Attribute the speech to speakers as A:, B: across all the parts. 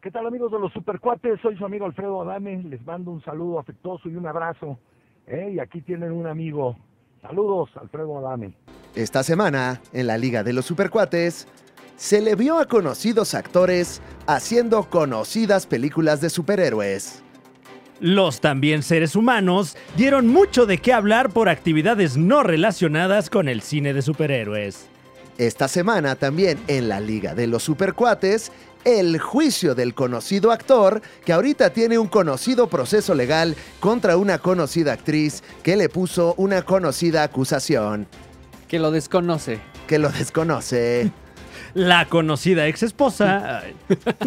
A: ¿Qué tal amigos de los Supercuates? Soy su amigo Alfredo Adame, les mando un saludo afectuoso y un abrazo. ¿eh? Y aquí tienen un amigo. Saludos, Alfredo Adame.
B: Esta semana, en la Liga de los Supercuates, se le vio a conocidos actores haciendo conocidas películas de superhéroes.
C: Los también seres humanos dieron mucho de qué hablar por actividades no relacionadas con el cine de superhéroes.
B: Esta semana también en la Liga de los Supercuates, el juicio del conocido actor que ahorita tiene un conocido proceso legal contra una conocida actriz que le puso una conocida acusación.
D: Que lo desconoce.
B: Que lo desconoce.
C: La conocida ex esposa.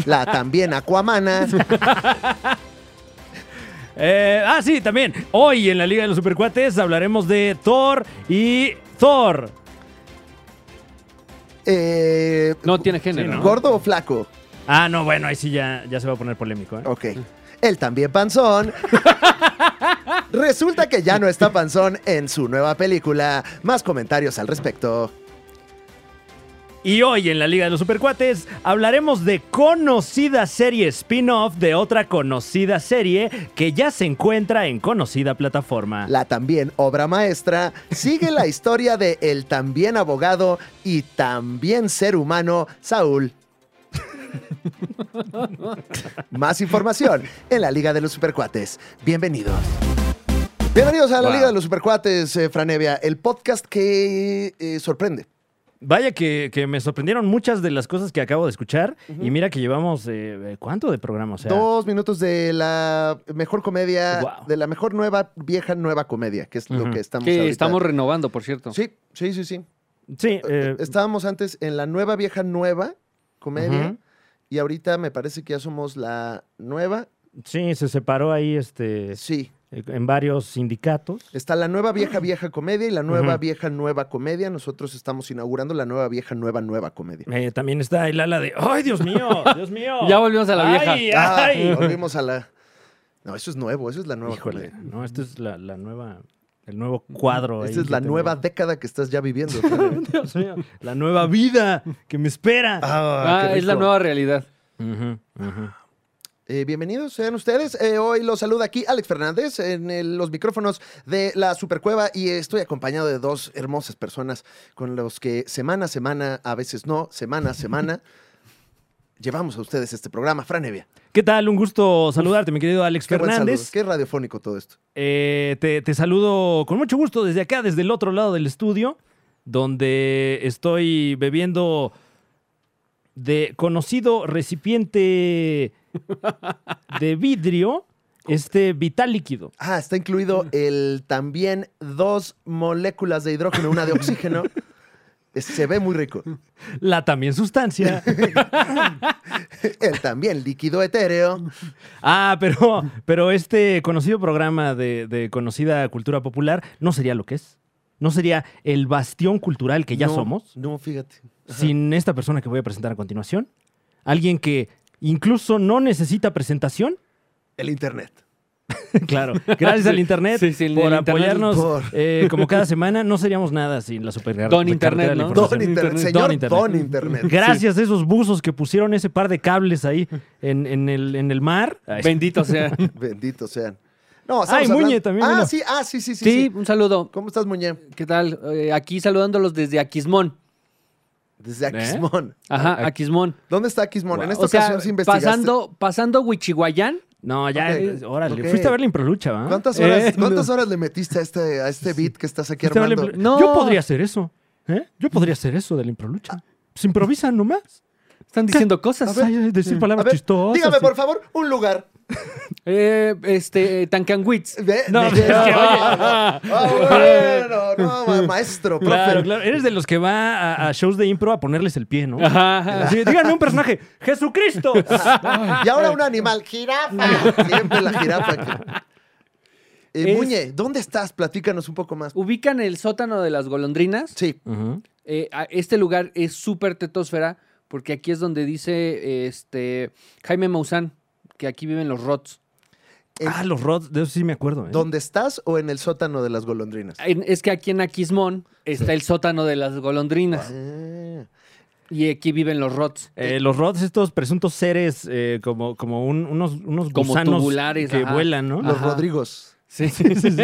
B: La también Aquamana.
C: Eh, ah, sí, también. Hoy en la Liga de los Supercuates hablaremos de Thor y Thor.
B: Eh,
D: No tiene género.
C: Sí, ¿no?
B: ¿Gordo o flaco?
C: Ah, no, bueno, ahí sí ya, ya se va a poner polémico. ¿eh?
B: Ok. Él también panzón. Resulta que ya no está panzón en su nueva película. Más comentarios al respecto.
C: Y hoy en la Liga de los Supercuates hablaremos de conocida serie spin-off de otra conocida serie que ya se encuentra en conocida plataforma.
B: La también obra maestra sigue la historia de el también abogado y también ser humano Saúl. Más información en la Liga de los Supercuates. Bienvenidos. Bienvenidos a la
C: Wow.
B: Liga de los Supercuates, eh, Franevia, el podcast que eh, sorprende.
C: Vaya que, que me sorprendieron muchas de las cosas que acabo de escuchar. Y mira que llevamos, eh, ¿cuánto de programa? O sea,
B: Dos minutos de la mejor comedia,
C: Wow.
B: de la mejor nueva, vieja nueva comedia, que es lo
C: Ujú.
B: que estamos
D: Que
B: ahorita.
D: estamos renovando, por cierto.
B: Sí, sí, sí, sí.
C: sí, eh,
B: Estábamos antes en la nueva vieja nueva comedia
C: Ujú.
B: y ahorita me parece que ya somos la nueva.
C: sí, se separó ahí este,
B: Sí,
C: en varios sindicatos.
B: está la nueva vieja vieja comedia y la nueva
C: Ujú.
B: vieja nueva comedia. Nosotros estamos inaugurando la nueva vieja nueva nueva comedia.
C: Eh, también está el ala de, ¡ay, Dios mío! ¡Dios mío!
D: Ya volvimos a la vieja.
C: ¡Ay,
B: Ah,
C: ay!
B: volvimos a la. No, eso es nuevo, eso es la nueva
C: Híjole,
B: comedia.
C: no, esto es la, la nueva, el nuevo cuadro.
B: Esta
C: ahí
B: es la
C: que
B: nueva
C: tengo.
B: década que estás ya viviendo. Fran.
C: Dios mío, la nueva vida que me espera.
B: Ah,
D: Ah,
B: qué
D: es la
B: rico.
D: nueva realidad.
C: Ujú, ujú.
B: Eh, bienvenidos sean ustedes. Eh, hoy los saluda aquí Alex Fernández en el- los micrófonos de la Supercueva y estoy acompañado de dos hermosas personas con los que semana a semana, a veces no, semana a semana, llevamos a ustedes este programa. Fran Evia,
C: ¿Qué tal? Un gusto saludarte, mi querido Alex
B: qué buen saludo.
C: Fernández.
B: Qué radiofónico todo esto.
C: Eh, te, te saludo con mucho gusto desde acá, desde el otro lado del estudio, donde estoy bebiendo de conocido recipiente de vidrio este vital líquido.
B: Ah, está incluido el también dos moléculas de hidrógeno, una de oxígeno. Eh, Se ve muy rico.
C: La también sustancia.
B: El también líquido etéreo.
C: Ah, pero, pero este conocido programa de, de conocida cultura popular no sería lo que es. No sería el bastión cultural que ya
B: No,
C: somos
B: No, fíjate.
C: sin esta persona que voy a presentar a continuación. Alguien que incluso no necesita presentación.
B: El internet.
C: claro, gracias al Internet
D: Sí, sí, el
C: por
D: Internet.
C: apoyarnos
B: Por-
C: eh, como cada semana. No seríamos nada sin la super
D: Don Internet, ¿no?
B: Don internet. Señor
C: Don Internet.
B: Don internet.
C: Gracias a esos buzos que pusieron ese par de cables ahí en, en el, en el mar.
B: Ah,
C: Ay,
D: Bendito sea. Sí,
B: Bendito sean. No,
C: Ah, y
B: estamos hablando-
C: Muñe también,
B: Ah,
C: mira.
B: sí, ah, sí, sí, sí, sí.
D: un saludo.
B: ¿Cómo estás, Muñe?
D: ¿Qué tal? Eh, aquí saludándolos desde Aquismón.
C: ¿Eh?
B: Desde Aquismón.
D: Ajá, Aquismón.
B: ¿Dónde está Aquismón? Ah, En
C: Wow.
B: esta
D: o sea,
B: ocasión sí investigaste.
D: pasando, pasando Huichihuayán,
C: No, ya,
B: Ok,
C: eh, órale.
B: ok.
C: Fuiste a ver la improlucha, ¿va?
B: ¿Cuántas
C: Eh,
B: horas,
C: no.
B: cuántas horas le metiste a este, a este beat que estás aquí
C: Fuiste a ver la
B: armando?
C: Impro-
D: No.
C: Yo podría hacer eso. ¿eh? Yo podría hacer eso de la improlucha. Se improvisa nomás.
D: están diciendo cosas.
C: Ay, ay, decir
B: Ah. A
C: palabras
B: ver,
C: chistosas.
B: dígame, por favor, un lugar.
D: Eh, este, Tancanwitz.
B: Ve-
C: No,
B: ve-
C: es que, oye,
B: Ah, bueno, no, ma- maestro, profe.
C: Claro, claro. Eres de los que va a, a shows de impro a ponerles el pie, ¿no?
D: Ajá, ajá.
C: Así, díganme un personaje. ¡Jesucristo!
B: Y ahora un animal, jirafa. Siempre la jirafa. aquí. Eh,
D: Es-
B: Muñe, ¿dónde estás? Platícanos un poco más.
D: Ubican el sótano de las golondrinas.
B: Sí,
C: Ujú.
D: Eh, a- este lugar es súper tetosfera porque aquí es donde dice eh, este, Jaime Maussan que aquí viven los rots.
B: El-
C: Ah, los rods. De eso sí me acuerdo. ¿eh?
B: ¿dónde estás o en el sótano de las golondrinas?
D: En- es que aquí en Aquismón está el sótano de las golondrinas.
B: Ah.
D: Y aquí viven los rots.
C: Eh, los rods, estos presuntos seres eh, como, como un- unos, unos
D: Como
C: gusanos
D: tubulares,
C: que
D: ajá. Ah,
C: vuelan, ¿no?
B: Los
D: Ajá.
B: Rodrigos.
C: Sí, sí, sí, sí.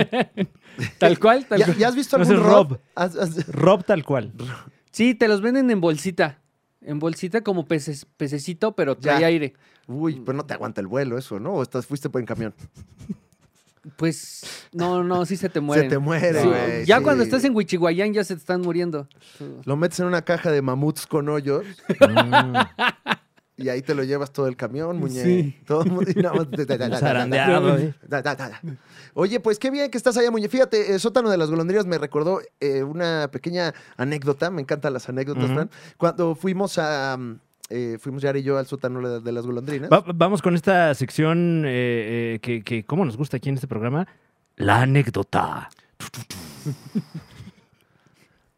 D: Tal cual, tal
B: ¿Ya,
D: cual.
B: ya has visto
C: No,
B: algún
C: ese es
B: Rob?
C: Rob.
B: ¿Has- has-
C: Rob tal cual.
D: Sí, te los venden en bolsita. En bolsita como peces- pececito, pero trae
B: Ya.
D: aire.
B: Uy, pues no te aguanta el vuelo eso, ¿no? O estás, fuiste por en camión.
D: Pues, no, no, sí se te mueren.
B: Se te muere,
D: Sí,
B: güey.
D: ya
B: sí.
D: cuando estás en Huichihuayán ya se te están muriendo.
B: Lo metes en una caja de mamuts con hoyos y ahí te lo llevas todo el camión, muñe.
D: Sí.
B: Todo el mundo- y nada más-
C: zarandeado, ¿eh?
B: Da, da, da, da. Oye, pues qué bien que estás allá, Muñe. Fíjate, eh, Sótano de las Golondrinas me recordó eh, una pequeña anécdota. Me encantan las anécdotas,
C: Ujú.
B: Fran. Cuando fuimos a... mm, eh, fuimos Yara y yo al Sótano de- de las Golondrinas.
C: Va- vamos con esta sección eh, eh, que, que, ¿cómo nos gusta aquí en este programa? La anécdota.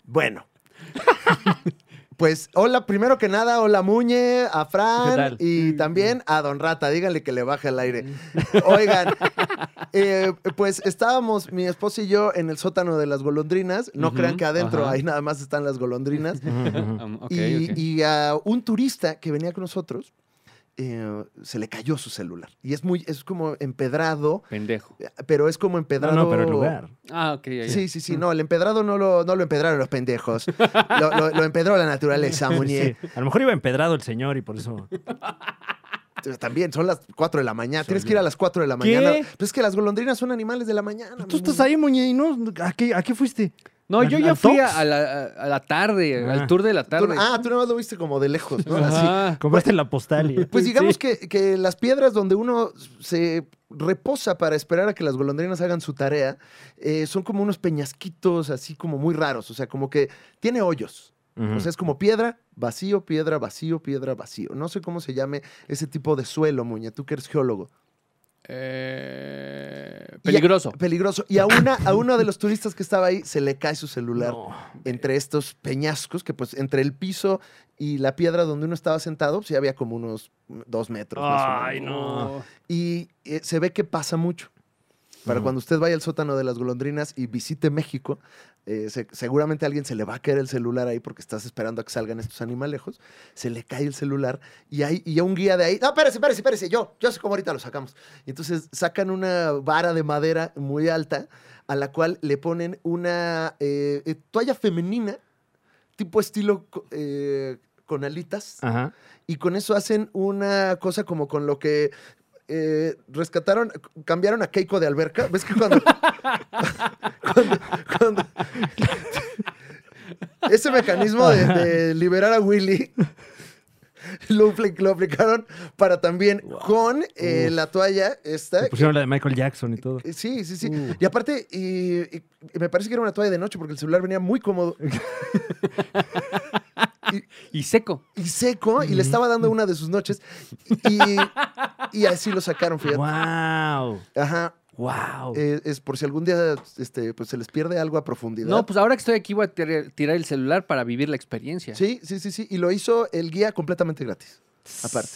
B: Bueno. Pues hola, primero que nada, hola Muñe, a
C: ¿Qué
B: Fran
C: tal?
B: y también a Don Rata, díganle que le baje el aire. Oigan, eh, pues estábamos mi esposo y yo en el sótano de las golondrinas, no
D: Ujú,
B: crean que adentro,
D: ajá.
B: ahí nada más están las golondrinas,
D: Um, ok,
B: y,
D: ok.
B: y a un turista que venía con nosotros eh, se le cayó su celular y es muy, es como empedrado, eh,
D: Pendejo.
B: pero es como
C: No,
B: empedrado.
C: no, pero el lugar.
D: Ah, ok. ya, ya.
B: Sí, sí, sí.
C: Mm.
B: No, el empedrado no lo, no lo empedraron los pendejos. Lo, lo- lo empedró la naturaleza, Muñe.
C: Sí. A lo mejor iba empedrado el señor y por eso.
B: También son las 4 de la mañana. Tienes que ir a las 4 de la
C: ¿Qué? Pues
B: mañana. Pero es que las golondrinas son animales de la mañana.
C: Tú estás
B: Muñe.
C: ahí, Muñe, y no. ¿A qué, a qué fuiste?
D: No, yo
C: ¿Al-
D: ya
C: al
D: fui
C: Tox?
D: a, a la, a la tarde,
C: Ah.
D: al tour de la
B: Tú-
D: tarde.
B: ah, tú nada más lo viste como de lejos, ¿no? Así.
D: Ajá.
C: Compraste la postal. y-
B: Pues digamos
C: Sí.
B: que, que las piedras donde uno se reposa para esperar a que las golondrinas hagan su tarea eh, son como unos peñasquitos así como muy raros. O sea, como que tiene hoyos.
C: Ujú.
B: O sea, es como piedra, vacío, piedra, vacío, piedra, vacío. No sé cómo se llame ese tipo de suelo, Muñe, tú que eres geólogo.
D: Eh,
B: Y a-
D: peligroso.
B: peligroso. Y a, una, a uno de los turistas que estaba ahí se le cae su celular
C: No.
B: entre estos peñascos, que pues entre el piso y la piedra donde uno estaba sentado, pues ya había como unos dos metros. más o
C: Ay,
B: menos.
C: no.
B: Y eh, se ve que pasa mucho. Para
C: Ujú.
B: cuando usted vaya al sótano de las golondrinas y visite México, eh, se- seguramente a alguien se le va a caer el celular ahí porque estás esperando a que salgan estos animalejos. Se le cae el celular y hay y a un guía de ahí. No, espérese, espérese, espérese. Yo, yo sé cómo ahorita lo sacamos. Y entonces sacan una vara de madera muy alta a la cual le ponen una eh, eh, toalla femenina, tipo estilo co- eh, con alitas
C: Ajá.
B: y con eso hacen una cosa como con lo que eh, rescataron, cambiaron a Keiko de alberca. ¿Ves que cuando... cuando- cuando- ese mecanismo de, de liberar a Willy lo, apli- lo aplicaron para también con eh, la toalla esta.
C: Le pusieron la de Michael Jackson y todo.
B: Eh, Sí, sí, sí. Y aparte, y- y- y me parece que era una toalla de noche porque el celular venía muy cómodo.
D: Y seco.
B: y seco y le estaba dando una de sus noches y, y así lo sacaron,
C: eh,
B: fíjate.
C: ¡Wow!
B: Ajá.
C: ¡Wow!
B: Eh, es por si algún día este, pues, se les pierde algo a profundidad.
D: No, pues ahora que estoy aquí voy a tir- tirar el celular para vivir la experiencia.
B: Sí, sí, sí, sí. Y lo hizo el guía completamente gratis. Aparte.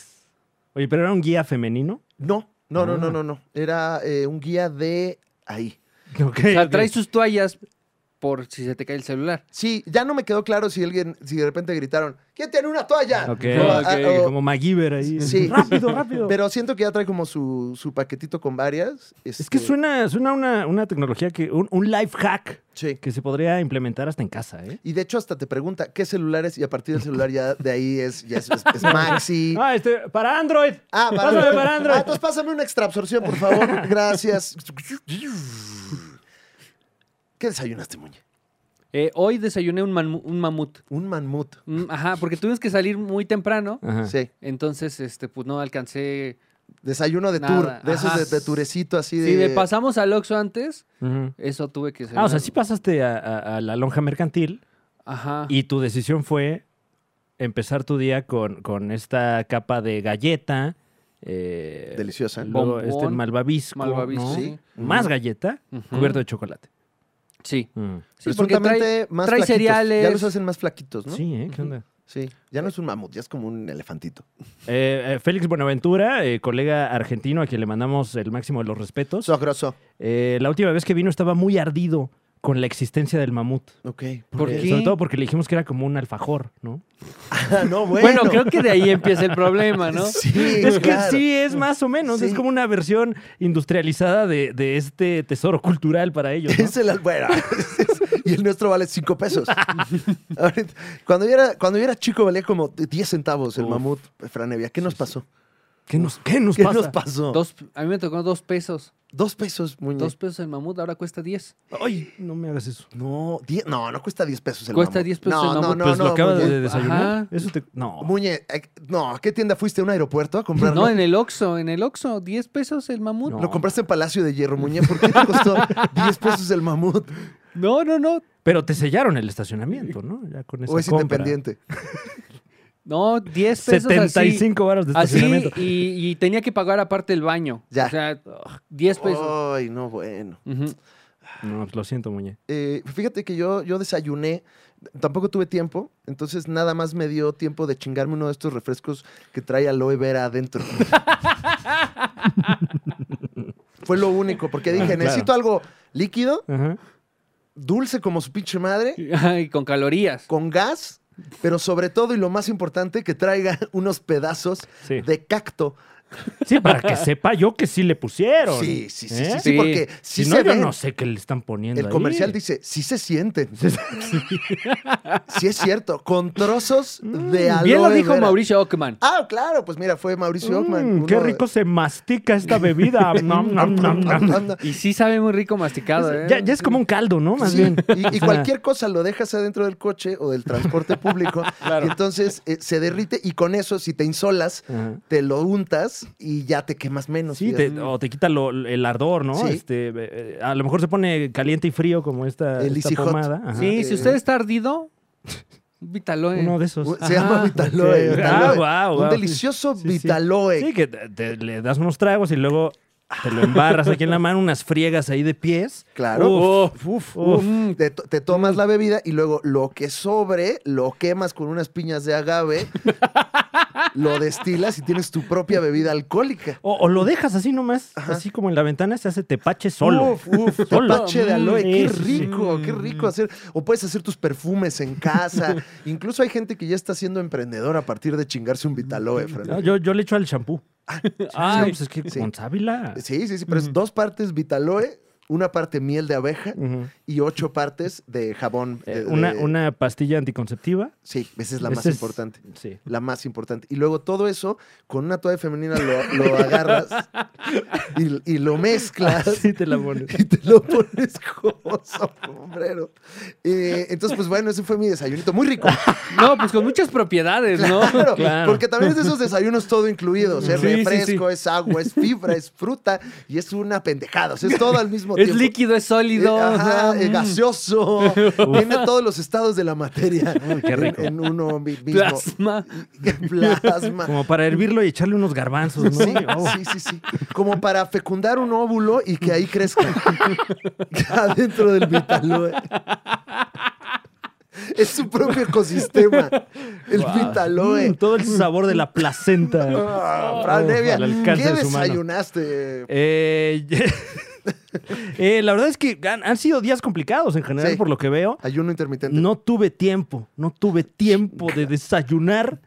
C: Oye, pero era un guía femenino.
B: No, no, no,
C: Ah.
B: no, no, no. Era eh, un guía de ahí.
C: Ok,
D: O sea,
C: ok.
D: traes tus toallas por si se te cae el celular.
B: Sí, ya no me quedó claro si alguien, si de repente gritaron, ¿quién tiene una toalla?
C: Ok.
B: O, ah,
D: Ok,
B: o-
C: Como MacGyver ahí.
B: Sí.
C: Rápido, rápido.
B: pero siento que ya trae como su, su paquetito con varias.
C: es que
B: este,
C: suena, suena una, una tecnología que. Un, un life hack
B: Sí.
C: que se podría implementar hasta en casa, ¿eh?
B: Y de hecho hasta te pregunta qué celulares y a partir del celular ya de ahí es, ya es, es- es Maxi.
C: Ah, este, para Android.
B: Ah,
C: Pásame para Android.
B: Ah, entonces pásame una extra absorción, por favor. Gracias. ¿Qué desayunaste, Muñe?
D: Eh, hoy desayuné un, manmu- un mamut.
B: Un manmut.
D: Mm, Ajá, porque tuvimos que salir muy temprano.
C: Ajá.
B: Sí.
D: Entonces, este, pues no alcancé.
B: Desayuno de
D: Nada.
B: tour. De esos
D: Ajá.
B: de, de turecito así de.
D: Si me pasamos al Oxxo antes,
C: Ujú.
D: eso tuve que hacer.
C: Ah, o sea, sí pasaste a, a- a la lonja mercantil
D: Ajá.
C: y tu decisión fue empezar tu día con, con esta capa de galleta. eh,
B: Deliciosa.
C: Luego
D: Bombón.
C: este malvavisco.
D: Malvavisco,
C: ¿no?
D: sí.
C: Más galleta
D: Ujú.
C: cubierto de chocolate.
D: Sí.
C: Mm.
D: Sí, porque
B: Presuntamente
D: trae,
B: más
D: trae
B: flaquitos.
D: cereales.
B: Ya los hacen más
D: Pues,
B: flaquitos, ¿no? Sí.
C: Sí, ¿eh? ¿Qué onda?
B: Ya no es un mamut, ya es como un elefantito.
C: Eh, eh, Félix Buenaventura, eh, colega Pues- argentino a quien le mandamos el máximo de los respetos.
B: Sogroso.
C: Eh, la última vez que vino estaba muy ardido con la existencia del mamut.
B: Ok.
D: ¿Por
C: Eh,
D: qué?
C: Sobre todo porque le dijimos que era como un alfajor, ¿no?
B: Ah, no, bueno.
D: Bueno, creo que de ahí empieza el problema, ¿no?
B: Sí,
C: Es que
B: claro.
C: sí, es más o menos.
B: Sí.
C: Es como una versión industrializada de, de este tesoro cultural para ellos. ¿no?
B: Es el bueno, y el nuestro vale 5 pesos. Ahorita, cuando, yo era, cuando yo era chico valía como 10 centavos el
C: Uf.
B: mamut Franevia. ¿Qué nos pasó?
C: ¿Qué nos, qué nos
B: ¿Qué
C: pasa?
B: nos pasó? Dos,
D: Dos, a mí me tocó dos pesos.
B: pesos, muñe.
D: Dos pesos el mamut, ahora cuesta diez.
C: Ay, no me hagas eso.
B: No, die- no, no cuesta 10 pesos el
D: Cuesta
B: mamut.
D: 10 pesos
B: no,
D: el mamut.
B: No, no,
C: pues
B: no,
C: lo acabas
B: muñe.
C: de desayunar.
D: Ajá.
C: Eso te. No.
B: Muñe, eh, no, ¿a qué tienda fuiste? ¿A un aeropuerto a comprarlo?
D: No, en el Oxxo, en el Oxxo, diez pesos el mamut.
C: No.
B: Lo compraste en Palacio de Hierro, Muñe. ¿Por qué te costó 10 pesos el mamut?
D: No, no, no.
C: Pero te sellaron el estacionamiento, ¿no? Ya con esa
B: ¿O es
C: compra.
B: independiente?
D: No, 10 pesos así.
C: 75 varos de
D: Así
C: estacionamiento.
D: y, y tenía que pagar aparte el baño.
B: Ya. Oh.
D: O sea, 10 pesos.
B: Ay, no, bueno.
D: Ujú.
C: No, pues lo siento, Muñe.
B: Eh, fíjate que yo, yo desayuné, tampoco tuve tiempo, entonces nada más me dio tiempo de chingarme uno de estos refrescos que trae aloe vera adentro. Fue lo único, porque dije,
C: Ah, claro.
B: necesito algo líquido,
C: Ajá.
B: dulce como su pinche madre,
D: Ajá, Y con calorías.
B: con gas, pero sobre todo y lo más importante, que traiga unos pedazos
C: Sí.
B: de cacto.
C: Sí, para que sepa yo que sí le pusieron.
B: Sí, sí, sí, sí,
C: ¿Eh?
B: sí,
D: Sí.
B: porque sí
C: Si no,
B: se
C: yo
B: ven.
C: no sé qué le están poniendo.
B: El
C: ahí.
B: comercial dice, sí se sienten. sí es cierto, con trozos de
C: Mm,
B: aloe
D: Bien lo dijo
B: vera.
D: Mauricio Ockman.
B: Ah, claro, pues mira, fue Mauricio Ockman.
C: Mm, qué rico se mastica esta bebida. Nom, nom, nom, nom.
D: Y sí sabe muy rico masticado, ¿eh?
C: Ya, ya es como un caldo, ¿no? Más
B: Sí,
C: bien.
B: Y,
C: O
B: y
C: sea,
B: cualquier cosa lo dejas adentro del coche o del transporte público y entonces eh, se derrite y con eso si te insolas
C: ajá.
B: te lo untas y ya te quemas menos.
C: Sí,
B: Y
C: te- o te quita lo- el ardor, ¿no?
B: Sí.
C: Este, eh, a lo mejor se pone caliente y frío como esta,
B: El
C: esta
B: Easy Hot.
C: pomada. Ajá.
D: Sí,
B: Eh.
D: si usted está ardido, eh. vítalo.
C: Uno de esos.
B: Se llama
D: Ajá,
B: Vitaloe.
C: ok.
B: Vitaloe.
C: Ah, wow,
B: un
C: wow.
B: delicioso
C: Sí, sí.
B: Vitaloe.
C: Sí, que te- te- le das unos tragos y luego te lo embarras aquí en la mano, unas friegas ahí de pies.
B: Claro.
C: Uf,
B: Uf,
C: uf.
D: Mm,
B: uf. Te, to- te tomas la bebida y luego lo que sobre lo quemas con unas piñas de agave, lo destilas y tienes tu propia bebida alcohólica.
C: O, o lo dejas así nomás, así como en la ventana, se hace tepache solo.
B: Uf, uf,
C: Solo.
B: tepache de aloe,
C: Mm,
B: qué
C: sí, sí, sí.
B: rico, qué rico hacer. O puedes hacer tus perfumes en casa. Incluso hay gente que ya está siendo emprendedora a partir de chingarse un Vitaloe, Fran.
C: No, yo, yo le echo al champú. Ah,
D: Ay.
C: pues es que
B: Sí.
C: con sábila.
B: Sí, sí, sí, pero es dos partes Vitaloe, una parte miel de abeja
C: Ujú.
B: y ocho partes de jabón.
C: Mm. Eh,
B: de-
C: una,
B: de-
C: una pastilla anticonceptiva.
B: Sí, esa es la
C: Esa
B: más
C: es-
B: importante.
C: Sí.
B: La más importante. Y luego todo eso, con una toalla femenina lo, lo agarras y, y lo
D: Ah,
B: mezclas.
C: Sí te la pones.
B: Y te lo pones como sombrero. Eh, entonces, pues bueno, ese fue mi desayunito. Muy rico.
D: No, pues con muchas propiedades, ¿no?
B: Claro,
C: Claro.
B: Porque también es de esos desayunos todo incluidos. Es
D: Sí, sí, sí.
B: refresco, es agua, es fibra, es fruta y es una pendejada. O sea, es todo al mismo
D: Es
B: tiempo.
D: líquido, es
B: Eh,
D: sólido.
B: ajá,
D: o sea,
B: eh,
D: mm.
B: gaseoso. Tiene todos los estados de la materia
C: qué rico.
B: En, en uno mi- mismo.
D: Plasma.
B: Plasma.
C: Como para hervirlo y echarle unos garbanzos, ¿no?
B: Sí,
C: Oh.
B: sí, sí, sí. Como para fecundar un óvulo y que ahí crezca. Adentro del Vitaloe. Es su propio ecosistema. El Vitaloe.
C: Mm, todo el sabor de la placenta.
B: Ah, Fran
C: Oh,
B: Evia,
C: al alcance
B: ¿qué
C: de su mano.
B: desayunaste?
C: Eh, eh, la verdad es que han, han sido días complicados en general,
B: Sí.
C: por lo que veo.
B: Ayuno intermitente.
C: No tuve tiempo, no tuve tiempo de desayunar.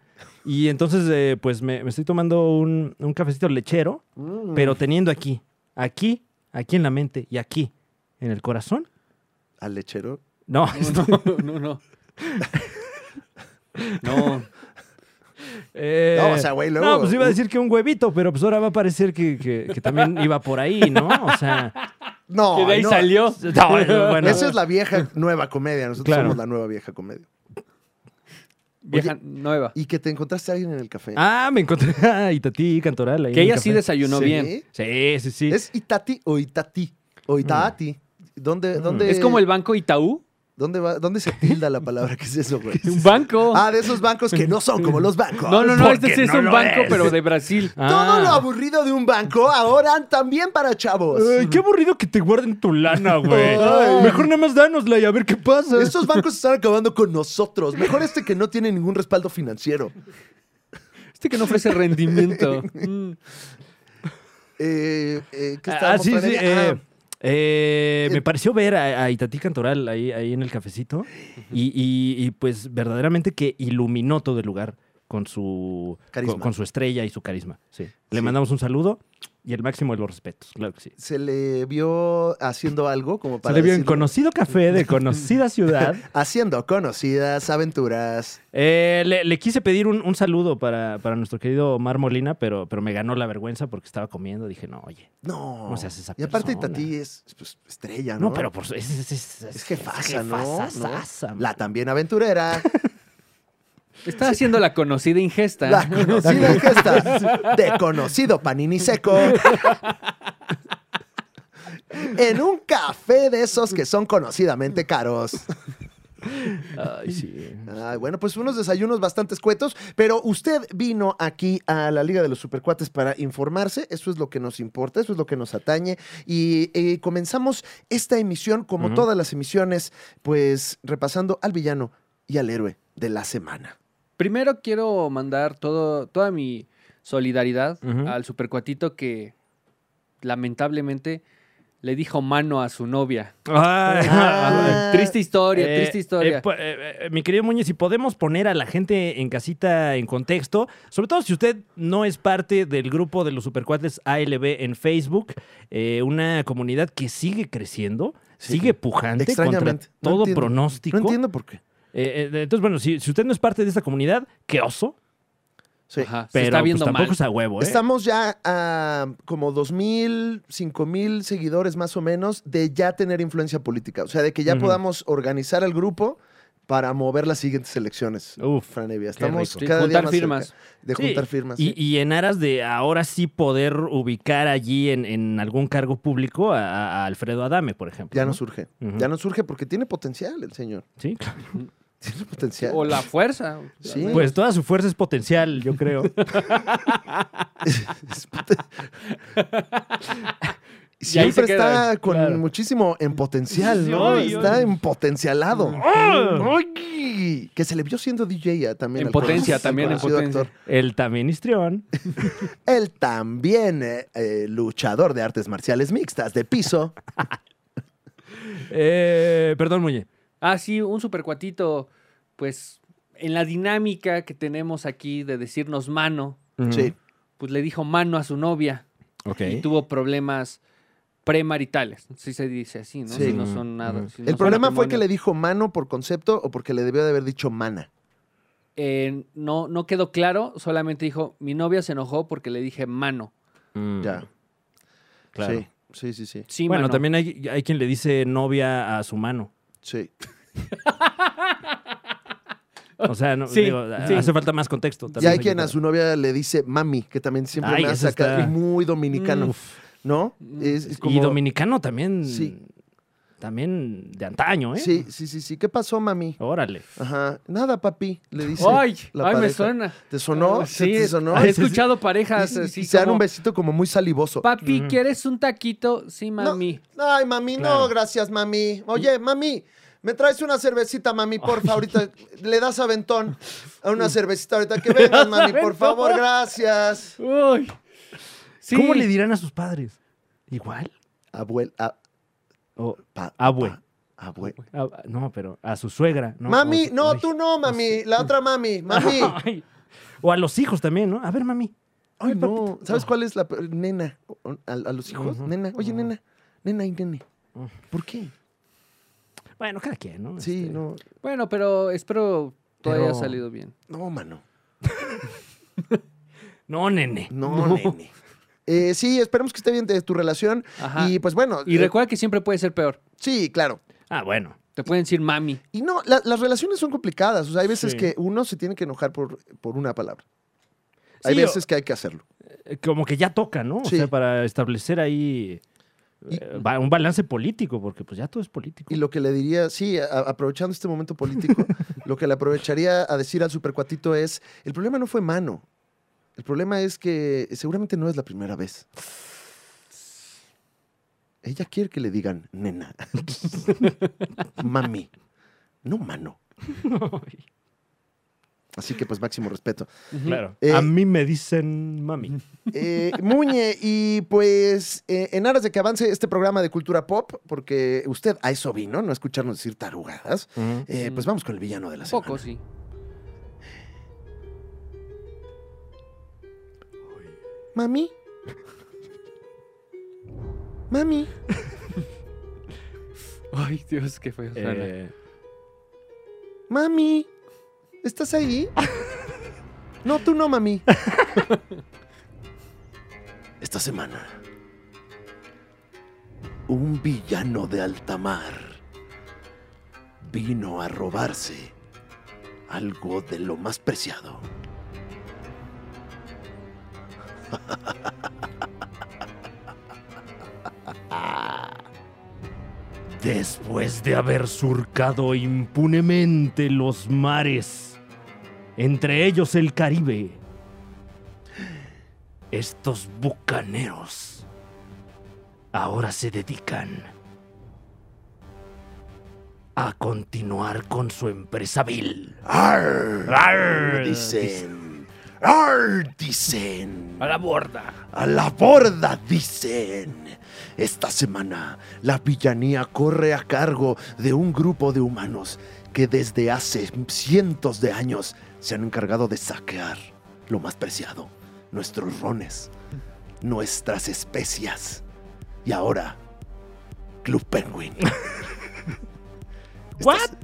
C: Y entonces, eh, pues me, me estoy tomando un, un cafecito lechero,
B: Mm.
C: pero teniendo aquí, aquí, aquí en la mente y aquí, en el corazón.
B: ¿Al lechero?
C: No,
D: No, no, no. No.
C: eh,
B: No, o sea, güey, luego-
C: no, pues iba a decir que un huevito, pero pues ahora va a parecer que, que- que también iba por ahí, ¿no? O sea,
B: No,
D: Que de ahí
B: no.
D: salió.
C: No, no, bueno.
B: Eso es la vieja nueva comedia. Nosotros
C: Claro.
B: somos la nueva vieja comedia.
D: Vieja nueva.
B: Y que te encontraste a alguien en el café.
C: ah, me encontré a Itatí Cantoral. ahí
D: Que
C: en el
D: ella sí
C: café.
D: desayunó
B: ¿Sí?
D: bien.
C: Sí, sí, sí.
B: ¿Es Itati o Itati?
C: Mm.
B: O Itati. ¿Dónde, dónde,
D: Es como el banco Itaú.
B: ¿dónde, va- ¿Dónde se tilda la palabra? ¿Qué es eso, güey?
D: Un banco.
B: Ah, de esos bancos que no son como los bancos.
D: No, no, no,
C: porque
D: este sí es
C: no
D: un
C: lo
D: banco,
C: es.
D: pero de Brasil.
B: Todo
C: Ah.
B: lo aburrido de un banco ahora también para chavos.
C: Ay, qué aburrido que te guarden tu lana, güey.
B: Ay.
C: Mejor nada más dánosla y a ver qué pasa.
B: Estos bancos están acabando con nosotros. Mejor este que no tiene ningún respaldo financiero.
D: Este que no ofrece rendimiento. Mm.
B: Eh, eh, ¿qué
C: Ah,
B: Eh, estábamos Ah,
C: sí, sí.
B: planeando?
C: eh, Eh, me
B: Eh,
C: pareció ver a, a Itatí Cantoral ahí, ahí en el cafecito y, y- y, pues verdaderamente que iluminó todo el lugar con su,
B: Carisma.
C: con, con su estrella y su carisma. sí. Le
B: Sí.
C: mandamos un saludo y el máximo de los respetos, claro que sí.
B: Se le vio haciendo algo como
C: Se
B: para.
C: le vio en
B: decirlo.
C: conocido café de conocida ciudad.
B: Haciendo conocidas aventuras.
C: Eh, le, le quise pedir un, un saludo para, para nuestro querido Omar Molina, pero, pero me ganó la vergüenza porque estaba comiendo. Dije, no, oye,
B: No.
C: No seas esa
B: y aparte,
C: persona.
B: Tati es pues, estrella, ¿no?
C: no, pero por su- es, es, es,
B: Es jefasa, ¿no? ¿No?
C: jefasa,
B: La también aventurera.
D: Está haciendo la conocida ingesta.
B: la conocida gesta de conocido panini seco. En un café de esos que son conocidamente caros.
C: Ay, sí.
B: Ay, bueno, pues unos desayunos bastante escuetos, pero usted vino aquí a la Liga de los Supercuates para informarse, eso es lo que nos importa, eso es lo que nos atañe, y eh, comenzamos esta emisión, como
C: Ujú.
B: todas las emisiones, pues repasando al villano y al héroe de la semana.
D: Primero quiero mandar todo, toda mi solidaridad
C: Ujú.
D: al supercuatito que lamentablemente le dijo mano a su novia.
C: Ay, ay.
B: Ah.
D: triste historia,
C: Eh,
D: triste historia.
C: eh, po- eh, eh, mi querido Muñez, si podemos poner a la gente en casita en contexto, sobre todo si usted no es parte del grupo de los supercuates ALB en Facebook, eh, una comunidad que sigue creciendo,
B: Sí.
C: sigue pujante contra
B: Extrañamente. No
C: todo
B: entiendo.
C: pronóstico.
B: No entiendo por qué.
C: Eh, eh, entonces, bueno, si, si usted no es parte de esta comunidad, qué oso,
B: Sí.
D: Ajá, se
C: pero
D: está
C: pues,
D: viendo
C: tampoco
D: mal.
C: es a huevo, ¿eh?
B: Estamos ya a como 2.000, 5.000 seguidores más o menos de ya tener influencia política. O sea, de que ya
C: Ujú.
B: podamos organizar al grupo para mover las siguientes elecciones.
C: ¿eh? Uf,
B: Franevia,
C: qué
B: estamos
C: rico.
D: Sí,
B: cada día
D: juntar
B: más
D: firmas.
B: cerca de
C: Sí,
B: juntar firmas.
C: Y,
B: sí.
C: y en aras de ahora sí poder ubicar allí en, en algún cargo público a, a- a Alfredo Adame, por ejemplo.
B: ya
C: ¿no?
B: no surge.
C: Ujú.
B: Ya no surge porque tiene potencial el señor.
C: Sí, claro.
B: Tiene potencial.
D: O la fuerza.
B: Sí.
C: Pues toda su fuerza es potencial, yo creo.
B: Es poten-
D: Y ahí se
B: Siempre
D: queda,
B: está con
C: claro.
B: muchísimo en potencial,
C: Sí,
B: ¿no?
C: ay,
B: está
C: ay.
B: en potencialado.
C: ¡Ah!
B: ¡Ay! Que se le vio siendo DJ a- también.
D: En
B: al
D: potencia,
B: conocido-
D: también en
B: al conocido
D: potencia.
B: actor.
C: El también histrión.
B: Él también, eh, eh, luchador de artes marciales mixtas de piso.
C: Eh, perdón, Muñe.
D: Ah, sí, un supercuatito. Pues en la dinámica que tenemos aquí de decirnos mano,
B: Sí.
D: pues le dijo mano a su novia.
C: Mm, Ok.
D: y tuvo problemas premaritales. Si se dice así, ¿no?
B: Sí.
D: Si no son nada.
C: Ujú.
D: si no
B: El
D: son
B: problema fue que le
D: matrimonios.
B: dijo mano por concepto o porque le debió de haber dicho mana.
D: Eh, no, no quedó claro, solamente dijo, mi novia se enojó porque le dije mano.
C: Mm,
B: Ya.
C: claro.
B: Sí, sí, sí, sí.
D: Sí,
C: bueno,
D: mano.
C: también hay, hay quien le dice novia a su mano.
B: sí.
C: O sea, no,
D: Sí,
C: digo,
D: sí.
C: hace falta más contexto.
B: Y
C: también
B: hay quien
C: que-
B: a su novia le dice mami, que también siempre
C: Ay,
B: me
C: eso
B: hace acá
C: está-
B: muy dominicano,
C: Uf.
B: ¿no?
D: Mm.
B: Es, es como...
C: Y dominicano también.
B: Sí.
C: También de antaño, ¿eh?
B: Sí, sí, sí, sí. ¿Qué pasó, mami?
C: Órale.
B: Ajá. Nada, papi, le dice.
D: ¡Ay!
B: la
D: ¡Ay, me
B: pareja.
D: suena!
B: ¿Te sonó?
D: Ah, Sí,
B: ¿Te sonó?
D: he
B: Y-
D: escuchado parejas
B: y- y
D: así
B: se dan
D: como,
B: un besito como muy salivoso.
D: Papi,
C: Ujú.
D: ¿quieres un taquito? Sí, mami.
B: Ay, mami,
C: Claro.
B: no, gracias, mami. Oye, mami, me traes una cervecita, mami, porfa, ahorita. Le das aventón a una cervecita ahorita que vengas, mami, por
D: aventón?
B: favor, gracias.
D: ¡Uy! Sí.
C: ¿Cómo le dirán a sus padres? ¿Igual?
B: Abuel, a-
C: O
B: pa-
C: abue.
B: pa- abue.
C: a- Ah, no, pero a su suegra. ¿no?
B: mami,
C: O-
B: no,
C: ay.
B: tú no, mami, la otra mami, mami.
C: Ay. O a los hijos también, ¿no? A ver, mami.
B: Ay, no.
C: papito.
B: ¿Sabes cuál es la peor? nena? ¿A, a los hijos?
C: Ujú,
B: Nena, oye,
C: ujú.
B: nena, nena y nene. ¿Por qué?
C: Bueno, cada quien, ¿no?
B: Sí,
C: Este,
B: no,
D: Bueno, pero espero todo
C: Pero-
D: haya salido bien.
B: no, mano.
C: No, nene.
B: No, nene. Eh, sí, esperemos que esté bien de tu relación.
D: Ajá.
B: Y
D: Y,
B: pues bueno. eh,
D: recuerda que siempre puede ser peor.
B: sí, claro.
C: Ah, bueno.
D: Te pueden decir mami.
B: Y no, la- las relaciones son complicadas. O sea, hay veces
C: Sí.
B: que uno se tiene que enojar por, por una palabra. Hay
C: Sí,
B: veces que hay que hacerlo.
C: Eh, Como que ya toca, ¿no? O
B: Sí.
C: sea, para establecer ahí eh, ba- un balance político, porque pues ya todo es político.
B: Y lo que le diría, sí, a- aprovechando este momento político, lo que le aprovecharía a decir al supercuatito es, el problema no fue mano. El problema es que seguramente no es la primera vez. Ella quiere que le digan nena. Mami. No mano. Así que pues máximo respeto.
D: Ujú.
C: Claro.
B: Eh,
C: a mí me dicen mami.
B: Eh, Muñe, y pues eh, en aras de que avance este programa de cultura pop, porque usted a eso vino, no a escucharnos decir tarugadas, eh, pues vamos con el villano de la
D: Un
B: semana.
D: poco, sí.
B: Mami. Mami.
D: Ay, Dios, qué feo. suena.
C: Eh,
B: Mami. ¿Estás ahí? No, tú no, mami. Esta semana, un villano de altamar vino a robarse algo de lo más preciado.
C: Después de haber surcado impunemente los mares, entre ellos el Caribe, estos bucaneros ahora se dedican a continuar con su empresa vil.
B: Arr,
C: Arr,
B: dicen. Arr, dicen.
D: A la borda.
B: A la borda, dicen. Esta semana, la villanía corre a cargo de un grupo de humanos que desde hace cientos de años se han encargado de saquear lo más preciado, nuestros rones, nuestras especias. Y ahora, Club Penguin.
C: ¿What?
B: Estás-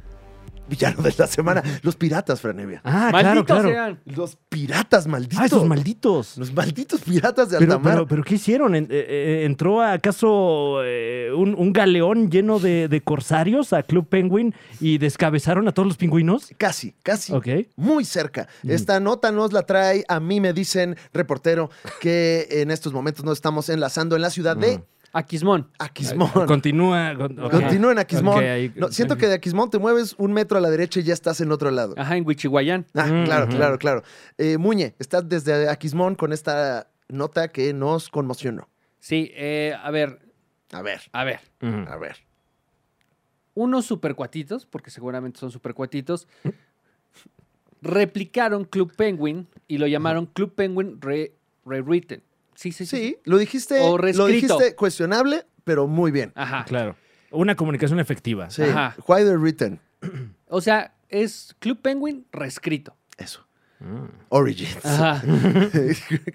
B: Villano de la semana, los piratas, Franevia.
C: Ah,
D: Malditos sean.
B: Los piratas malditos.
C: Ah, esos malditos.
B: Los malditos piratas de
C: Pero,
B: Altamar.
C: pero, pero ¿qué hicieron? En- eh, eh, ¿Entró acaso eh, un, un galeón lleno de, de corsarios a Club Penguin y descabezaron a todos los pingüinos?
B: Casi, casi.
C: Ok.
B: Muy cerca. Esta nota nos la trae, a mí me dicen, reportero, que en estos momentos nos estamos enlazando en la ciudad de
D: Aquismón.
B: Aquismón.
C: Continúa. Mm. con- ok.
B: Continúa en Aquismón.
C: Ok, ahí-
B: No, siento que de Aquismón te mueves un metro a la derecha y ya estás en otro lado.
D: Ajá, en Huichihuayán.
B: Ah,
C: Mm,
B: claro,
C: ujú.
B: claro, claro. Eh, Muñe, estás desde Aquismón con esta nota que nos conmocionó.
D: Sí, eh, a ver,
B: A ver,
D: a ver.
C: Ujú.
B: a ver.
D: Unos supercuatitos, porque seguramente son supercuatitos, replicaron Club Penguin y lo llamaron Club Penguin Re- Rewritten. Sí, sí, sí. sí.
B: Sí, lo dijiste,
D: O
B: lo
D: reescrito.
B: dijiste cuestionable, pero muy bien.
D: Ajá.
C: Ah, Claro. Una comunicación efectiva.
B: Sí,
D: Ajá.
B: why the written.
D: O sea, es Club Penguin reescrito.
B: Eso.
C: Mm.
B: Origins.
D: Ajá.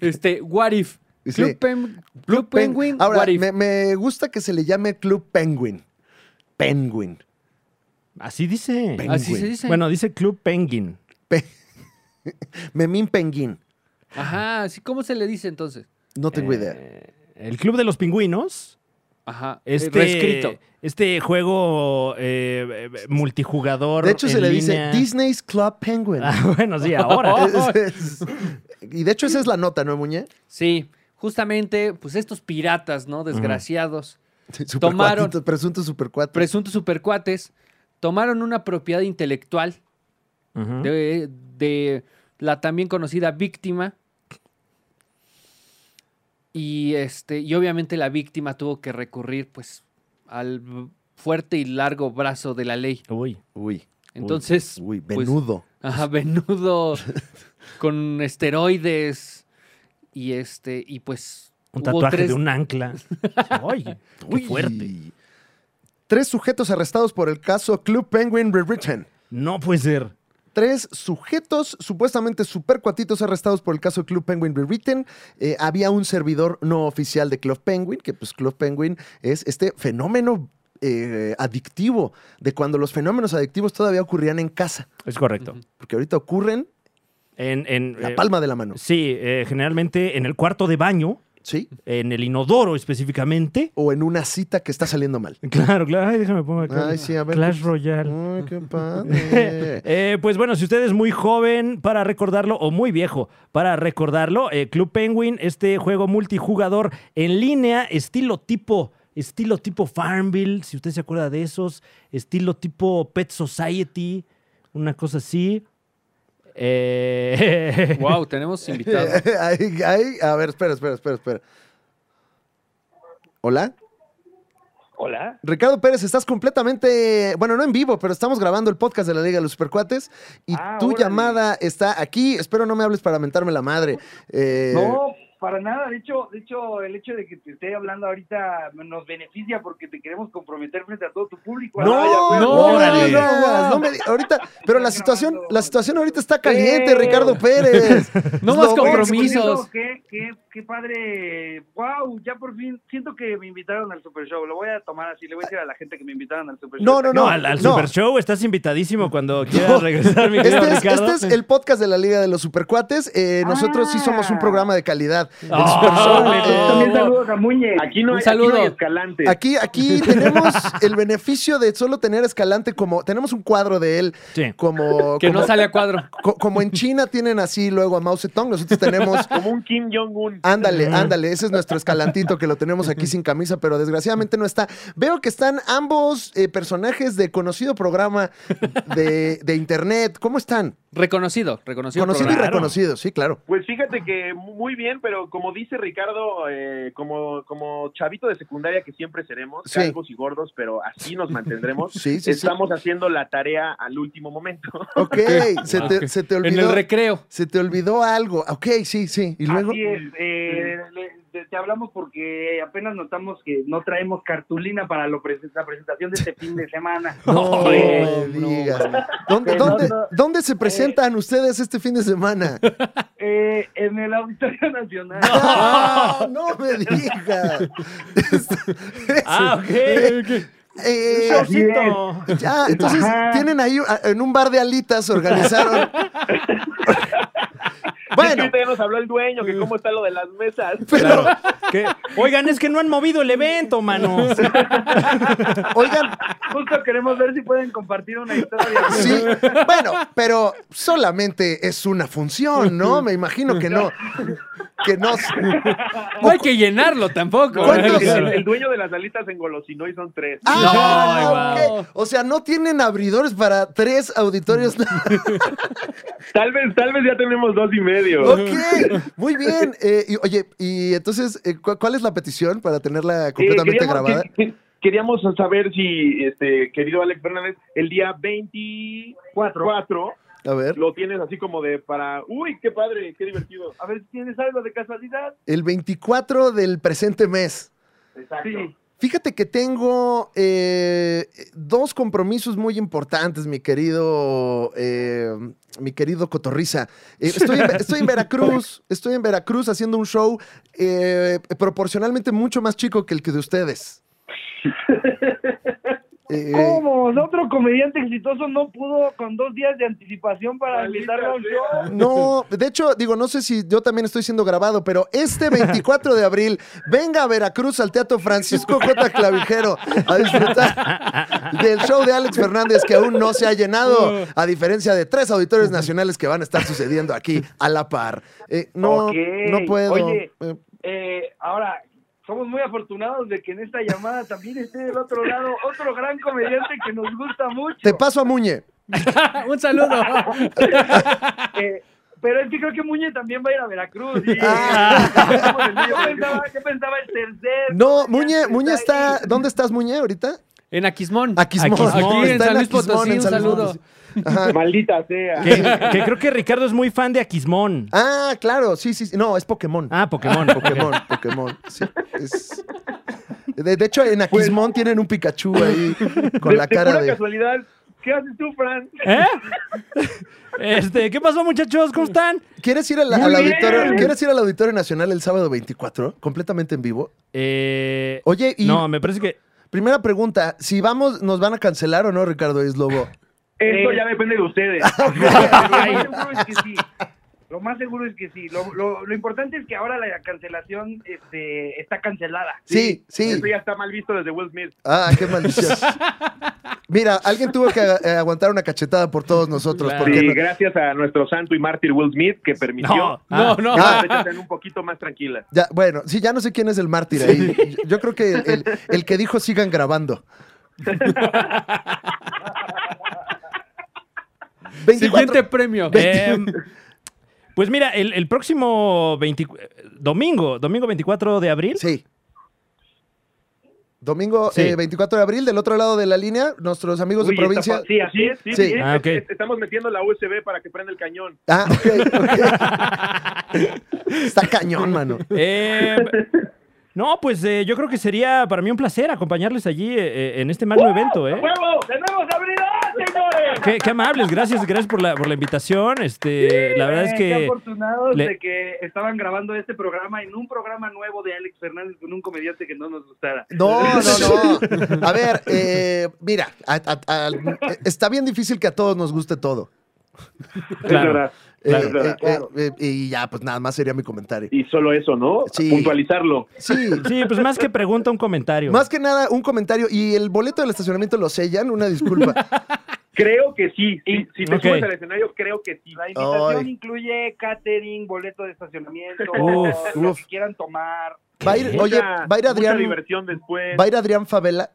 D: este, What If.
B: Sí.
D: Club, Pen- Club
B: Pen-
D: Penguin,
B: Ahora,
D: What If.
B: me, me gusta que se le llame Club Penguin. Penguin.
C: Así dice.
B: Penguin.
D: Así se dice.
C: Bueno, dice Club Penguin.
B: Memín Penguin.
D: Ajá, así ¿cómo se le dice entonces?
B: No tengo
C: Eh,
B: idea.
C: El Club de los Pingüinos.
D: Ajá, eh,
C: Este,
D: reescrito.
C: Este juego eh, eh, multijugador.
B: De hecho, se
C: en
B: le
C: línea.
B: dice Disney's Club Penguin.
C: Ah, bueno, sí, ahora.
D: Oh.
B: Es- es- y de hecho, esa es la nota, ¿no, Muñe?
D: Sí, justamente, pues estos piratas, ¿no? Desgraciados. Tomaron.
B: Supercuatito, Presunto Super 4.
D: presuntos supercuates tomaron una propiedad intelectual
C: Ujú.
D: de, de la también conocida víctima. Y, este, y obviamente la víctima tuvo que recurrir pues al b- fuerte y largo brazo de la ley.
C: Uy.
B: Uy,
D: Entonces,
B: uy,
D: pues,
B: venudo.
D: ajá, venudo con esteroides y este y pues
C: Un
D: hubo
C: tatuaje
D: tres-
C: de un ancla. Oye, qué
B: Uy.
C: fuerte.
B: Tres sujetos arrestados por el caso Club Penguin Rewritten.
C: No puede ser.
B: Tres sujetos, supuestamente supercuatitos arrestados por el caso Club Penguin Rewritten. Eh, había un servidor no oficial de Club Penguin, que pues Club Penguin es este fenómeno eh, adictivo, de cuando los fenómenos adictivos todavía ocurrían en casa,
C: Es correcto.
B: porque ahorita ocurren
C: En, en,
B: en la
C: eh,
B: palma de la mano,
C: Sí, eh, generalmente en el cuarto de baño,
B: ¿sí?
C: en el inodoro específicamente.
B: O en una cita que está saliendo mal.
C: Claro, claro. Ay, déjame poner acá.
B: Ay, sí, a ver. pues.
C: Clash Royale.
B: Ay, qué padre.
C: Eh, pues bueno, si usted es muy joven para recordarlo o muy viejo para recordarlo, eh, Club Penguin, este juego multijugador en línea, estilo tipo, estilo tipo Farmville, si usted se acuerda de esos, estilo tipo Pet Society, una cosa así. Eh,
D: Wow, tenemos invitados.
B: Ay, ay, a ver, espera, espera, espera, espera. ¿Hola?
E: Hola.
B: Ricardo Pérez, estás completamente, bueno, no en vivo, pero estamos grabando el podcast de la Liga de los Supercuates y
E: Ah,
B: tu
E: órale.
B: llamada está aquí. Espero no me hables para mentarme la madre. Eh,
E: No, para nada. De hecho, de hecho, el hecho de que te esté hablando ahorita nos beneficia porque te queremos comprometer frente a todo tu público.
B: No,
E: Ah, ya,
B: no,
E: bueno.
C: no,
B: no,
C: órale.
B: no, no me di- ahorita, pero la situación, la situación ahorita está caliente,
E: Eh.
B: Ricardo Pérez.
D: No más
B: Lo-
D: compromisos.
E: Qué, qué, qué padre. Wow, ya por fin siento que me invitaron al Super Show. Lo voy a tomar así. Le voy a decir a la gente que me invitaron al Super Show.
B: No, no, no.
C: No, al, al Super Show estás invitadísimo cuando quieras regresar, mi querido
B: Este es,
C: Ricardo.
B: este es el podcast de la Liga de los Supercuates. Eh, nosotros sí somos
D: Ah.
B: un programa de calidad. El
C: Ah,
B: Super Show,
C: órale,
B: eh,
E: pues, También saludos a Muñez.
F: Aquí no
D: Un
F: hay,
D: saludo.
F: aquí no hay escalante.
B: Aquí, aquí tenemos el beneficio de solo tener a Escalante como. Tenemos un cuadro de él
C: Sí.
B: como.
D: Que no
B: como-
D: sale a cuadro.
B: co- como en China tienen así luego a Mao Zedong, nosotros tenemos.
F: Como un Kim Jong-un.
B: Ándale, ándale, ese es nuestro escalantito que lo tenemos aquí sin camisa, pero desgraciadamente no está. Veo que están ambos eh, personajes de conocido programa de, de internet. ¿Cómo están?
D: Reconocido, reconocido.
B: Conocido y
D: programa.
B: reconocido, sí, claro.
F: Pues fíjate que muy bien, pero como dice Ricardo, eh, como, como chavito de secundaria que siempre seremos,
B: Sí.
F: calvos y gordos, pero así nos mantendremos,
B: Sí, sí, sí.
F: estamos haciendo la tarea al último momento.
B: Ok, se te, se te
D: Ah, En el
B: olvidó.
D: recreo.
B: Se te olvidó algo. Ah, Ok, sí, sí. Y luego.
E: Así es, eh, le- te- te hablamos porque apenas notamos que no traemos cartulina para lo presen- la presentación de este fin de semana.
B: No
E: Eh,
B: me digas. ¿Dónde,
E: Que no,
B: dónde,
E: no.
B: dónde se presentan ustedes este fin de semana?
E: eh, en el Auditorio Nacional.
B: ¡Ah, no me digas.
C: Ah, ok.
B: Eh,
E: Así es.
B: ya, entonces
E: Ajá.
B: tienen ahí a- en un bar de alitas organizaron.
F: Es que
B: bueno,
F: ahorita ya nos habló el dueño, que cómo está lo de las mesas.
B: pero
C: Que- Oigan, es que no han movido el evento, mano.
B: oigan,
E: Justo queremos ver si pueden compartir una historia.
B: sí, bueno, pero solamente es una función, ¿no? Me imagino que no, que no.
D: No hay que llenarlo tampoco.
B: ¿Cuántos?
F: El, el- el dueño de las alitas se engolosinó y son tres.
B: Ah,
D: No,
B: ok.
D: wow.
B: O sea, no tienen abridores para tres auditorios.
F: Tal vez, tal vez ya tenemos dos y medio. Eh,
B: ok, muy bien. Eh, y, oye, y entonces, eh, cu- ¿cuál es la petición para tenerla
F: Eh,
B: completamente
F: queríamos-
B: grabada?
F: que- que- Queríamos saber si, este, querido Alex Fernández, el día 24
B: A ver,
F: lo tienes así como de para, uy, qué padre, qué divertido.
E: A ver si tienes algo de casualidad.
B: el 24 del presente mes.
F: Exacto.
E: Sí.
B: Fíjate que tengo eh, dos compromisos muy importantes, mi querido, eh, mi querido Cotorriza. Eh, estoy, en, estoy en Veracruz, estoy en Veracruz haciendo un show eh, proporcionalmente mucho más chico que el que de ustedes. Eh,
E: ¿Cómo? Otro comediante exitoso no pudo con dos días de anticipación para
F: Maldita
E: invitarlo a un
F: sea.
E: show.
B: No, de hecho, digo, no sé si yo también estoy siendo grabado, pero este 24 de abril, venga a Veracruz al Teatro Francisco J. Clavijero a disfrutar del show de Alex Fernández que aún no se ha llenado, a diferencia de tres auditorios nacionales que van a estar sucediendo aquí a la par. Eh, no,
E: Ok.
B: no puedo.
E: Oye.
B: Eh,
E: Eh, ahora, somos muy afortunados de que en esta llamada también esté del otro lado otro gran comediante que nos gusta mucho.
B: te paso a Muñe.
D: Un saludo.
E: Eh, pero es que creo que Muñe también va a ir a Veracruz. y-
B: Ah.
E: yo, pensaba, yo pensaba el tercer.
B: No, Muñe, Muñe está. ¿Dónde estás, Muñe, ahorita?
D: En Aquismón.
B: Aquismón.
D: Aquí en
B: Está
D: San Luis
B: Aquismón,
D: Potosí.
B: en
D: Un
B: San Luis
D: saludo.
B: Potosí. Ajá.
F: Maldita sea.
C: Que, que creo que Ricardo es muy fan de Aquismón.
B: Ah, claro, sí, sí, sí. No, es Pokémon.
C: Ah, Pokémon.
B: Pokémon, Pokémon, sí. es- De, de hecho, en Aquismón tienen un Pikachu ahí con
F: Pues, De-
B: la
F: de
B: cara
F: pura
B: de...
F: casualidad, ¿qué haces tú, Fran?
C: ¿Eh? Este, ¿qué pasó, muchachos? ¿Cómo están?
B: ¿Quieres ir, al- al auditorio, ¿Quieres ir al Auditorio Nacional el sábado 24? Completamente en vivo.
C: Eh,
B: Oye, y
C: No, me parece que.
B: primera pregunta, si vamos, ¿nos van a cancelar o no, Ricardo Islobo?
F: Esto
E: Eh.
F: ya depende de ustedes.
E: Lo más seguro es que sí. Lo más seguro es que sí. Lo, lo- lo importante es que ahora la cancelación este, está cancelada.
B: Sí, sí.
F: Esto ya está mal visto desde Will Smith.
B: Ah, qué maldición. Mira, alguien tuvo que eh, aguantar una cachetada por todos nosotros.
C: Claro.
B: Porque
F: Sí,
B: no-
F: gracias a nuestro santo y mártir Will Smith que permitió
C: No,
D: No,
C: Ah.
D: no.
F: que las fechas sean un poquito más tranquilas.
B: ya, bueno, sí, ya no sé quién es el mártir ahí. Yo, yo creo que el- el que dijo sigan grabando. 24
D: Siguiente premio.
C: Em, pues mira, el, el próximo 20 domingo, domingo 24 de abril,
B: Sí. Domingo
C: Sí.
B: eh, 24 de abril, del otro lado de la línea, nuestros amigos
E: Uy,
B: de
E: esta
B: provincia.
E: pa- Sí, así es.
F: Sí, sí,
B: Sí.
F: sí,
C: Ah,
F: es-
C: ok.
F: es- Estamos metiendo la USB para que prenda el cañón.
B: Ah, ok, Ah, ok. Está cañón, mano.
C: Eh, no, pues eh, yo creo que sería para mí un placer acompañarles allí eh, eh, en este magno evento, ¿eh?
E: ¡Huevo! ¡Tenemos habilidad, ¡Ah, señores!
C: Qué, qué amables, gracias, gracias por la, por la invitación. Este, la verdad es
E: Eh, Qué
C: que
E: afortunados
C: le-
E: de que estaban grabando este programa en un programa nuevo de Alex Fernández con un comediante que no nos gustara.
B: No, no, no. A ver, eh, mira, a- a- a- está bien difícil que a todos nos guste todo.
C: Claro.
F: Es verdad.
B: Eh,
F: Claro,
B: eh,
F: claro,
B: eh, eh, y ya, pues nada más sería mi comentario.
F: Y solo eso, ¿no?
B: Sí.
F: Puntualizarlo.
B: Sí,
C: sí, pues más que pregunta un comentario.
B: más que nada un comentario. ¿Y el boleto del estacionamiento lo sellan? Una disculpa.
F: Creo que sí. Si, si te
C: Ok.
F: subes al escenario, creo que sí.
E: La invitación
B: Ay.
E: incluye catering, boleto de estacionamiento,
C: Uf,
E: lo
B: uf.
E: que quieran tomar.
B: Va a ir-
C: ¿Qué?
B: oye,
F: Mucha-
B: va a ir
F: Mucha
B: Adrián,
F: diversión después.
B: va a ir Adrián Favela.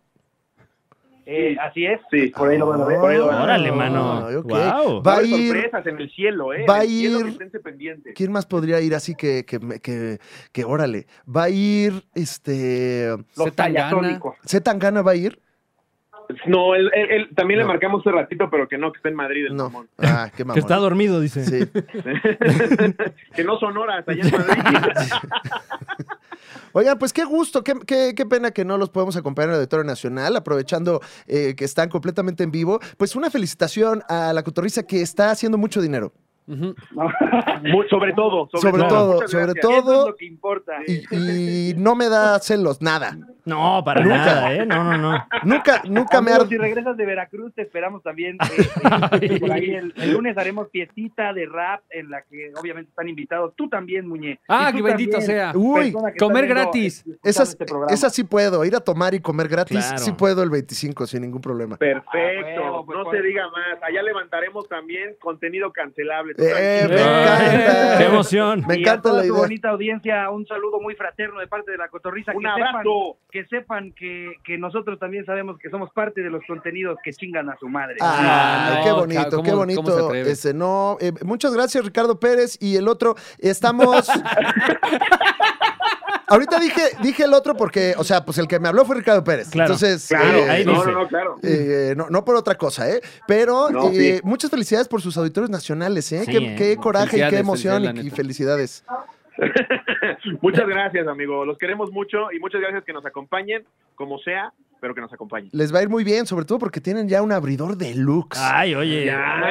E: Eh, así es.
F: Sí.
E: Por ahí lo van a ver.
B: Oh,
E: Por ahí lo van a ver.
C: Órale, mano.
B: ok.
C: Guau.
B: Va a
F: haber
B: ir.
F: sorpresas en el cielo, ¿eh?
B: va a
F: En el cielo
B: ir-
F: que esténse pendientes.
B: ¿Quién más podría ir así que, que, me- que, que órale? Va a ir, este...
E: Los
D: Zeta Gana.
E: tallatónicos.
B: ¿Zetangana va a ir?
F: No, él, él- él- también
B: No.
F: le marcamos hace ratito, pero que no, que está en Madrid el
B: No.
F: mamón.
B: Ah, qué mamón.
C: que está dormido, dice.
B: Sí.
F: que no son horas allá en Madrid.
B: Oigan, pues qué gusto, qué, qué- qué pena que no los podemos acompañar en el Auditorio Nacional, aprovechando eh, que están completamente en vivo. Pues una felicitación a la cotorriza que está haciendo mucho dinero.
D: Ujú.
F: Mu- sobre todo, sobre,
B: Sobre todo,
F: Muchas
B: sobre
F: gracias.
B: todo.
E: Eso es lo que importa.
B: Y, y no me da celos, nada.
C: No, para
B: Nunca.
C: nada, ¿eh? No, no, no.
B: Nunca, nunca me
E: Amigos,
B: ha...
E: si regresas de Veracruz, te esperamos también. eh, eh, por ahí el, el lunes haremos fiestita de rap en la que obviamente están invitados. Tú también, Muñe.
D: Ah,
E: Y tú
D: que bendito
E: también,
D: sea.
B: Uy,
E: persona que
D: comer
E: está viendo,
D: gratis.
E: eh, escuchando
B: Esas,
E: este programa.
B: esas sí puedo, ir a tomar y comer gratis,
C: Claro.
B: sí puedo el 25 sin ningún problema.
F: Perfecto,
E: Ah, huevo, pues,
F: no
E: por-
F: se diga más. Allá levantaremos también contenido cancelable. Tú
B: Eh, me
F: tranquilo.
B: encanta.
C: Qué emoción.
B: Me
E: Y a
B: encanta
E: toda
B: la
E: tu
B: idea.
E: bonita audiencia, un saludo muy fraterno de parte de la Cotorrisa.
F: Un
E: que
F: abrazo.
E: Sepan, que sepan que, que nosotros también sabemos que somos parte de los contenidos que chingan a su madre.
B: Ah,
D: Ah,
B: qué
D: no,
B: bonito,
D: claro,
B: qué
D: ¿cómo-
B: bonito.
D: cómo se atreve?
B: Ese, no, eh, muchas gracias, Ricardo Pérez. Y el otro, estamos. Ahorita dije, dije el otro porque, o sea, pues el que me habló fue Ricardo Pérez.
C: Claro.
B: Entonces,
F: Claro,
B: eh,
C: ahí
F: no,
C: dice.
F: no, no, claro.
B: eh, no, no por otra cosa, ¿eh? Pero
F: No,
B: eh,
F: sí.
B: muchas felicidades por sus auditorios nacionales, ¿eh?
C: Sí,
B: qué,
C: ¿eh?
B: qué coraje y qué
D: Felicidades,
B: emoción
D: felicidades,
B: y,
D: la
B: y
D: neta.
B: felicidades.
F: muchas gracias, amigo. Los queremos mucho y muchas gracias que nos acompañen, como sea, pero que nos acompañen.
B: Les va a ir muy bien, sobre todo porque tienen ya un abridor deluxe.
C: Ay, oye.
F: Ya.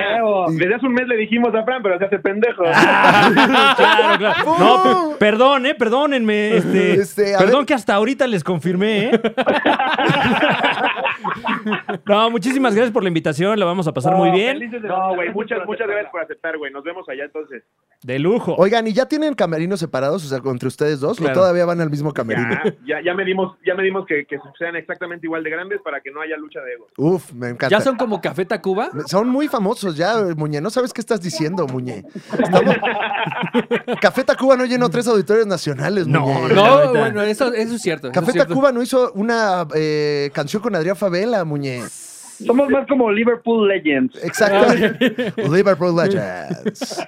F: Desde hace un mes le dijimos a Fran, pero se hace pendejo.
C: Ah, claro, claro. No,
B: ¡Fu!
C: pe- perdón, eh, perdónenme. Este,
B: Este, a
C: perdón
B: ver.
C: que hasta ahorita les confirmé, eh. No, muchísimas gracias por la invitación, la vamos a pasar
B: Oh,
C: muy bien.
F: No, güey, muchas, muchas gracias por aceptar, güey. Nos vemos allá entonces.
C: De lujo.
B: Oigan, ¿y ya tienen camerinos separados? O sea, entre ustedes dos,
C: Claro.
B: o todavía van al mismo camerino.
F: Ya, ya, ya medimos, ya medimos que, que sean exactamente igual de grandes para que no haya lucha de ego.
B: Uf, me encanta.
D: ¿Ya son como Café Tacuba?
B: Son muy famosos ya, Muñe. No sabes qué estás diciendo, Muñe. Estamos- Café Tacuba no llenó tres auditorios nacionales,
C: No,
B: Muñe.
C: la
D: No,
C: neta.
D: bueno, eso, eso es cierto. eso
B: Café
D: es cierto.
B: Tacuba no hizo una eh, canción con Adrián Favela, Muñe.
E: Somos más como Liverpool
B: Eh.
E: Legends.
B: Exacto. Liverpool Legends.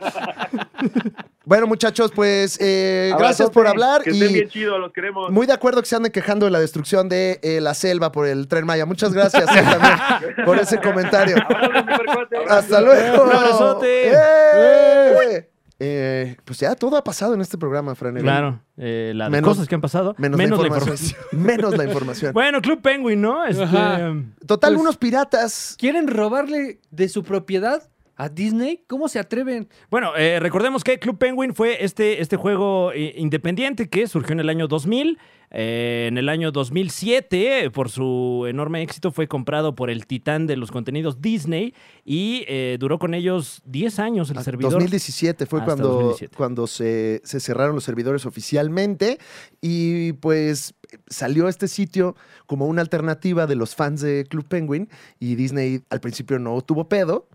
B: Bueno, muchachos, pues eh, gracias por hablar
F: Que estén
B: y
F: bien chido, los queremos.
B: muy de acuerdo que se anden quejando de la destrucción de eh, la selva por el tren Maya. Muchas gracias eh, también por ese comentario. Hasta luego.
C: Un abrazote.
B: ¡Eh! Eh, pues ya todo ha pasado en este programa, Fran. Evia.
C: Claro, eh, las
B: Menos-
C: cosas que han pasado,
B: Menos,
C: menos,
B: la
C: la
B: información.
C: información.
B: menos la información.
C: Bueno, Club Penguin, ¿no? Este,
D: Ajá.
B: Total,
D: pues-
B: unos piratas.
D: ¿Quieren robarle de su propiedad a Disney? ¿Cómo se atreven?
C: Bueno, eh, recordemos que Club Penguin fue este, este juego eh, independiente que surgió en el año 2000. Eh, en el año 2007, eh, por su enorme éxito, fue comprado por el titán de los contenidos Disney y eh, duró con ellos 10 años
B: Ah,
C: el servidor. Ah,
B: 2017 fue
C: Hasta
B: cuando,
C: 2017.
B: cuando se, se cerraron los servidores oficialmente y pues salió este sitio como una alternativa de los fans de Club Penguin y Disney al principio no tuvo pedo,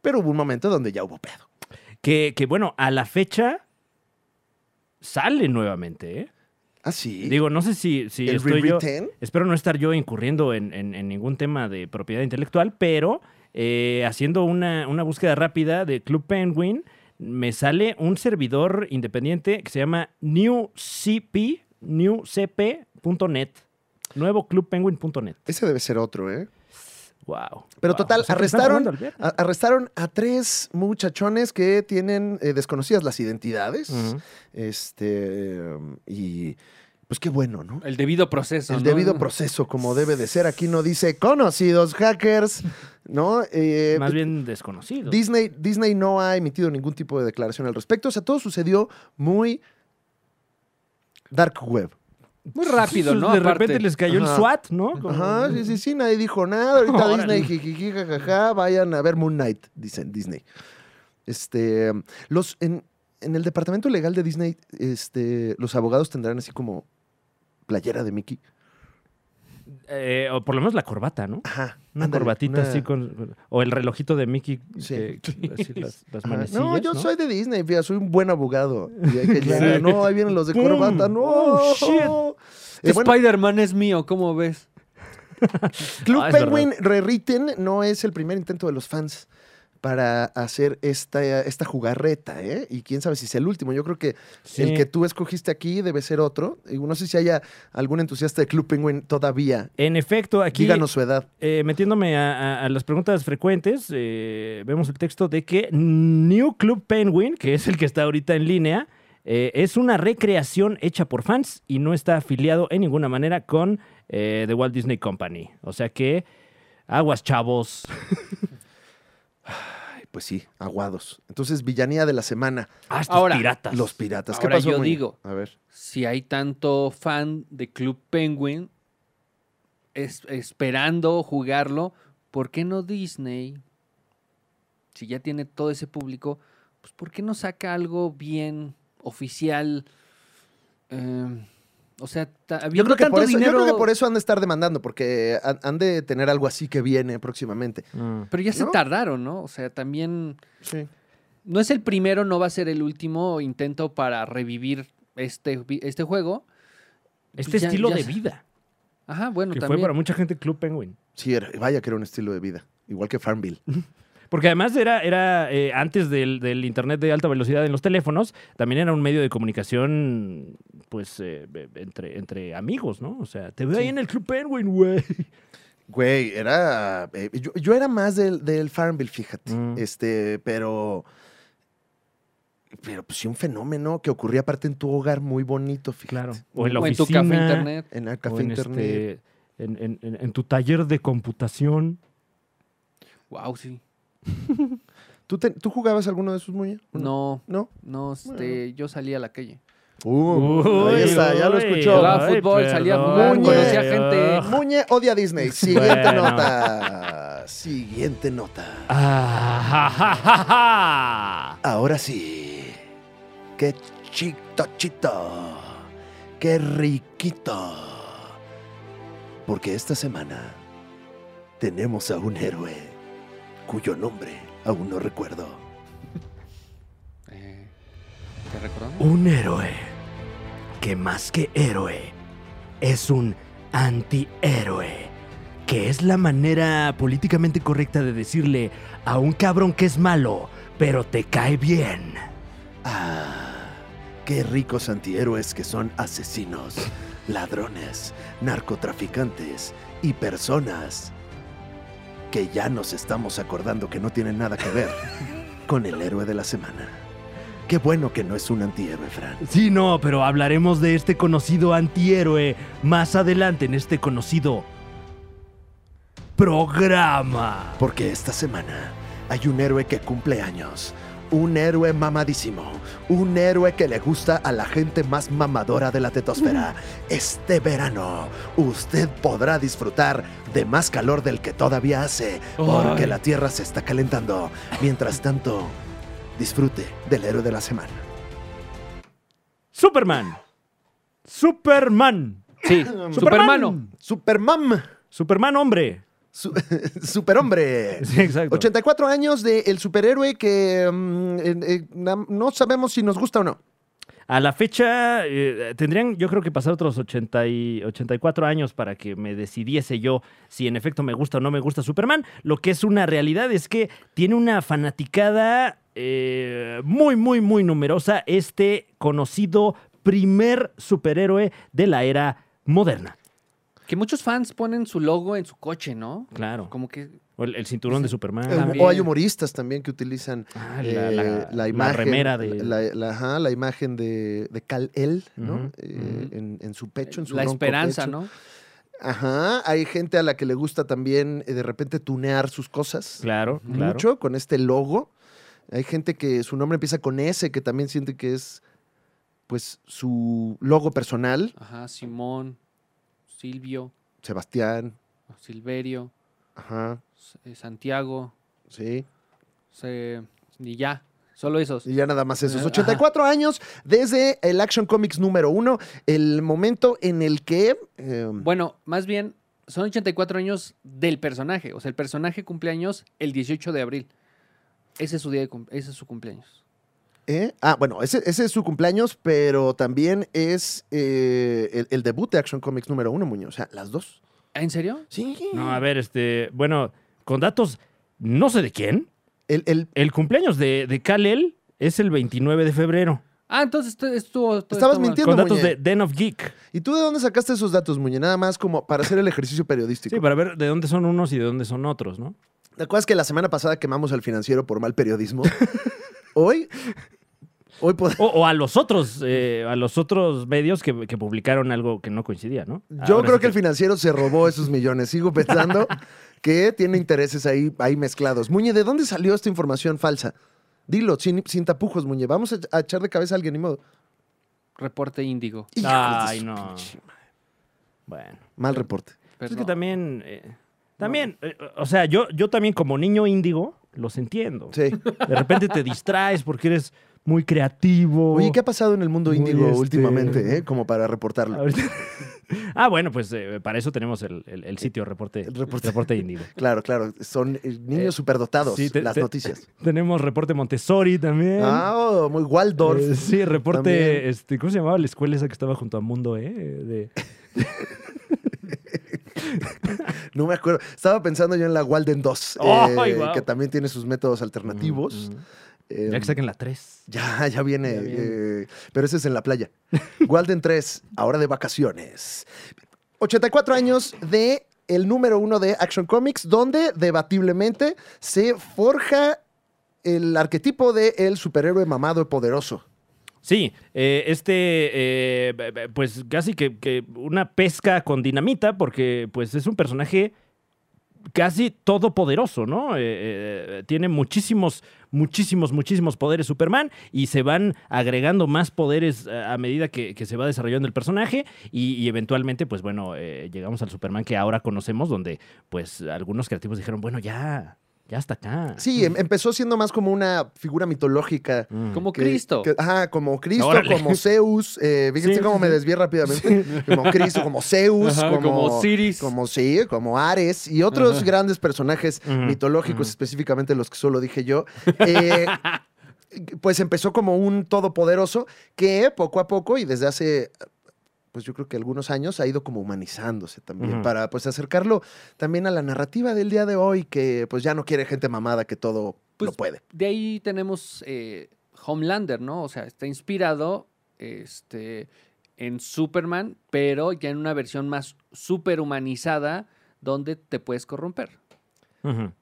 B: pero hubo un momento donde ya hubo pedo.
C: Que, que, bueno, a la fecha sale nuevamente. ¿eh?
B: Así.
C: Digo, no sé si, si
B: Ah, el
C: estoy yo.
B: re-written.
C: Espero no estar yo incurriendo en, en- en ningún tema de propiedad intelectual, pero eh, haciendo una, una búsqueda rápida de Club Penguin, me sale un servidor independiente que se llama newcp, newcp.net. NuevoClubpenguin.net.
B: Ese debe ser otro, ¿eh?
C: Wow.
B: Pero
C: Wow.
B: total,
C: O sea, que están
B: arrestaron,
C: robando al viernes.
B: a- arrestaron a tres muchachones que tienen eh, desconocidas las identidades.
C: Ujú.
B: Este. um, Y pues qué bueno, ¿no?
D: El debido proceso.
B: El
D: ¿no?
B: debido proceso, como debe de ser. Aquí no dice conocidos hackers, ¿no? Eh,
C: Más bien desconocido.
B: Disney, Disney no ha emitido ningún tipo de declaración al respecto. O sea, todo sucedió muy dark web.
D: Muy rápido, ¿no?
C: De
D: Aparte.
C: repente les cayó
B: Ajá.
C: el SWAT, ¿no? Como-
B: Ajá, sí, sí, sí, nadie dijo nada. Ahorita
C: Órale.
B: Disney, jijiji, jajaja, vayan a ver Moon Knight, dicen Disney. Este, los, en, en el departamento legal de Disney, este, los abogados tendrán así como playera de Mickey.
C: Eh, o por lo menos la corbata, ¿no?
B: Ajá.
C: Una
B: ándale,
C: corbatita
B: una-
C: así con. O el relojito de Mickey.
B: Sí.
C: que- que- así pues, las, las
B: Ajá.
C: manecillas,
B: No, yo soy de Disney, fíjate, soy un buen abogado. Y hay que
C: Sí.
B: llegar, No, ahí vienen los de
C: ¡Pum!
B: corbata, no.
C: ¡Oh, shit!
B: Eh, bueno,
D: Spider-Man es mío, ¿cómo ves?
B: Club
C: Ah, es
B: Penguin Rewritten no es el primer intento de los fans para hacer esta, esta jugarreta, ¿eh? Y quién sabe si es el último. Yo creo que
C: Sí.
B: el que tú escogiste aquí debe ser otro. Y No sé si haya algún entusiasta de Club Penguin todavía.
C: En efecto, aquí.
B: Díganos su edad.
C: eh, metiéndome a, a- a las preguntas frecuentes, eh, vemos el texto de que New Club Penguin, que es el que está ahorita en línea, eh, es una recreación hecha por fans y no está afiliado en ninguna manera con eh, The Walt Disney Company. O sea que, aguas chavos.
B: Ay, Pues sí, aguados. Entonces, villanía de la semana,
C: Ah, estos
D: Ahora,
C: piratas.
B: los piratas.
D: Ahora
B: ¿Qué pasó,
D: yo
B: Muñe?
D: digo.
B: A ver.
D: Si hay tanto fan de Club Penguin es- esperando jugarlo, ¿por qué no Disney? Si ya tiene todo ese público, pues ¿por qué no saca algo bien oficial? Eh, o sea, ta-
B: Yo
D: habiendo
B: creo, que
D: tanto
B: por eso, yo
D: dinero,
B: creo que por eso han de estar demandando, porque han, han de tener algo así que viene próximamente.
C: Mm.
D: Pero ya se
B: ¿no?
D: tardaron, ¿no? O sea, también
B: Sí.
D: no es el primero, no va a ser el último intento para revivir este, vi- este juego.
C: Este
D: Pues Ya-
C: estilo
D: ya
C: de
D: se-
C: vida,
D: Ajá, bueno,
C: que fue
D: también.
C: para mucha gente Club Penguin.
B: Sí, era- vaya que era un estilo de vida. Igual que Farmville.
C: Porque además era, era eh, antes del, del internet de alta velocidad en los teléfonos, también era un medio de comunicación, pues, eh, be- entre, entre amigos, ¿no? O sea, te veo ahí en el Club Penguin, güey.
B: Güey, era. eh, yo, yo era más del, del Farmville, fíjate.
C: Mm.
B: Este, pero. Pero pues sí, un fenómeno que ocurría aparte en tu hogar muy bonito, fíjate.
C: O en la
D: o en
C: oficina.
D: tu café internet.
B: En el
C: o
B: café
C: en,
B: internet.
C: este, en, en- en- en tu taller de computación.
D: Wow, sí.
B: ¿Tú, te- tú jugabas alguno de esos muñecos?
D: No,
B: ¿No?
D: no, este, yo salí a la calle.
B: Uh, ahí está, ya lo
C: uy,
B: escuchó.
D: Jugaba fútbol, salía a jugar,
C: perdón,
B: conocía
C: güey,
D: gente.
C: ah.
B: Muñe odia a Disney. Siguiente
C: Bueno.
B: nota. Siguiente nota.
C: Ah, ja, ja, ja, ja.
B: Ahora sí. Qué chito chito. Qué riquito. Porque esta semana tenemos a un héroe cuyo nombre aún no recuerdo.
D: Eh, ¿Te recordamos?
C: Un héroe que más que héroe es un antihéroe, que es la manera políticamente correcta de decirle a un cabrón que es malo, pero te cae bien.
B: Ah, qué ricos antihéroes que son asesinos, ladrones, narcotraficantes y personas que ya nos estamos acordando que no tienen nada que ver con el héroe de la semana. Qué bueno que no es un antihéroe, Fran.
C: Sí, no, pero hablaremos de este conocido antihéroe más adelante en este conocido programa.
B: Porque esta semana hay un héroe que cumple años, un héroe mamadísimo, un héroe que le gusta a la gente más mamadora de la tetosfera. Este verano usted podrá disfrutar de más calor del que todavía hace, porque
D: Ay.
B: la tierra se está calentando. Mientras tanto, disfrute del héroe de la semana.
C: Superman. Superman.
D: Sí, Supermano.
B: Superman,
C: Superman hombre.
B: su- superhombre.
C: Sí, exacto.
B: 84 años del superhéroe que mm, eh, eh, na- no sabemos si nos gusta o no.
C: A la fecha, eh, tendrían yo creo que pasar otros 80 y 84 años para que me decidiese yo si en efecto me gusta o no me gusta Superman. Lo que es una realidad es que tiene una fanaticada eh, muy, muy, muy numerosa este conocido primer superhéroe de la era moderna.
D: Que muchos fans ponen su logo en su coche, ¿no?
C: Claro.
D: Como que
C: O el, el cinturón de Superman.
B: Eh,
D: También.
B: O hay humoristas también que utilizan
C: Ah,
B: eh,
C: la, la- la
B: imagen.
C: remera de.
B: La, la- ajá, la imagen de, de Cal El, ¿no?
C: Ujú,
B: Eh,
D: ujú.
B: en, en su pecho, en su
D: la
B: ronco
D: esperanza,
B: pecho.
D: ¿no?
B: Ajá, hay gente a la que le gusta también eh, de repente tunear sus cosas
C: Claro, claro.
B: mucho con este logo. Hay gente que su nombre empieza con S, que también siente que es pues su logo personal,
D: Ajá, Simón, Silvio,
B: Sebastián,
D: Silverio,
B: ajá,
D: S- eh, Santiago,
B: sí.
D: se- y ya. Solo esos.
B: Y ya nada más esos.
D: Ajá.
B: 84 años desde el Action Comics número uno, el momento en el que... eh,
D: Bueno, más bien, son 84 años del personaje. O sea, el personaje cumpleaños el 18 de abril. Ese es su día de cum- ese es su cumpleaños.
B: ¿eh? Ah, bueno, ese, ese es su cumpleaños, pero también es eh, el, el debut de Action Comics número uno, Muñoz. O sea, las dos.
D: ¿Ah, ¿En serio?
B: Sí.
C: No, a ver, este. Bueno, con datos no sé de quién.
B: El, el-
C: El cumpleaños de, de Kal-El es el 29 de febrero.
D: Ah, entonces esto- estuvo. todo
B: Estabas
D: estuvo-
B: mintiendo.
C: Con datos
B: Muñe.
C: de Den of Geek.
B: ¿Y tú de dónde sacaste esos datos, Muñe? Nada más como para hacer el ejercicio periodístico.
C: Sí, para ver de dónde son unos y de dónde son otros, ¿no?
B: ¿Te acuerdas que la semana pasada quemamos al financiero por mal periodismo? hoy, hoy pod-
C: O, o a los otros, eh, a los otros medios que, que publicaron algo que no coincidía, ¿no?
B: Yo
C: Ahora
B: creo
C: sí
B: que el financiero se robó esos millones. Sigo pensando que tiene intereses ahí, ahí mezclados. Muñe, ¿de dónde salió esta información falsa? Dilo, sin, sin tapujos, Muñe. Vamos a, a echar de cabeza a alguien, ni modo.
D: Reporte índigo.
B: Hijos de
C: Ay,
B: su
C: no.
B: pinche-
C: Bueno.
B: Mal reporte.
C: Pues es
D: Perdón.
C: que también. eh, también, eh, o sea, yo, yo también como niño índigo los entiendo.
B: Sí.
C: De repente te distraes porque eres muy creativo.
B: Oye, ¿qué ha pasado en el mundo
C: Muy
B: índigo
C: este-
B: últimamente? eh? Como para reportarlo.
C: Ahorita- ah, bueno, pues eh, para eso tenemos el, el- el sitio reporte,
B: El reporte.
C: reporte índigo.
B: Claro, claro. Son eh, niños
C: Eh,
B: superdotados,
C: sí, te-
B: las
C: te-
B: noticias.
C: Tenemos reporte Montessori también.
B: Ah, oh, muy Waldorf.
C: Eh, sí,
B: también.
C: reporte, este, ¿cómo se llamaba la escuela esa que estaba junto a Mundo, eh? De-
B: No me acuerdo. Estaba pensando yo en la Walden 2,
C: ¡Ay, guau! Mm,
B: que también tiene sus métodos alternativos.
C: Ujú.
B: Eh,
C: Ya que saquen la 3.
B: Ya, ya viene.
D: Ya viene.
B: eh, pero ese es en la playa. Walden 3, ahora de vacaciones. 84 años de el número uno de Action Comics, donde debatiblemente se forja el arquetipo de el superhéroe mamado y poderoso.
C: Sí, eh, este, eh, b- b- pues casi que, que una pesca con dinamita, porque pues es un personaje casi todopoderoso, ¿no? Eh, eh, tiene muchísimos, muchísimos, muchísimos poderes Superman y se van agregando más poderes eh, a medida que, que se va desarrollando el personaje y, y eventualmente, pues bueno, eh, llegamos al Superman que ahora conocemos, donde pues algunos creativos dijeron, bueno, ya, ya hasta acá.
B: Sí, em- empezó siendo más como una figura mitológica.
C: Mm.
D: Como
B: que-
D: Cristo.
B: que- ajá, como Cristo,
C: Órale.
B: como Zeus. Eh, fíjense
C: Sí,
B: cómo
C: sí,
B: me
C: sí.
B: desvié rápidamente. Como Cristo, como Zeus,
D: Ajá,
B: como,
D: como Osiris.
B: Como sí, como Ares y otros grandes personajes
C: Ujú,
B: mitológicos,
C: ujú.
B: específicamente los que solo dije yo. Eh, pues empezó como un todopoderoso que poco a poco y desde hace pues yo creo que algunos años ha ido como humanizándose también
C: Ujú.
B: para pues acercarlo también a la narrativa del día de hoy que pues ya no quiere gente mamada que todo
D: Pues,
B: lo puede.
D: De ahí tenemos eh, Homelander, ¿no? O sea, está inspirado este, en Superman, pero ya en una versión más superhumanizada donde te puedes corromper.
C: Ujú.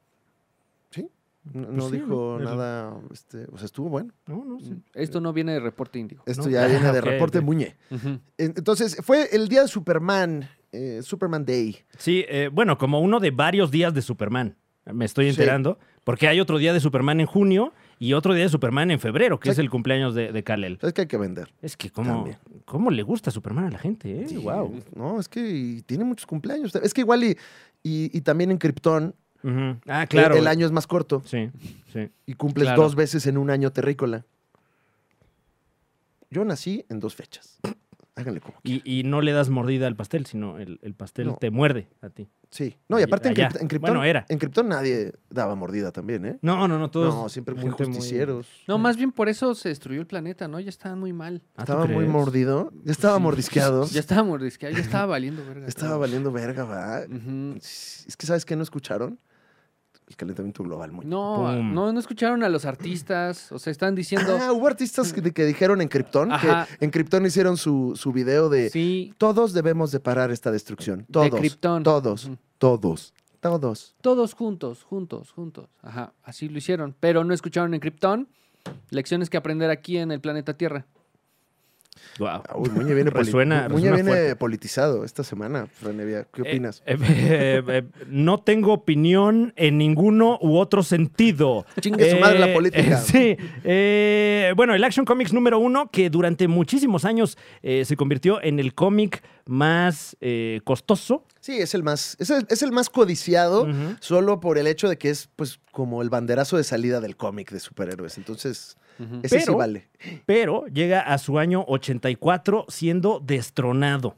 B: No,
C: Pues
B: no
C: sí,
B: dijo
C: el-
B: nada, este, o sea, estuvo bueno.
C: No, no, sí.
D: Esto no viene de reporte índigo.
B: Esto
C: No.
B: ya
C: Ah,
B: viene de
C: ok,
B: reporte
C: ok.
B: Muñe.
D: Ujú.
B: En- Entonces, fue el día de Superman, eh, Superman Day.
C: Sí, eh, bueno, como uno de varios días de Superman, me estoy
B: Sí.
C: enterando, porque hay otro día de Superman en junio y otro día de Superman en febrero, que es el cumpleaños de, de Kal-El.
B: ¿Sabes que hay que vender?
C: Es que cómo,
B: También.
C: cómo le gusta Superman a la gente, ¿eh? Wow.
B: No, es que y tiene muchos cumpleaños. Es que igual y, y, y también en Krypton, eh,
C: Ah, claro.
B: el, el año es más corto
C: Sí, sí.
B: y cumples
D: Claro.
B: dos veces en un año terrícola. Yo nací en dos fechas. Háganle como.
C: Y, y no le das mordida al pastel, sino el, el pastel
B: No.
C: te muerde a ti.
B: Sí. No, y
C: Allá-
B: aparte en,
C: allá.
B: Krypt- en Krypton,
C: Bueno, era.
B: en Krypton nadie daba mordida también, ¿eh?
C: No, no, no, todos. Ah,
B: no, siempre muy
C: gente
B: justicieros.
D: No, más bien por eso se destruyó el planeta, ¿no? Ya estaban muy mal.
C: Ah, ¿tú
B: Estaba muy
C: crees?
B: mordido. Ya estaba
D: Sí.
B: mordisqueado.
D: Ya estaba mordisqueado, ya estaba valiendo verga.
B: Estaba
D: todo.
B: valiendo verga, va.
D: Ujú.
B: Es que, ¿sabes qué no escucharon? el calentamiento global. Muy
D: No,
C: Pum.
D: no, no escucharon a los artistas. O sea, están diciendo.
B: Ah, hubo artistas que, que dijeron en Krypton,
D: Ajá.
B: que en Krypton hicieron su, su video de
D: sí,
B: todos debemos de parar esta destrucción. Todos.
D: Krypton.
B: Todos.
D: Ujú.
B: Todos. Todos.
D: todos juntos, juntos, juntos. Ajá, así lo hicieron. Pero no escucharon en Krypton. Lecciones que aprender aquí en el planeta Tierra.
C: Guau.
B: Ah, uy, Muñe viene, poli-
C: Resuena-
B: Mu- Muñe
C: resuena
B: viene
C: fuerte.
B: politizado esta semana, Franevia. ¿Qué
C: Eh,
B: opinas?
C: eh, eh, eh, no tengo opinión en ninguno u otro sentido.
B: Chingue su madre la política.
C: eh, sí. Eh, bueno, el Action Comics número uno, que durante muchísimos años eh, se convirtió en el cómic más eh, costoso.
B: Sí, es el más, es el, es el más codiciado,
C: Ujú.
B: solo por el hecho de que es pues como el banderazo de salida del cómic de superhéroes. Entonces,
D: Ujú.
B: ese sí
C: Pero-
B: vale.
C: pero llega a su año 84 siendo destronado.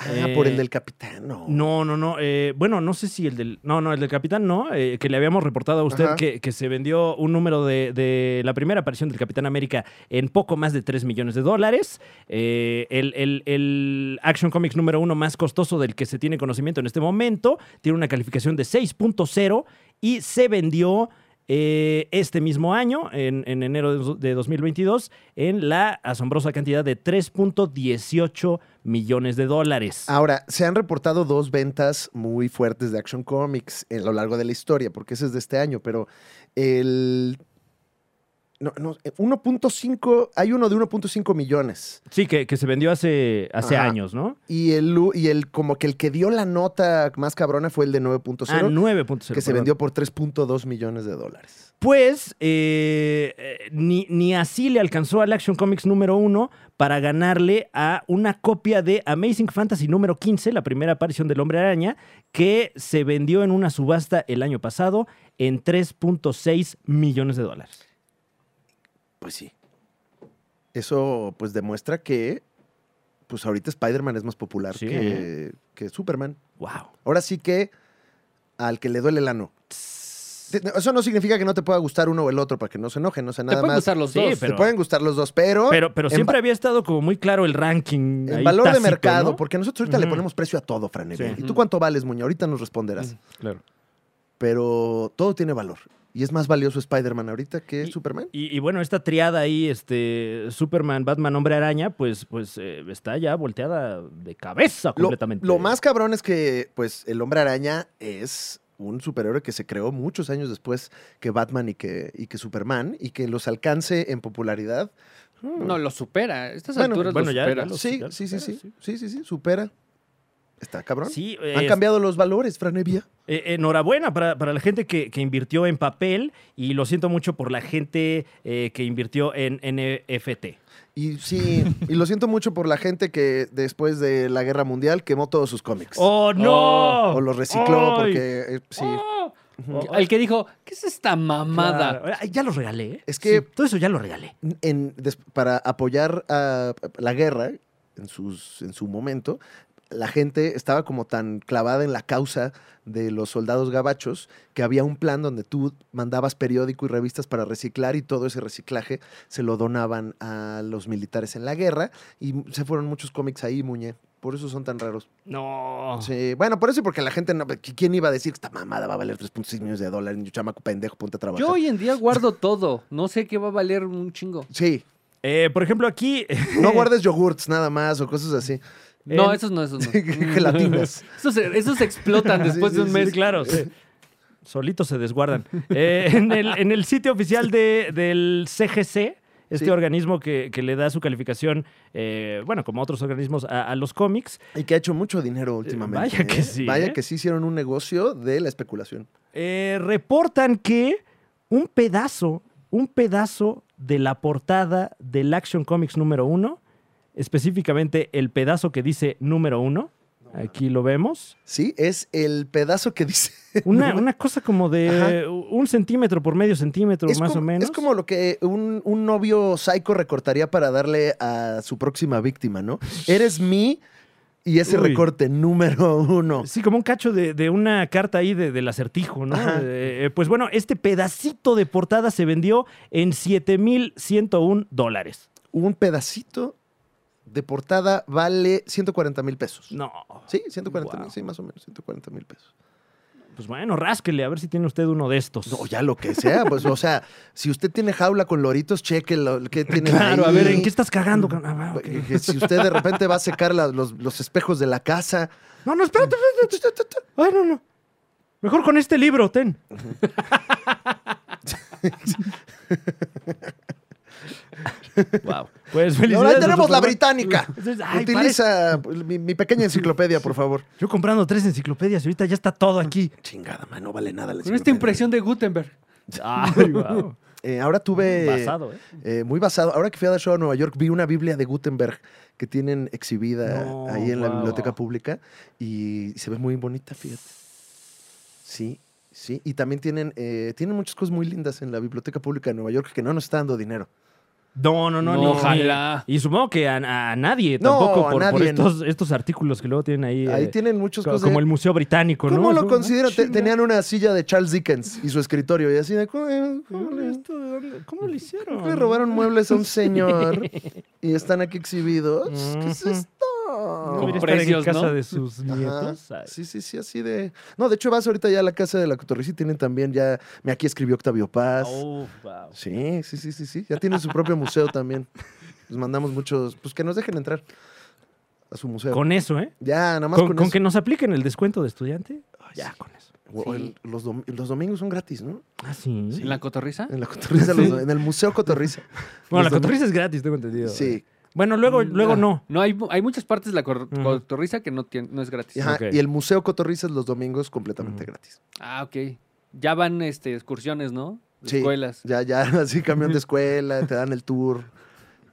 B: Ah, por
C: eh,
B: el del capitano.
C: No, no, no. eh, bueno, no sé si el del. No, no, el del Capitán no, eh, que le habíamos reportado a usted
B: Ajá.
C: que, que se vendió un número de, de la primera aparición del Capitán América en poco más de 3 millones de dólares. Eh, el, el- el Action Comics número uno más costoso del que se tiene conocimiento en este momento. Tiene una calificación de 6.0 y se vendió. eh, este mismo año, en, en enero de dos- de 2022, en la asombrosa cantidad de 3.18 millones de dólares.
B: Ahora, se han reportado dos ventas muy fuertes de Action Comics a lo largo de la historia, porque ese es de este año, pero el... No, no, eh, 1.5, hay uno de 1.5 millones.
C: Sí, que, que se vendió hace, hace
B: Ajá.
C: años, ¿no?
B: Y el, u- y el como que el que dio la nota más cabrona fue el de 9.0,
C: Ah, 9.0.
B: que se
C: perdón.
B: vendió por 3.2 millones de dólares.
C: Pues eh, eh, ni, ni así le alcanzó al Action Comics número 1 para ganarle a una copia de Amazing Fantasy número 15, la primera aparición del Hombre Araña, que se vendió en una subasta el año pasado en 3.6 millones de dólares.
B: Pues sí. Eso pues demuestra que pues ahorita Spider-Man es más popular
C: Sí.
B: que, que Superman.
C: ¡Wow!
B: Ahora sí que al que le duele el ano. Eso no significa que no te pueda gustar uno o el otro, para que no se enojen, no sea
D: Te
B: nada
D: pueden
B: más.
D: gustar los
C: Sí,
D: dos.
B: Te
C: pero-
B: pueden gustar los dos, pero.
C: Pero, pero
B: en
C: siempre
B: va-
C: había estado como muy claro el ranking.
B: En
C: ahí
B: valor
C: tácito,
B: de mercado,
C: ¿no?
B: porque nosotros ahorita le
C: Ujú.
B: ponemos precio a todo, Fran Evia. ¿Y
C: Sí.
B: tú cuánto vales, Muña? Ahorita nos responderás.
C: Claro.
B: Pero todo tiene valor. Y es más valioso Spider-Man ahorita que
C: Y-
B: Superman.
C: Y, y bueno, esta triada ahí, este, Superman, Batman, Hombre Araña, pues, pues eh, está ya volteada de cabeza
B: Lo,
C: completamente.
B: lo más cabrón es que, pues, el hombre araña es un superhéroe que se creó muchos años después que Batman y que, y que Superman, y que los alcance en popularidad.
D: No, lo supera. a Estas
B: Bueno,
D: alturas
C: bueno,
D: lo
C: ya-
D: supera.
C: ya lo-
B: Sí,
C: los-
B: sí, sí,
C: pero
B: sí,
C: sí.
B: sí, sí, sí, supera. Está cabrón.
C: Sí,
B: Han
C: es-
B: cambiado los valores, Franevia.
C: eh, enhorabuena para, para la gente que, que invirtió en papel y lo siento mucho por la gente eh, que invirtió en NFT.
B: Y sí, y lo siento mucho por la gente que después de la guerra mundial quemó todos sus cómics.
C: ¡Oh, no!
B: o los recicló
C: ¡Ay!
B: porque eh, sí.
C: ¡Oh! Oh,
D: El que dijo, ¿qué es esta mamada?
C: claro. Ay, Ya los regalé. ¿eh?
B: Es que-
C: Sí, todo eso ya lo regalé.
B: en- des- para apoyar a la guerra en, sus, en su momento, la gente estaba como tan clavada en la causa de los soldados gabachos que había un plan donde tú mandabas periódico y revistas para reciclar y todo ese reciclaje se lo donaban a los militares en la guerra y se fueron muchos cómics ahí, Muñe. Por eso son tan raros.
C: No.
B: Sí, bueno, por eso y porque la gente no. ¿Quién iba a decir esta mamada va a valer 3.6 millones de dólares? Ni chamaco pendejo, ponte a trabajar.
D: Yo hoy en día guardo todo. No sé qué va a valer un chingo.
B: Sí,
C: Eh, por ejemplo, aquí.
B: no guardes yogurts nada más o cosas así.
D: No,
C: En-
D: esos no, esos no.
B: gelatinas.
D: Esos, esos explotan después de un mes.
C: Sí, claro. sí. eh, Solitos se desguardan. Eh, en, el, en el sitio oficial de- del CGC, este
B: Sí.
C: organismo que, que le da su calificación, eh, bueno, como otros organismos, a, a los cómics,
B: Y que ha hecho mucho dinero últimamente.
C: vaya que
B: ¿eh?
C: sí,
B: Vaya
C: ¿eh?
B: que sí hicieron un negocio de la especulación.
C: eh, reportan que un pedazo, un pedazo de la portada del Action Comics número uno, específicamente el pedazo que dice número uno, aquí lo vemos,
B: Sí, es el pedazo que dice.
C: una, una cosa como de
B: Ajá.
C: un centímetro por medio centímetro,
B: es
C: más
B: como,
C: o menos.
B: Es como lo que un, un novio psycho recortaría para darle a su próxima víctima, ¿no? Eres mi y ese
C: Uy.
B: recorte número uno.
C: Sí, como un cacho de, de una carta ahí de- del acertijo, ¿no?
B: Ajá.
C: Eh, eh, pues bueno, este pedacito de portada se vendió en 7,101 dólares.
B: Un pedacito de portada vale 140 mil pesos.
C: No.
B: Sí, 140 mil,
C: Wow.
B: sí, más o menos, 140 mil pesos.
C: pues bueno, rásquele, a ver si tiene usted uno de estos.
B: No, ya lo que sea, pues, o sea, si usted tiene jaula con loritos, cheque lo que tiene.
C: claro, a ver, ¿en qué estás cagando? cabrón? Ah, ok.
B: Si usted de repente va a secar la- los, los espejos de la casa.
C: No, no, espérate. espérate, espérate, espérate. Ay, no, no. Mejor con este libro, ten. wow. Pues
B: Y
C: felicidades.
B: Ahora ahí
C: a su
B: tenemos la
C: papá.
B: británica.
C: Ay,
B: Utiliza mi, mi pequeña enciclopedia, por favor.
C: Yo comprando tres enciclopedias y ahorita ya está todo aquí.
B: Chingada, man, no vale nada la
D: Con esta
B: enciclopedia.
D: impresión de Gutenberg.
C: Ay, wow.
B: Eh, ahora tuve.
C: Basado, ¿eh?
B: Ah, eh, muy basado. Ahora que fui a dar show a Nueva York, vi una Biblia de Gutenberg que tienen exhibida
C: No,
B: ahí en la
C: guau.
B: biblioteca pública y se ve muy bonita, fíjate. Sí, sí. Y también tienen, eh, tienen muchas cosas muy lindas en la biblioteca pública de Nueva York que no nos está dando dinero.
C: No, no, no.
D: No,
C: ni-
D: ojalá.
C: Y supongo que a, a nadie
B: No,
C: tampoco
B: a
C: por, por
B: nadie, no.
C: estos, estos artículos que luego tienen ahí.
B: ahí
C: eh,
B: tienen muchas
C: co-
B: cosas.
C: como
B: de-
C: el Museo Británico, ¿no?
B: ¿Cómo
C: Es
B: lo
C: como,
B: consideran?
C: ah,
B: Te-
C: chinga.
B: Tenían una silla de Charles Dickens y su escritorio y así de... "¿Cómo- eh, cómo
C: Órale,
B: le-
C: esto, ¿de dónde- ¿Cómo lo hicieron?
B: ¿Cómo le robaron muebles a un señor y están aquí exhibidos? ¿Qué es
C: Ujú.
B: esto?
C: No,
D: Con
C: debería estar
D: precios,
C: en casa
D: ¿no?
C: de sus
B: Ajá.
C: nietos. Ay.
B: Sí, sí, sí, así de. No, de hecho, vas ahorita ya a la casa de la Cotorrisa y tienen también ya. Me aquí escribió Octavio Paz.
C: Oh, wow.
B: Sí, sí, sí, sí, sí. Ya tienen su propio museo también. Les mandamos muchos. Pues que nos dejen entrar a su museo.
C: Con eso, ¿eh?
B: Ya, nada más
C: Con,
B: con,
C: con
B: eso.
C: que nos apliquen el descuento de estudiante. ya, con eso.
B: O- o el- los, dom- los domingos son gratis, ¿no?
C: Ah, sí.
D: ¿En la
C: Ah.
D: cotorriza?
B: En la Cotorrisa, los do- en el Museo Cotorrisa.
C: Bueno, la
B: Los domingos-
C: cotorriza es gratis, tengo entendido. ¿eh?
B: Sí.
C: Bueno, luego,
B: Mm,
C: luego no.
D: No, hay, hay muchas partes de la cor-
C: Ujú.
D: cotorriza que no, tiene, no es gratis.
B: Ajá,
C: Ok.
B: Y el Museo Cotorrisa es los domingos completamente
C: Ujú.
B: gratis.
D: Ah, ok. Ya van este, excursiones, ¿no? De
B: Sí.
D: Escuelas.
B: Ya, ya, así camión de escuela, te dan el tour.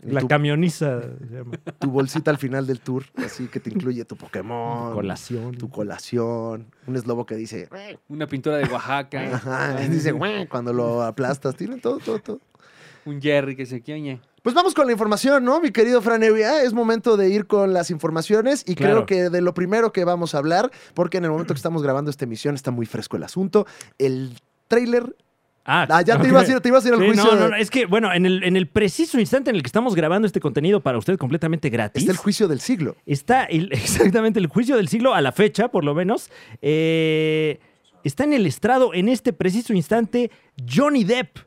B: y
C: La
B: tú-
C: camioniza se llama.
B: tu bolsita al final del tour, así que te incluye tu Pokémon,
C: Colación.
B: tu colación, un eslobo que dice,
D: Una pintura de Oaxaca.
B: ajá, y dice, "Güey", cuando lo aplastas, tienen todo, todo, todo.
D: un Jerry que se quioñe.
B: Pues vamos con la información, ¿no, mi querido Fran Evia? Es momento de ir con las informaciones y creo
C: Claro.
B: que de lo primero que vamos a hablar, porque en el momento que estamos grabando esta emisión está muy fresco el asunto, el tráiler... Ah, ya te
C: ok.
B: ibas a ir, te ibas a ir al
C: Sí,
B: juicio.
C: no, no,
B: de-
C: no, es que, bueno, en el, en el preciso instante en el que estamos grabando este contenido para usted completamente gratis,
B: Está el juicio del siglo.
C: está el- exactamente el juicio del siglo a la fecha, por lo menos. Eh, está en el estrado en este preciso instante Johnny Depp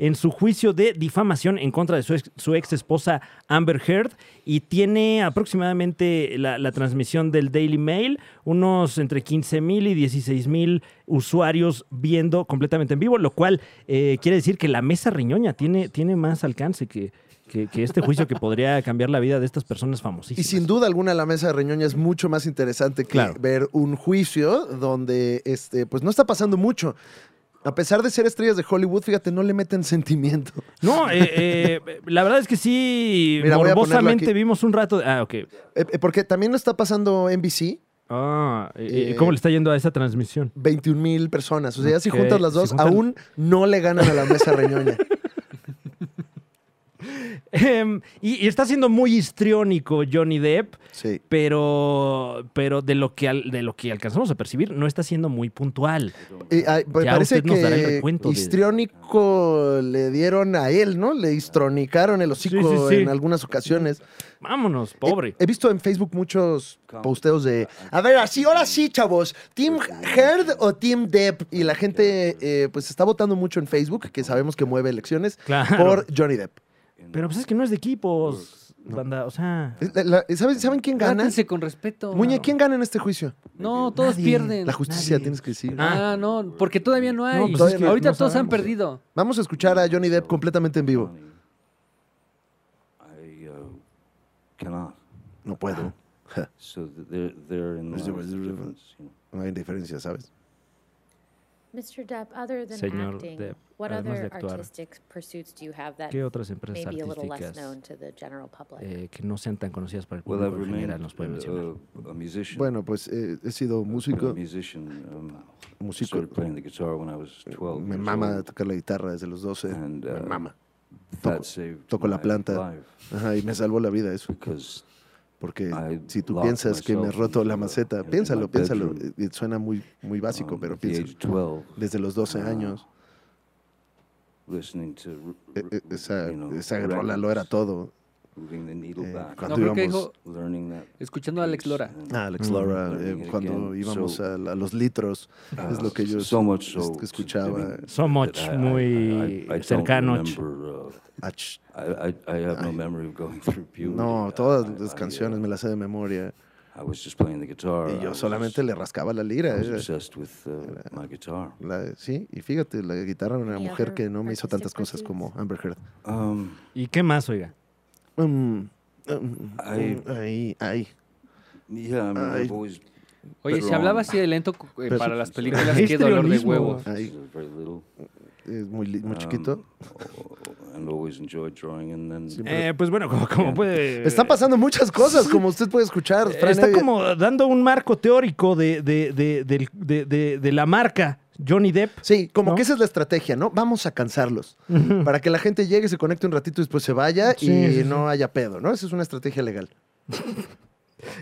C: en su juicio de difamación en contra de su ex, su ex esposa Amber Heard y tiene aproximadamente la, la transmisión del Daily Mail unos entre 15 mil y 16 mil usuarios viendo completamente en vivo, lo cual eh, quiere decir que la mesa riñoña tiene, tiene más alcance que, que- que este juicio que podría cambiar la vida de estas personas famosísimas.
B: Y sin duda alguna la mesa de Reñoña es mucho más interesante que
C: Claro.
B: ver un juicio donde este, pues no está pasando mucho. A pesar de ser estrellas de Hollywood, fíjate, no le meten sentimiento.
C: No, eh, eh, la verdad es que sí,
B: Mira, voy a ponerlo
C: morbosamente
B: aquí.
C: vimos un rato. de- ah, ok.
B: Eh, eh, porque también está pasando NBC,
C: Ah, eh,
B: Eh,
C: ¿Cómo le está yendo a esa transmisión?
B: 21 mil personas. O sea, ya si
C: Ok,
B: juntas las
C: si
B: dos,
C: juntan-
B: aún no le ganan a la mesa Reñoña.
C: Em, y, y está siendo muy histriónico Johnny Depp,
B: Sí.
C: pero, pero de, lo que al- de lo que alcanzamos a percibir, no está siendo muy puntual.
B: Y, ah, pues,
C: Ya
B: parece
C: usted nos dará el
B: que
C: recuento de-
B: histriónico le dieron a él, ¿no? Le histronicaron el
C: Sí,
B: hocico
C: sí, sí.
B: en algunas ocasiones.
C: Vámonos, pobre.
B: He, he visto en Facebook muchos posteos de.
G: Ah,
B: A ver, así, ahora sí, chavos. ¿Team
G: Pues
B: Heard o Team Depp? Y la gente, eh, pues, está votando mucho en Facebook, que sabemos que mueve elecciones,
C: Claro.
B: por Johnny Depp.
C: Pero pues es que no es de equipos, banda. O sea,
B: Es Eh, la- la- ¿saben, saben quién gana?
D: Trátense con respeto.
B: Muñe, ¿quién gana en este juicio?
D: No, todos
C: Nadie.
D: pierden.
B: La justicia,
C: nadie.
B: tienes que decir.
D: Ah, no, porque todavía no hay.
C: No, pues
B: es que
D: Ahorita
C: no
D: todos han
C: sabemos.
D: perdido.
B: Vamos a escuchar a Johnny Depp completamente en vivo.
G: I uh, cannot.
B: No puedo. Ja,
G: So th- there,
B: Is
G: therein lies
B: there-
G: the
B: is there a
G: difference. You know.
B: no hay diferencia, ¿sabes?
H: Mr. Depp, other than
C: Señor
H: acting,
C: Depp,
H: what
C: además de
H: other
C: actuar.
H: artistic pursuits do you have that
C: ¿qué otras
H: may
C: empresas
H: be a little less
C: artísticas
H: known to the general public?
C: eh, que no sean tan conocidas para el
G: Well, I've
C: público en
G: remained
C: general nos
B: eh,
C: pueden mencionar?
G: uh, a musician.
B: Bueno, pues eh, he sido
G: Been a
B: músico.
G: musician. Um,
B: Músico. eh,
G: Started playing the guitar when I was 12.
B: Me
G: years
B: mama
G: old.
B: tocar la guitarra desde los 12.
G: And,
B: Me
G: uh,
B: mama.
G: That
B: Toco-
G: saved
B: toco la
G: my
B: planta.
G: life
B: Ajá, y me salvó la vida eso.
G: because
B: Porque
G: I
B: si tú
G: locked
B: piensas que me he
G: myself
B: roto la
G: in the-
B: maceta,
G: in my
B: piénsalo, piénsalo.
G: bedroom.
B: Eh, Suena muy, muy básico,
G: um,
B: pero
G: at the
B: piénsalo.
G: age of 12,
B: Desde los 12
G: Ah.
B: años,
G: listening to r-
B: eh, eh,
G: r-
B: esa,
G: you know,
B: E, esa rola lo
G: records.
B: era todo.
G: Moving the needle
B: Eh,
G: back.
B: cuando
I: No, creo que
B: íbamos,
G: Learning that
I: Escuchando a Alex
G: piece
I: Lora.
G: and
B: ah, Alex Laura, eh,
G: Mm-hmm. learning
B: cuando
G: again.
B: íbamos
G: So,
B: a, la- a los litros,
G: ah,
B: es lo que yo
G: so much so
B: es- escuchaba.
G: I mean,
C: So much,
G: that I- I-
C: muy
G: I- I don't
C: cercano.
G: remember, uh,
B: Ach,
G: I, I, I have no memory of going through puberty.
B: no, todas
G: I-
B: las
G: I, uh,
B: canciones me las sé de memoria.
G: I was just playing the guitar.
B: Y
G: I
B: yo
G: was-
B: solamente le rascaba la lira. eh,
G: I was
B: era-
G: obsessed with uh, my guitar.
B: la- sí, y fíjate, la guitarra era una
H: Any
B: mujer
H: other
B: que no me hizo
H: artistic
B: tantas cosas como
H: pursuits?
B: Amber Heard.
G: Um,
C: ¿Y qué más, oiga?
B: Mm, mm,
G: I-
B: ay, ay.
G: yeah, I mean, I've
B: I-
G: always
I: Oye, si
G: Pero-
I: hablaba así de lento cu- eh,
B: Pero-
I: para las películas,
C: Es
I: qué dolor de
C: histrionismo,
I: huevo.
B: Ahí.
G: very little,
B: Es muy, li- muy
C: Ah,
G: um,
B: chiquito.
G: and always enjoyed drawing. And then
B: Sí,
C: Eh, pues bueno, como, como puede...
B: Están pasando muchas cosas, como usted puede escuchar. Fran
C: eh. Está
B: Evia.
C: como dando un marco teórico de, de, de, del- de- de- de la marca Johnny Depp.
B: eh, Sí, como
C: ¿No?
B: que esa es la estrategia, ¿no? Vamos a cansarlos. Para que la gente llegue, se conecte un ratito y después se vaya
C: Sí,
B: y
C: sí, sí.
B: no haya pedo, ¿no? Esa es una estrategia legal.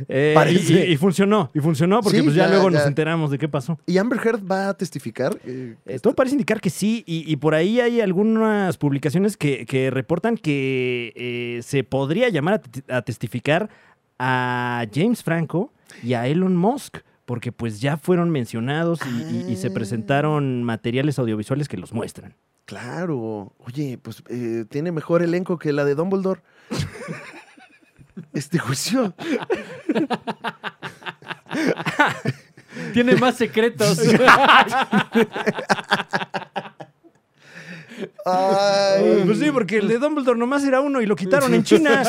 C: Eh, y,
B: Parece.
C: y- y funcionó, y funcionó porque
B: Sí,
C: pues ya,
B: ya,
C: luego
B: ya.
C: nos enteramos de qué pasó.
B: ¿Y Amber Heard va a testificar? Eh,
C: Eh, todo parece indicar que sí, y, y por ahí hay algunas publicaciones que, que reportan que eh, se podría llamar a, te- a testificar a James Franco y a Elon Musk, porque pues ya fueron mencionados y, y- y se
B: Ah.
C: presentaron materiales audiovisuales que los muestran.
B: claro. Oye, pues eh, tiene mejor elenco que la de Dumbledore. este juicio.
I: Tiene más secretos.
B: Ay,
C: Pues sí, porque el de Dumbledore nomás era uno y lo quitaron en China.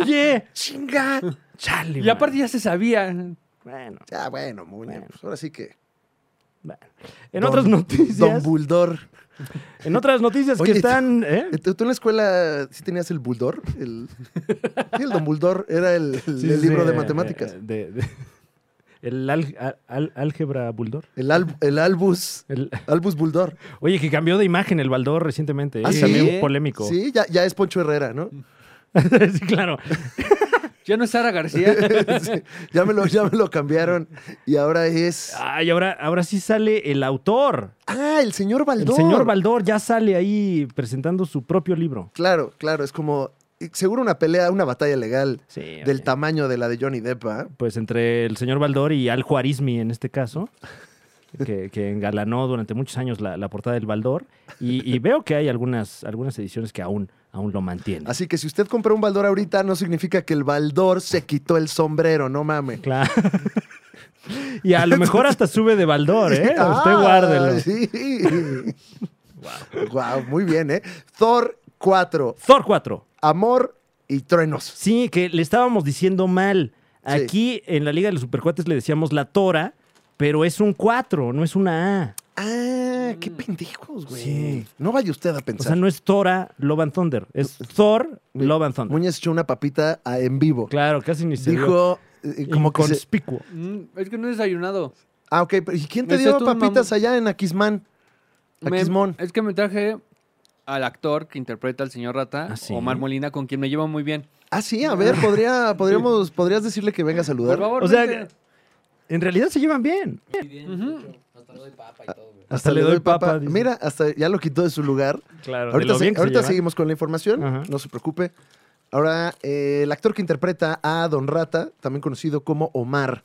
C: Oye,
B: chinga.
C: chale.
I: y
C: man.
I: aparte ya se sabía.
C: Bueno,
B: Ah, bueno, muñe,
C: Bueno.
B: pues ahora sí que.
C: bueno. En
B: Don-
C: otras noticias,
B: Don Buldor.
C: en otras noticias
B: Oye,
C: que están, ¿eh?
B: ¿Tú, tú en la escuela sí tenías el Buldor? El, sí, el Don Buldor era el, el-
C: Sí,
B: el
C: sí,
B: libro de
C: eh,
B: matemáticas.
C: eh, de- de- el al- al- al- álgebra Buldor.
B: El, al- el Albus.
C: El-
B: Albus Buldor.
C: oye, que cambió de imagen el Baldor recientemente. ¿eh?
B: Ah,
C: Y
B: ¿sí?
C: También polémico.
B: Sí, ya, ya es Poncho Herrera, ¿no?
C: Sí, claro.
I: Ya no es Sara García.
B: Sí, ya, me lo, ya me lo cambiaron. Y ahora es.
C: Ay, ahora, ahora sí sale el autor.
B: Ah, el señor Baldor.
C: El señor Baldor ya sale ahí presentando su propio libro.
B: Claro, claro, es como. Seguro una pelea, una batalla legal
C: Sí,
B: del tamaño de la de Johnny Depp, ¿ah?
C: pues entre el señor Baldor y Al Juarizmi en este caso, que, que engalanó durante muchos años la, la portada del Baldor. Y, y veo que hay algunas, algunas ediciones que aún, aún lo mantienen.
B: Así que si usted compró un Baldor ahorita, no significa que el Baldor se quitó el sombrero, no mames.
C: Claro. Y a lo mejor hasta sube de Baldor, ¿eh? Usted
B: Ah,
C: guárdelo.
B: Sí. wow. muy bien, ¿eh? Thor 4,
C: Thor 4.
B: Amor y Truenos.
C: Sí, que le estábamos diciendo mal.
B: Sí.
C: Aquí en la Liga de los Supercuates le decíamos la Tora, pero es un 4, no es una A.
B: Ah,
I: Mm.
B: qué pendejos, güey.
C: Sí.
B: No vaya usted a
C: O
B: pensar.
C: sea, no es Tora Love and Thunder, es Thor Love and Thunder.
B: Muñez echó una papita a- en vivo.
C: Claro, casi ni se vio.
B: Dijo, eh, como que se-
C: conspicuo.
I: Mm, es que no he desayunado.
B: Ah, ok, pero ¿y quién te
I: Me
B: dio
I: hiciste un
B: papitas
I: mamón.
B: allá en Aquismán?
I: Me-
B: Aquismón.
I: es que me traje al actor que interpreta al señor Rata,
C: ¿Ah, sí?
I: Omar Molina, con quien me llevo muy bien.
B: Ah, sí, a ver, podría, podríamos, podrías decirle que venga a saludar.
I: Por favor,
C: O sea,
I: vente.
C: En realidad se llevan bien.
I: Ujú.
B: Hasta, le doy papa.
C: dice.
B: Mira, hasta ya lo quitó de su lugar.
C: Claro,
B: Ahorita, se- ahorita
C: sí.
B: seguimos con la información,
C: Ajá.
B: no se preocupe. Ahora, eh, el actor que interpreta a Don Rata, también conocido como Omar,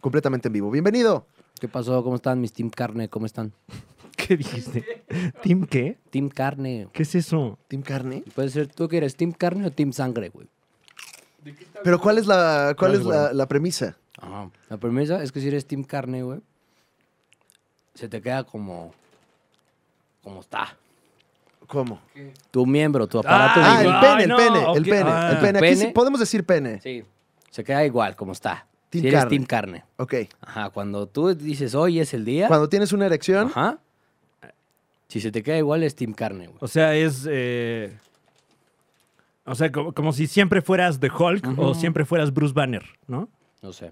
B: completamente en vivo. Bienvenido.
D: ¿Qué pasó? ¿Cómo están mis Team Carne? ¿Cómo están?
C: ¿Qué dijiste? ¿Team qué?
D: Team Carne.
C: ¿Qué es eso?
B: Team Carney.
D: Puede ser, ¿tú que eres? ¿Team Carne o Team Sangre, güey?
B: Pero ¿cuál es la, cuál
D: No,
B: es
D: bueno.
B: la, la premisa?
D: Ajá. La premisa es que si eres Team Carne, güey, se te queda como... como está.
B: ¿Cómo?
D: Tu miembro, tu aparato
B: Ah,
C: digo,
B: el
D: digestivo.
B: pene,
C: ay,
B: el
C: no,
B: pene, el
C: ok,
B: pene,
C: ah.
B: el pene. Aquí sí
D: ¿Pene?
B: podemos decir pene.
D: Sí. Se queda igual, como está.
B: Ah. Team
D: si eres
B: Carne.
D: Team Carne.
B: Ok.
D: Ajá, cuando tú dices hoy es el día...
B: Cuando tienes una erección,
D: Ajá. Si se te queda igual es Team Carne, güey.
C: O sea, es. eh, O sea, como, como si siempre fueras The Hulk o siempre fueras Bruce Banner, ¿no?
D: No sé.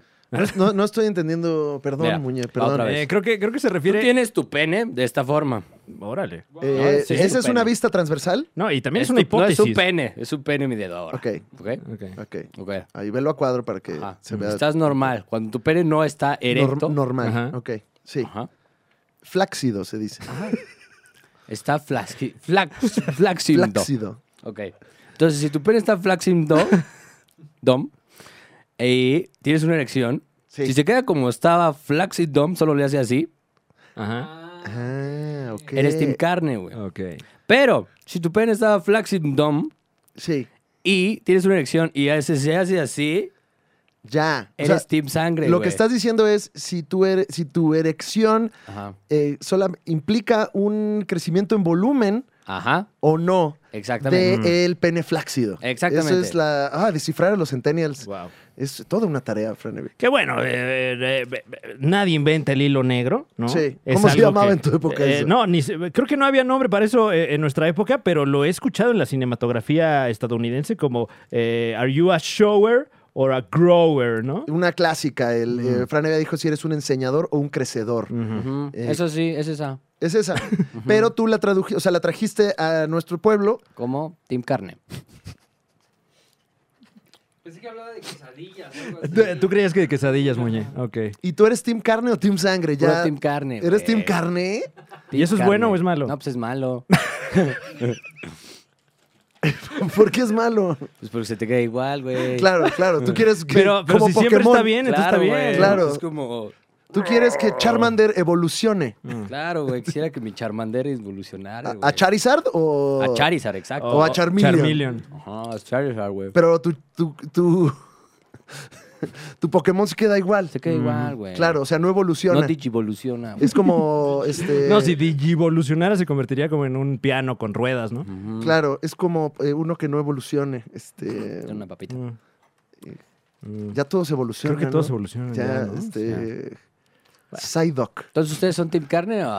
B: no, no estoy entendiendo. Perdón,
D: Mira,
B: Muñe,
D: otra
B: perdón.
D: vez.
C: Eh, creo, que, creo que se
D: Tú
C: refiere.
D: tienes tu pene de esta forma.
C: Órale.
B: Eh,
D: No, Ah, sí,
B: ¿Esa
D: su
B: es una
D: pene.
B: vista transversal?
C: No, y también es,
D: tu-
C: una hipótesis.
D: No es un pene, es un pene midido ahora.
B: Ok,
D: Ok.
C: Ok.
B: ok.
D: Ok.
B: Ahí velo a cuadro para que
D: Ajá.
B: se vea
D: Estás normal. Cuando tu pene no está
B: nor-
D: erecto,
B: normal.
C: Ajá.
B: Ok, sí.
D: ajá, Ah,
B: Flácido se dice.
D: está flaxi, flax, flaxindo.
B: Flácido.
D: Ok. Entonces, si tu pene está flaxing dom, dom, y tienes una erección,
B: Sí.
D: si se queda como estaba flaxing dom, solo le hace así,
C: Ajá.
B: Ah, ok.
D: eres team carne, güey.
C: Ok.
D: Pero, si tu pene estaba flaxing dom
B: Sí,
D: y tienes una erección y hace- se hace así,
B: ya. O sea,
D: eres team sangre,
B: lo
D: güey.
B: que estás diciendo es si tu, ere- si tu erección
D: Ajá.
B: eh, sola implica un crecimiento en volumen
D: Ajá,
B: o no
D: exactamente. Mm.
B: del el pene flácido.
D: Exactamente.
B: Eso es la... Ah, descifrar a los centennials.
C: Wow.
B: Es toda una tarea, Frenevi.
C: Que bueno, eh, eh, eh, eh, nadie inventa el hilo negro, ¿no?
B: Sí. ¿Cómo se
C: algo
B: llamaba en tu época
C: eh,
B: eso?
C: No, ni se- creo que no había nombre para eso eh, en nuestra época, pero lo he escuchado en la cinematografía estadounidense como eh, ¿Are you a shower or a grower, no?
B: Una clásica. El, eh, Fran Evia dijo si eres un enseñador o un crecedor.
C: Ujú.
D: Mm. Ujú,
B: Eh,
D: Eso sí, es esa.
B: Es esa. Pero tú la tradujiste, o sea, la trajiste a nuestro pueblo.
D: Como team carne.
J: Pensé que hablaba de quesadillas.
C: ¿Tú, tú creías que de quesadillas, Muñe? Ok.
B: ¿Y tú eres Team Carne o Team Sangre?
D: Puro
B: Ya.
D: team carne, güey.
B: ¿Eres Team Carne?
C: ¿Y eso es
D: Carne.
C: bueno o es malo?
D: No, pues es malo.
B: ¿Por qué es malo?
D: Pues porque se te queda igual, güey.
B: Claro, claro. Tú quieres que.
C: Pero, pero
B: como
C: si siempre
B: Pokémon,
C: está bien, entonces está
D: Claro,
C: bien.
D: güey.
B: Claro.
D: eh, Es como...
B: Tú quieres que Charmander evolucione.
D: Claro, güey. Quisiera que mi Charmander evolucionara,
B: ¿A,
D: güey.
B: a Charizard o.?
D: A Charizard, exacto.
B: O a Charmeleon.
D: Ajá, a Charizard, güey.
B: Pero tu. Tu, tu, tu Pokémon se queda igual. Mm,
D: Se queda igual, güey.
B: Claro, o sea, no evoluciona.
D: No digivoluciona. güey.
B: es como. Este,
C: No, si digivolucionara se convertiría como en un piano con ruedas, ¿no?
D: Ujú.
B: Claro, es como eh, uno que no evolucione. Este,
D: Una papita.
C: Mm. Mm.
B: ya todos evolucionan.
C: Creo que todos
B: ¿no?
C: evolucionan.
B: Ya,
C: ya, ¿no? O
B: este. Psyduck.
D: Entonces, ¿ustedes son Team Carne o,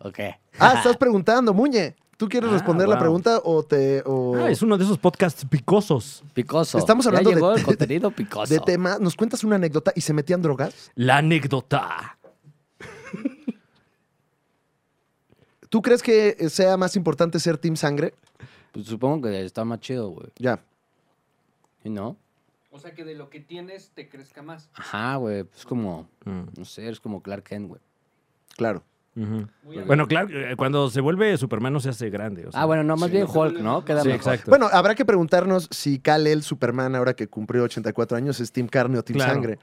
D: o qué?
B: Ah, estás preguntando, Muñe. ¿Tú quieres
C: Ah,
B: responder la
C: wow.
B: pregunta o te. o-
C: sea, ah, es uno de esos podcasts picosos.
D: Picoso.
B: Estamos hablando
D: ya llegó
B: de-
D: el contenido picoso.
B: de tema, ¿nos cuentas una anécdota y se metían drogas?
C: La anécdota.
B: ¿Tú crees que sea más importante ser Team Sangre?
D: Pues supongo que está más chido, güey.
B: Ya.
D: ¿Y no?
J: O sea, que de lo que tienes te crezca más.
D: Ajá, güey. Es como...
C: Mm.
D: No sé, es como Clark Kent, güey.
B: Claro.
C: Ujú. Bueno, claro, eh, cuando se vuelve Superman no se hace grande. o sea.
D: Ah, bueno, no, más bien Hulk, ¿no? Queda
C: sí,
D: mejor.
C: exacto.
B: Bueno, habrá que preguntarnos si Kal-El Superman, ahora que cumplió 84 años, es Team Carne o Team
C: Claro.
B: Sangre.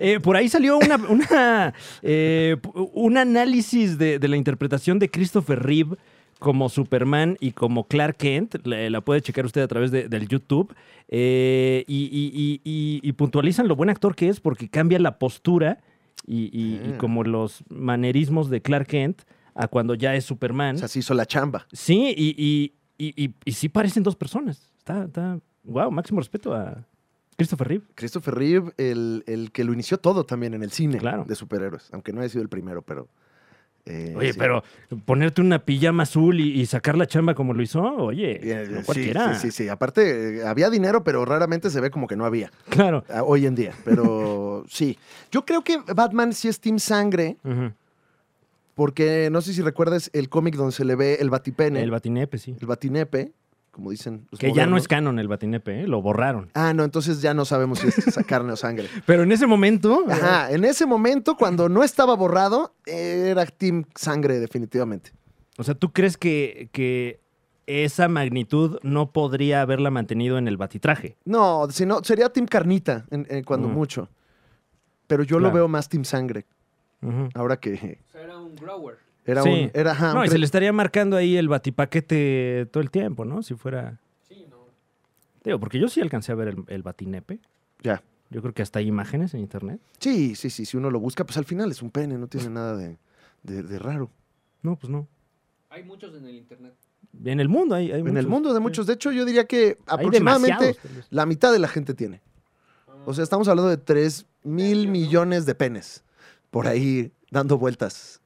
C: Eh, por ahí salió una, una, eh, pu- un análisis de, de la interpretación de Christopher Reeve como Superman y como Clark Kent. La, la puede checar usted a través de- del YouTube. Eh, y, y- y- y- y puntualizan lo buen actor que es porque cambia la postura y, y-
B: Mm.
C: y como los manerismos de Clark Kent a cuando ya es Superman.
B: O sea, se hizo la chamba.
C: Sí, y, y, y, y- y sí parecen dos personas. Está, está, wow, máximo respeto a Christopher Reeve.
B: Christopher Reeve, el, el que lo inició todo también en el cine
C: Claro.
B: de superhéroes, aunque no haya sido el primero, pero. eh,
C: Oye,
B: sí.
C: pero ponerte una pijama azul y, y sacar la chamba como lo hizo, oye,
B: Eh,
C: no
B: sí,
C: cualquiera.
B: sí, sí, sí. Aparte, eh, había dinero, pero raramente se ve como que no había.
C: Claro.
B: ah, hoy en día, pero sí. Yo creo que Batman sí es Team Sangre,
C: Ujú.
B: porque no sé si recuerdas el cómic donde se le ve el batipene,
C: El
B: el,
C: batinepe, sí.
B: batinepe, como dicen los
C: Que ya no
B: modernos.
C: es canon el batinepe, ¿eh? lo borraron.
B: Ah, no, entonces ya no sabemos si es carne o sangre.
C: Pero en ese momento,
B: Ajá, en ese momento, cuando no estaba borrado, era Team Sangre, definitivamente.
C: o sea, ¿tú crees que, que esa magnitud no podría haberla mantenido en el batitraje?
B: No, si no, sería Team Carnita, en- en cuando
C: Mm.
B: mucho. Pero yo lo
C: Claro.
B: veo más Team Sangre,
C: Ujú.
B: ahora que
J: O sea, era un grower.
B: era
C: Sí.
B: un... Era, ajá, un
C: No, y
B: cre-
C: se le estaría marcando ahí el batipaquete todo el tiempo, ¿no? Si fuera...
J: Sí, no.
C: Digo, porque yo sí alcancé a ver el, el batinepe.
B: Ya.
C: Yo creo que hasta hay imágenes en internet.
B: Sí, sí, sí, si uno lo busca, pues al final es un pene, no tiene nada de- de- de raro.
C: No, pues no.
J: Hay muchos en el internet.
C: En el mundo hay, hay
B: En el
C: muchos.
B: mundo de
C: Sí.
B: muchos. De hecho, yo diría que
C: Hay
B: aproximadamente
C: demasiados, tal vez.
B: la mitad de la gente tiene. O sea, estamos hablando de 3 mil millones de penes por ahí dando vueltas.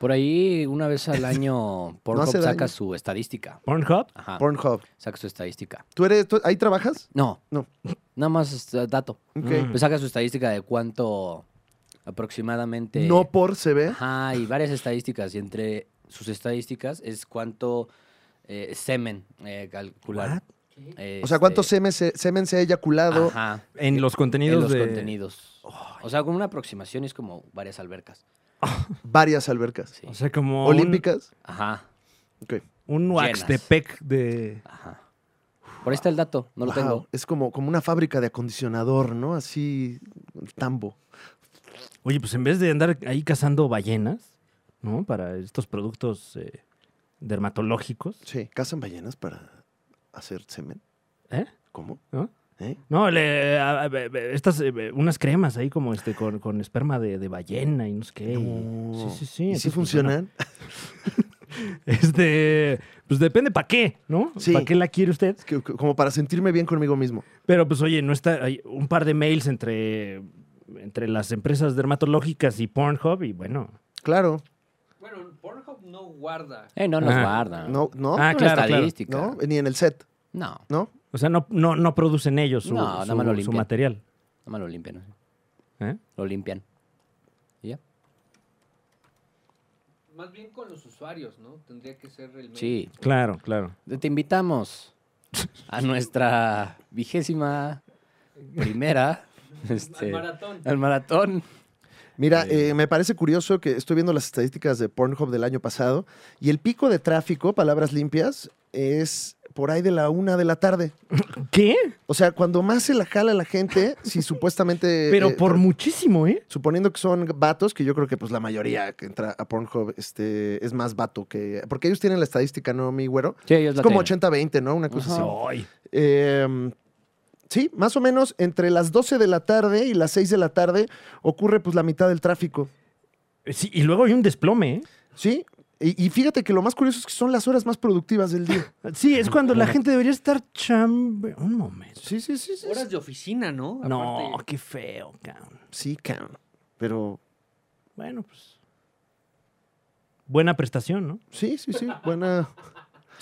D: Por ahí, una vez al año, Pornhub
B: hace daño.
D: saca su estadística.
C: Pornhub.
D: Ajá,
B: Pornhub.
D: saca su estadística.
B: ¿Tú eres, tú- ahí trabajas?
D: No,
B: No.
D: nada más este, dato.
B: Ok.
C: Mm.
D: Pues saca su estadística de cuánto aproximadamente...
B: No por se ve.
D: Este, Ajá, y varias estadísticas. Y entre sus estadísticas es cuánto eh, semen eh, calcular.
B: O sea, ¿cuánto
D: se
B: semen se, semen se ha eyaculado?
D: este, Ajá,
C: En los
D: en
C: contenidos
D: los
C: de...
D: contenidos. O sea, como una aproximación y es como varias albercas.
B: Varias albercas.
D: Sí.
C: O sea, como
B: Olímpicas.
D: Ajá,
B: Ok.
C: un, un
D: Llenas.
C: Huaxtepec de...
D: ajá.
E: Por ahí está el dato, no lo
B: Wow,
E: tengo.
B: Es como, como una fábrica de acondicionador, ¿no? Así, tambo.
C: Oye, pues en vez de andar ahí cazando ballenas, ¿no? Para estos productos eh, dermatológicos.
B: Sí, cazan ballenas para hacer semen.
C: ¿Eh?
B: ¿Cómo?
C: ¿No?
B: ¿Eh?
C: No, le- a- a- a- estas, eh, unas cremas ahí como este, con, con esperma de, de ballena y no sé qué. y-
B: No.
C: Sí, sí, sí.
B: ¿Y si
C: entonces, pues, bueno,
B: funcionan?
C: este, pues depende para qué, ¿no?
B: Sí.
C: ¿Para qué la quiere usted?
B: Que- que- Como para sentirme bien conmigo mismo.
C: Pero pues oye, no está, hay un par de mails entre, entre las empresas dermatológicas y Pornhub y bueno.
B: Claro.
D: Bueno, Pornhub no guarda.
E: Eh, no nos
C: Ah.
E: guarda.
B: No, no,
C: Ah,
E: Una
C: claro, claro.
E: estadística.
B: no, ni en el set,
E: No, nada
B: ¿no?
C: O sea, no, no, no producen ellos su,
E: No, nada
C: su-
E: más lo
C: su
E: limpian.
C: material.
E: más lo limpian. ¿eh?
C: ¿eh?
E: Lo limpian. ¿Y ya?
D: Más bien con los usuarios, ¿no? Tendría que ser el
E: Sí.
C: Claro, claro.
E: Te invitamos a nuestra vigésima primera. este,
D: maratón.
B: Ah,
E: al maratón.
B: Mira, eh, me parece curioso que estoy viendo las estadísticas de Pornhub del año pasado y el pico de tráfico, palabras limpias, es por ahí de la una de la tarde.
C: ¿Qué?
B: O sea, cuando más se la jala la gente, si supuestamente...
C: Pero
B: eh,
C: por muchísimo, ¿eh?
B: Suponiendo que son vatos, que yo creo que pues la mayoría que entra a Pornhub este, es más vato que... Porque ellos tienen la estadística, ¿no, mi güero?
E: Sí, ellos
B: Es
E: la
B: como
E: tienen.
B: 80-20, ¿no? Una cosa así.
C: Ay.
B: Eh, sí, más o menos entre las 12 de la tarde y las 6 de la tarde ocurre pues la mitad del tráfico.
C: Sí, y luego hay un desplome, ¿eh?
B: Sí, y, y fíjate que lo más curioso es que son las horas más productivas del día.
C: Sí, es cuando la gente debería estar chambe... Un momento.
B: Sí, sí, sí, sí.
D: Horas de oficina, ¿no?
C: No,
D: Aparte,
C: qué feo, cabrón.
B: Sí, cabrón. Pero
C: Bueno, pues... Buena prestación, ¿no?
B: sí, sí, sí, buena.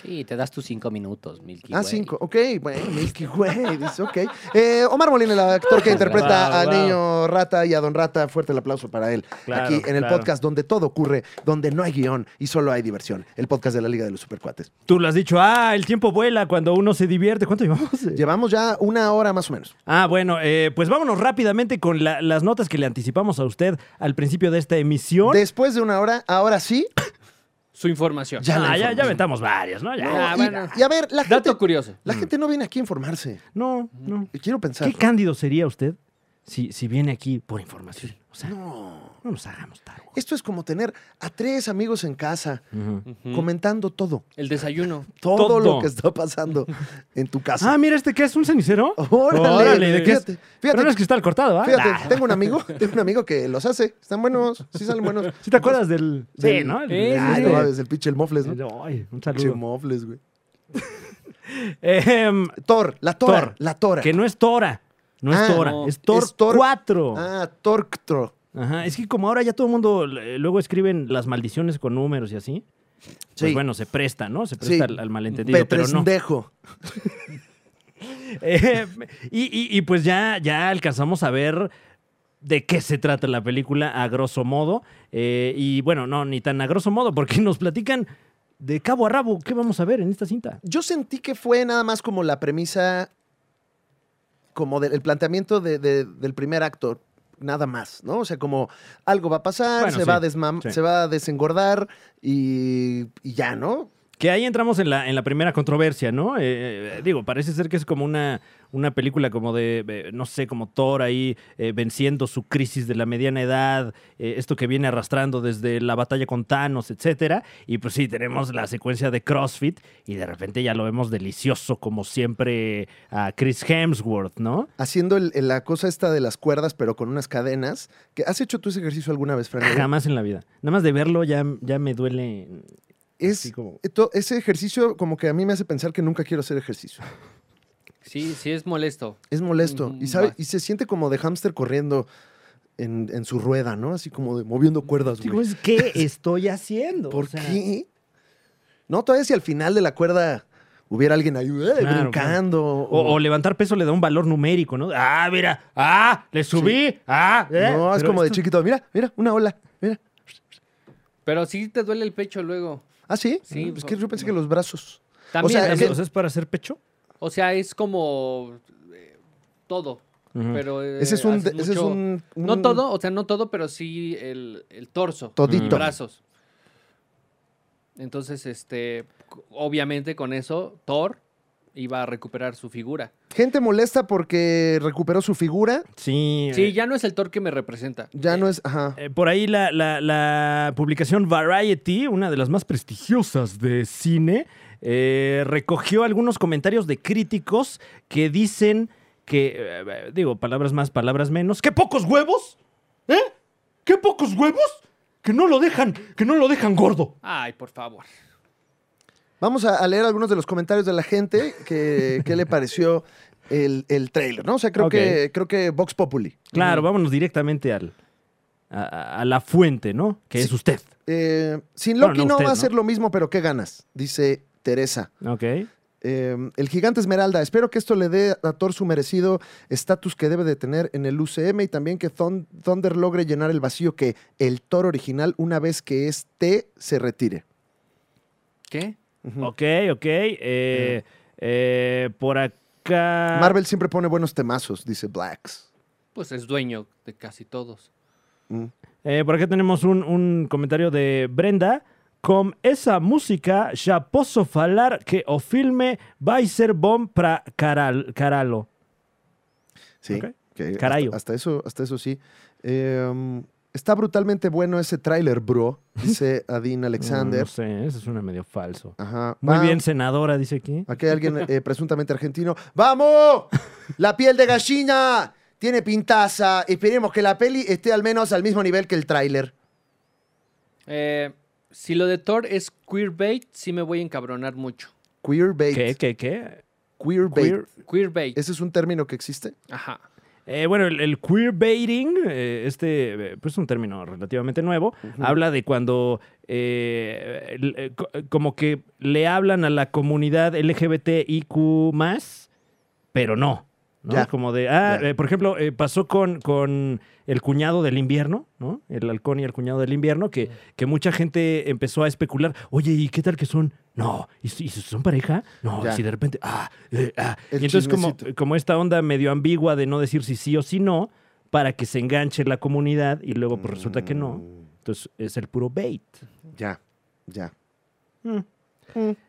E: Sí, te das tus cinco minutos, Milky
B: Ah,
E: Way.
B: cinco. Ok, bueno, Milky Way, dice, ok. Eh, Omar Molina, el actor que interpreta
C: Wow,
B: a
C: wow.
B: Niño Rata y a Don Rata, fuerte el aplauso para él.
C: Claro,
B: Aquí en el
C: claro.
B: podcast donde todo ocurre, donde no hay guión y solo hay diversión. El podcast de la Liga de los Supercuates.
C: Tú lo has dicho, ah, el tiempo vuela cuando uno se divierte. ¿Cuánto llevamos?
B: Llevamos ya una hora más o menos.
C: Ah, bueno, eh, pues vámonos rápidamente con la- las notas que le anticipamos a usted al principio de esta emisión.
B: Después de una hora, ahora sí.
D: Su información.
B: Ya la
C: ah, ya,
B: información.
C: ya aventamos varias, ¿no? Ya.
B: y,
D: bueno.
B: y a ver, la gente,
D: Dato curioso.
B: la gente no viene aquí a informarse.
C: No, no.
B: Quiero pensar.
C: ¿Qué cándido sería usted si, si viene aquí por información? O sea, no,
B: No.
C: nos hagamos tarde.
B: Esto es como tener a tres amigos en casa
D: Ujú.
B: comentando todo.
D: El desayuno.
B: todo.
C: Todo.
B: lo que está pasando en tu casa.
C: Ah, mira, ¿este qué es? ¿Un cenicero?
B: Órale,
C: ¿de qué es?
B: fíjate,
C: Pero
B: fíjate,
C: no es cristal cortado, ¿ah?
B: fíjate,
C: Ah,
B: tengo un amigo, tengo un amigo que los hace, están buenos, sí salen buenos.
C: ¿Sí te acuerdas del...? este,
B: Sí,
C: ¿no? El-
D: sí,
B: Ay,
C: el-
B: no mames, el pinche el mofles, ¿no?
C: Ay, un
B: Pinche
C: saludo.
B: mofles, güey.
C: Ejem,
B: Thor, la tora,
C: Thor.
B: la tora.
C: Em, que no es Tora. No
B: Ah,
C: es Tora,
D: no.
C: es Tor,
B: Es Thor-
C: 4.
B: Ah, Torctro.
C: Ajá, es que como ahora ya todo el mundo eh, luego escriben las maldiciones con números y así, pues
B: Sí.
C: bueno, se presta, ¿no? Se presta al, al malentendido, pero no.
B: Petresdejo.
C: Eh, y, y- y pues ya, ya alcanzamos a ver de qué se trata la película a grosso modo. Eh, y bueno, no, ni tan a grosso modo, porque nos platican de cabo a rabo qué vamos a ver en esta cinta.
B: Yo sentí que fue nada más como la premisa, como del el planteamiento de- de- del primer acto, nada más, ¿no? O sea, como algo va a pasar,
C: Bueno,
B: se,
C: sí,
B: va a desmam-
C: sí.
B: se va a desengordar y, y ya, ¿no?
C: Que ahí entramos en la, en la primera controversia, ¿no? Eh, eh, digo, parece ser que es como una, una película como de, eh, no sé, como Thor ahí eh, venciendo su crisis de la mediana edad, eh, esto que viene arrastrando desde la batalla con Thanos, etcétera. Y pues sí, tenemos la secuencia de CrossFit y de repente ya lo vemos delicioso como siempre a Chris Hemsworth, ¿no?
B: Haciendo el- el- la cosa esta de las cuerdas, pero con unas cadenas. que ¿Has hecho tú ese ejercicio alguna vez, Fran?
C: Jamás en la vida. Nada más de verlo ya, ya me duele.
B: Es,
C: así como-
B: eto- ese ejercicio como que a mí me hace pensar que nunca quiero hacer ejercicio.
D: Sí, sí es molesto.
B: Es molesto.
D: Mm,
B: y, sabe-
D: va.
B: y se siente como de hámster corriendo en, en su rueda, ¿no? Así como de moviendo cuerdas.
C: Digo,
B: güey.
C: es, ¿Qué estoy haciendo?
B: ¿Por
C: O sea,
B: qué? No, todavía si al final de la cuerda hubiera alguien ahí eh,
C: Claro,
B: brincando.
C: O, o levantar peso le da un valor numérico, ¿no? Ah, mira, ah, le subí, ah. eh.
B: no, es
C: Pero
B: como de
C: esto-
B: chiquito. Mira, mira, una ola. Mira.
D: Pero sí te duele el pecho luego.
B: ¿Ah, sí?
D: Sí,
B: es que
C: pues,
D: no,
B: yo pensé que
D: no.
B: los brazos.
D: También.
B: sea,
D: también.
C: O sea, ¿o
D: O sea,
C: sea, es para hacer pecho.
D: es como eh, todo. Pero eh,
B: Mm. Ese es un.
D: haces
B: ese es
D: mucho-
B: un,
D: No
B: un
D: todo, o sea, no todo, pero sí el, el torso.
B: Todito.
D: y Brazos. Entonces, este, c- obviamente con eso, Thor iba a recuperar su figura.
B: Gente molesta porque recuperó su figura.
C: Sí. eh,
D: Sí, ya no es el Thor que me representa.
B: Ya no es. Ajá.
C: eh, por ahí la, la- la publicación Variety, una de las más prestigiosas de cine, eh, recogió algunos comentarios de críticos que dicen que, eh, digo, palabras más, palabras menos, ¡qué pocos huevos! ¿Eh? ¡Qué pocos huevos! Que no lo dejan, que no lo dejan gordo.
D: Ay, por favor.
B: Vamos a, a leer algunos de los comentarios de la gente que, que le pareció el, el trailer, ¿no? O sea, creo, que, creo que Vox Populi.
C: Claro, vámonos directamente al, a, a la fuente, ¿no? Que es usted.
B: Eh, sin
C: Bueno,
B: Loki
C: no
B: no,
C: usted,
B: va a
C: ¿no?
B: ser lo mismo, pero qué ganas, dice Teresa.
C: Ok.
B: Eh, el gigante Esmeralda, espero que esto le dé a Thor su merecido estatus que debe de tener en el UCM y también que Thun- Thunder logre llenar el vacío que el Thor original, una vez que esté, se retire.
D: ¿Qué?
B: Ujú.
C: Ok, ok. eh, eh, por acá.
B: Marvel siempre pone buenos temazos, dice Blacks.
D: Pues es dueño de casi todos.
B: Mm.
C: Eh, por acá tenemos un, un comentario de Brenda. Con esa música ya posso falar que o filme vai ser bom pra caral, caralo.
B: Sí.
C: Ok.
B: que
C: Carayo.
B: Hasta, hasta eso, hasta eso sí. Eh, está brutalmente bueno ese tráiler, bro, dice Adin
C: No,
B: Alexander.
C: no sé, eso suena medio falso.
B: Ajá.
C: Mm. Muy
B: Va-
C: bien, senadora, dice aquí.
B: Aquí hay alguien eh, presuntamente argentino. ¡Vamos! La piel de gallina tiene pintaza. Esperemos que la peli esté al menos al mismo nivel que el tráiler.
D: Eh, si lo de Thor es queerbait, sí me voy a encabronar mucho.
B: Queerbait.
C: ¿Qué, qué, qué?
B: Queerbait.
C: Queer-
D: Queerbait.
B: ¿Ese es un término que existe?
D: Ajá.
C: Eh, bueno, el, el queerbaiting, eh, este eh, pues es un término relativamente nuevo, habla de cuando eh, el- eh, co- eh, como que le hablan a la comunidad LGBTIQ más, pero no. ¿no?
B: Ya.
C: Como de, ah,
B: Ya.
C: eh, por ejemplo, eh, pasó con, con el cuñado del invierno, ¿no? El halcón y el cuñado del invierno, que, que mucha gente empezó a especular, oye, ¿y qué tal que son? No, ¿y si, y si son pareja? No,
B: Ya.
C: si de repente, ah, eh, ah.
B: El
C: Y entonces como,
B: chismecito.
C: como esta onda medio ambigua de no decir si sí o si no, para que se enganche la comunidad y luego pues, resulta que
B: Mm.
C: no. Entonces es el puro bait.
B: Ya, ya.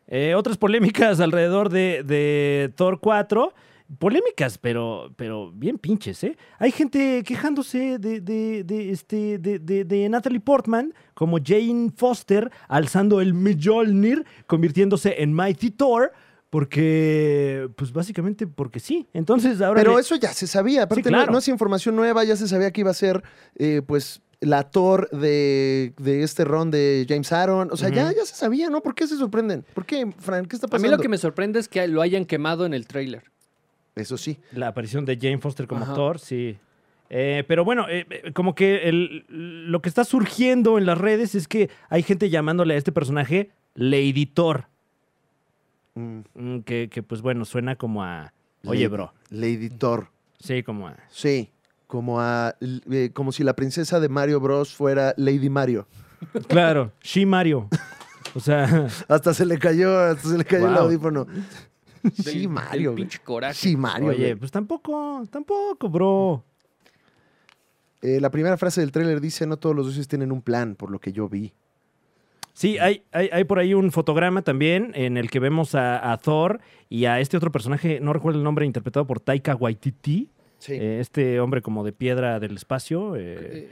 C: Eh, otras polémicas alrededor de, de Thor 4. Polémicas, pero, pero bien pinches, ¿eh? Hay gente quejándose de, de, de, este, de, de- de Natalie Portman como Jane Foster alzando el Mjolnir, convirtiéndose en Mighty Thor, porque, pues básicamente porque sí. Entonces ahora...
B: Pero
C: le-
B: eso ya se sabía. Aparte, no-
C: claro.
B: no, es información nueva. Ya se sabía que iba a ser, eh, pues, la Thor de, de este ron de James Aaron. O sea, ya,
C: Ujú.
B: ya se sabía, ¿no? ¿Por qué se sorprenden? ¿Por qué, Frank? ¿Qué está
D: A mí
B: pasando?
D: lo que me sorprende es que lo hayan quemado en el tráiler.
B: Eso sí.
C: La aparición de Jane Foster como
D: Ajá.
C: Thor, sí. Eh, pero bueno, eh, eh, como que el- lo que está surgiendo en las redes es que hay gente llamándole a este personaje Lady Thor,
B: Mm.
C: mm, que, que, pues bueno, suena como a... Oye,
B: Lady-
C: bro.
B: Lady Thor.
C: Sí, como a...
B: Sí, como a eh, como si la princesa de Mario Bros fuera Lady Mario.
C: pues, Claro, She Mario. O sea,
B: Hasta se le cayó, hasta se le cayó el
C: Wow.
B: audífono.
D: Del-
B: sí,
D: del
B: Mario. güey.
D: pinche coraje.
B: Sí, Mario.
C: oye,
B: güey.
C: pues tampoco, tampoco, bro.
B: Eh, la primera frase del tráiler dice, no todos los dioses tienen un plan, por lo que yo vi.
C: Sí, hay, hay, hay por ahí un fotograma también en el que vemos a, a Thor y a este otro personaje, no recuerdo el nombre, interpretado por Taika Waititi.
B: Sí.
C: Eh, este hombre como de piedra del espacio. eh,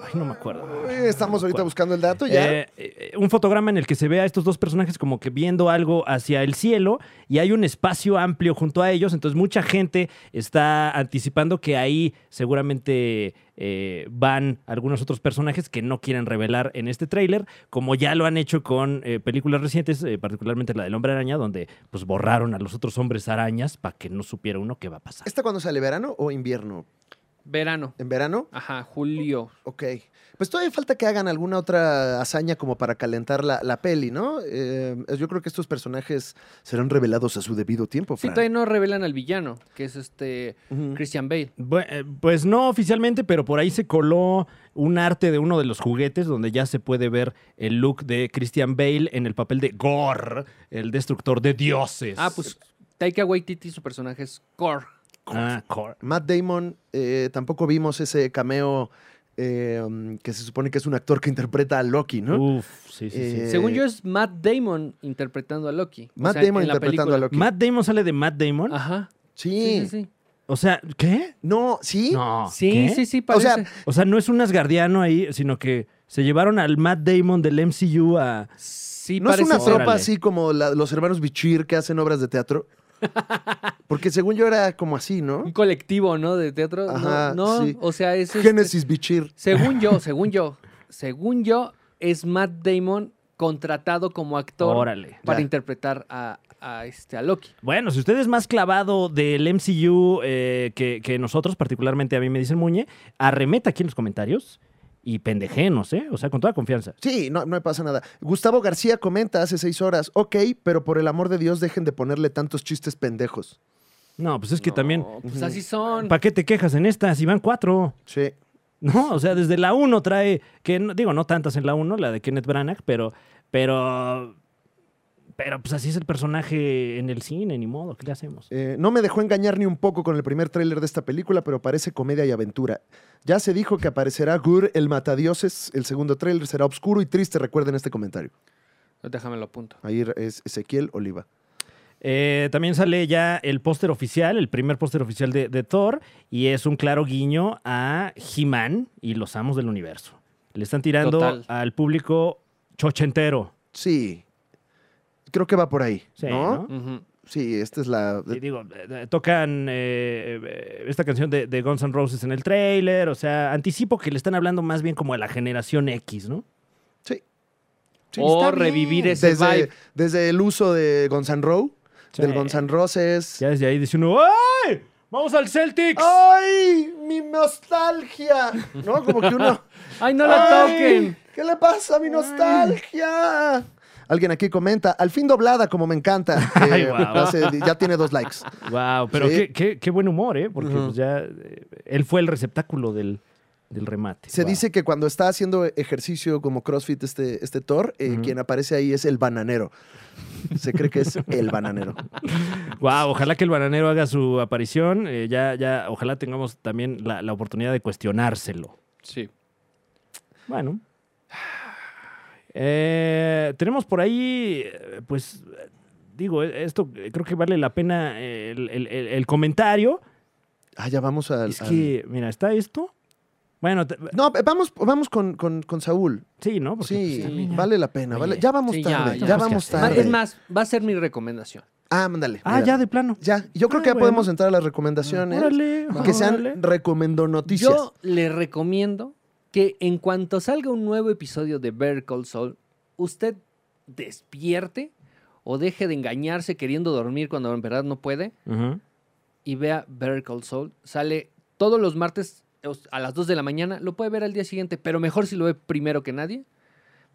C: ay, no me acuerdo.
B: Eh, Estamos ahorita
C: No me acuerdo.
B: buscando el dato ya.
C: Eh, eh, un fotograma en el que se ve a estos dos personajes como que viendo algo hacia el cielo y hay un espacio amplio junto a ellos, entonces mucha gente está anticipando que ahí seguramente eh, van algunos otros personajes que no quieren revelar en este tráiler, como ya lo han hecho con eh, películas recientes, eh, particularmente la del Hombre Araña, donde pues borraron a los otros hombres arañas para que no supiera uno qué va a pasar.
B: ¿Esta cuando sale, verano o invierno?
D: Verano.
B: ¿En verano?
D: Ajá, julio.
B: Ok. Pues todavía falta que hagan alguna otra hazaña como para calentar la, la peli, ¿no? Eh, yo creo que estos personajes serán revelados a su debido tiempo,
D: Sí,
B: Fran.
D: todavía no revelan al villano, que es este
B: Ujú.
D: Christian Bale.
C: Bu- eh, Pues no oficialmente, pero por ahí se coló un arte de uno de los juguetes donde ya se puede ver el look de Christian Bale en el papel de Gore, el destructor de dioses.
D: Ah, pues Taika Waititi, su personaje es Core.
C: Ah, Gore.
B: Matt Damon, eh, tampoco vimos ese cameo eh, um, que se supone que es un actor que interpreta a Loki, ¿no?
D: Uh,
C: Uf, sí, sí, sí.
B: Eh,
D: Según yo es Matt Damon interpretando a Loki. O
B: Matt
D: sea,
B: Damon
D: en la
B: interpretando a
D: película.
B: Loki.
C: Matt Damon sale de Matt Damon.
D: Ajá.
B: sí.
D: Sí, sí, sí.
C: O sea, ¿qué?
B: No, sí.
C: No.
D: Sí,
C: ¿qué?
D: sí, sí,
B: O sea,
D: parece.
C: O sea, no es un asgardiano ahí, sino que se llevaron al Matt Damon del MCU a.
D: sí,
B: ¿No es
D: parece.
B: una
C: Órale.
B: tropa así como la- los hermanos Bichir que hacen obras de teatro? Porque según yo era como así, ¿no?
D: Un colectivo, ¿no? De teatro. No,
B: Ajá,
D: no,
B: sí.
D: o sea, es... este-
B: Génesis Bichir.
D: Según yo, según yo, según yo, es Matt Damon contratado como actor
C: Órale.
D: para
B: Ya.
D: interpretar a, a, este, a Loki.
C: Bueno, si usted es más clavado del MCU eh, que, que nosotros, particularmente a mí me dicen Muñe, arremeta aquí en los comentarios y pendejenos, ¿eh? O sea, con toda confianza.
B: Sí, no, no me pasa nada. Gustavo García comenta hace seis horas, ok, pero por el amor de Dios dejen de ponerle tantos chistes pendejos.
C: No, pues es que también.
D: No, Pues así son.
C: ¿Para qué te quejas en esta si van cuatro?
B: Sí.
C: No, o sea, desde la 1 trae, que no- digo, no tantas en la 1, la de Kenneth Branagh, pero, pero, pero pues así es el personaje en el cine, ni modo, ¿qué le hacemos?
B: Eh, no me dejó engañar ni un poco con el primer tráiler de esta película, pero parece comedia y aventura. Ya se dijo que aparecerá Gur el Matadioses. El segundo tráiler será oscuro y triste, recuerden este comentario.
D: Déjame lo apunto.
B: Ahí es Ezequiel Oliva.
C: Eh, también sale ya el póster oficial, el primer póster oficial de, de Thor, y es un claro guiño a He-Man y los amos del universo. Le están tirando
D: Total.
C: al público chochentero.
B: Sí. Creo que va por ahí,
C: Sí,
B: ¿no?
C: ¿no?
D: Ujú.
B: Sí, esta es la...
C: Sí, digo, eh, eh, tocan eh, eh, esta canción de, de Guns N' Roses en el trailer, o sea, anticipo que le están hablando más bien como a la generación X, ¿no?
B: Sí,
D: o
B: está bien.
D: revivir ese
B: Desde,
D: vibe.
B: desde el uso de Gonzan Rowe,
C: Sí.
B: del Gonzan Roses.
C: Ya desde ahí dice uno, ¡ay! ¡Vamos al Celtics!
B: ¡Ah! ¡Ay! ¡Mi nostalgia! ¿No? Como que uno...
D: ¡Ay, no la
B: ¡Ay!
D: toquen!
B: ¿Qué le pasa a mi nostalgia? Alguien aquí comenta, al fin doblada como me encanta.
C: Ay,
B: Eh,
C: guau.
B: hace- ya tiene dos likes.
C: Wow, pero
B: Sí.
C: qué, qué- qué buen humor, ¿eh? Porque pues, ya eh, él fue el receptáculo del, del remate.
B: Se
C: Guau.
B: dice que cuando está haciendo ejercicio como CrossFit este, este Thor, eh, quien aparece ahí es el bananero. Se cree que es el bananero.
C: Guau, ojalá que el bananero haga su aparición. eh, ya, ya, ojalá tengamos también la, la oportunidad de cuestionárselo.
D: Sí.
C: Bueno. Eh, tenemos por ahí, eh, pues, eh, digo, eh, esto eh, creo que vale la pena eh, el, el- el- el comentario.
B: Ah, ya vamos al...
C: es que, mira, está esto. Bueno, te-
B: al- No, eh, vamos, vamos con, con- con Saúl.
C: sí, ¿no? Porque,
B: sí,
C: pues, también ya-
B: vale la pena. vale- Ya vamos
D: Sí, ya,
B: tarde. Ya,
D: ya.
B: vamos
C: Ma-
B: tarde.
D: Es más, va a ser mi recomendación.
B: Ah, ándale.
C: Ah,
B: mira.
C: ya, de plano.
B: Ya. Yo creo
C: Ah,
B: que ya
C: bueno.
B: podemos entrar a las recomendaciones.
C: Órale,
B: Que
C: órale.
B: sean recomendó noticias.
D: Yo le recomiendo que en cuanto salga un nuevo episodio de Better Call Saul, usted despierte o deje de engañarse queriendo dormir cuando en verdad no puede
C: Ujú.
D: y vea Better Call Saul. Sale todos los martes os- a las 2 de la mañana. Lo puede ver al día siguiente, pero mejor si lo ve primero que nadie.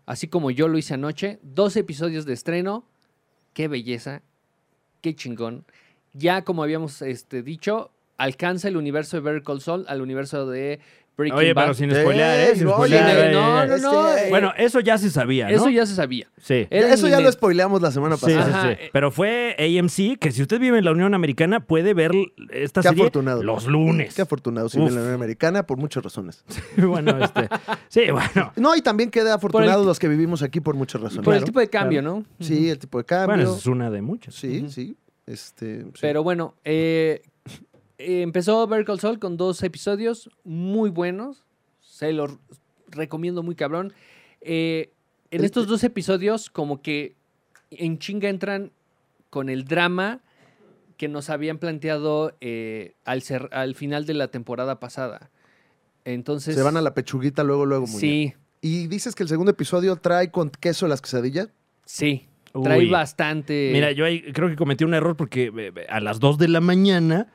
D: Así como yo lo hice anoche. Dos episodios de estreno. Qué belleza. Qué chingón. Ya como habíamos este, dicho, alcanza el universo de Better Call Saul al universo de Breaking
C: Oye,
D: Bad.
C: pero sin
B: Sí,
C: spoilear, ¿eh? Sin
B: oye,
C: spoilear,
D: eh,
C: eh,
D: no, no,
C: eh.
D: no,
B: Este,
D: eh,
C: Bueno, eso ya se sabía, ¿no?
D: Eso ya se sabía.
C: Sí.
D: Era
B: Eso ya lo
D: inminente.
B: spoileamos la semana
C: Sí, sí,
B: pasada.
C: sí.
D: Ajá, eh.
C: Pero fue AMC, que si usted vive en la Unión Americana, puede ver esta
B: Qué
C: serie
B: afortunado.
C: los lunes.
B: Qué afortunado si vive
C: Uf.
B: en la Unión Americana por muchas razones.
C: bueno, este, sí, bueno.
B: No, y también queda afortunados
D: Por el-
B: los que vivimos aquí por muchas razones.
D: Por el tipo de cambio, ¿no?
B: Sí, el tipo de
C: Bueno,
B: cambio.
C: esa es una de muchas.
B: Sí, sí. Este, sí.
D: Pero bueno, eh, eh, empezó Better Call Saul con dos episodios muy buenos. Se los recomiendo muy cabrón. Eh, en
B: El-
D: estos dos episodios, como que en chinga entran con el drama que nos habían planteado eh, al, cer- al final de la temporada pasada. Entonces.
B: se van a la pechuguita luego, luego. Muñe.
D: Sí,
B: Y dices que el segundo episodio trae con queso las quesadillas.
D: sí.
C: Uy.
D: Trae bastante.
C: Mira, yo ahí creo que cometí un error porque eh, eh, a las 2 de la mañana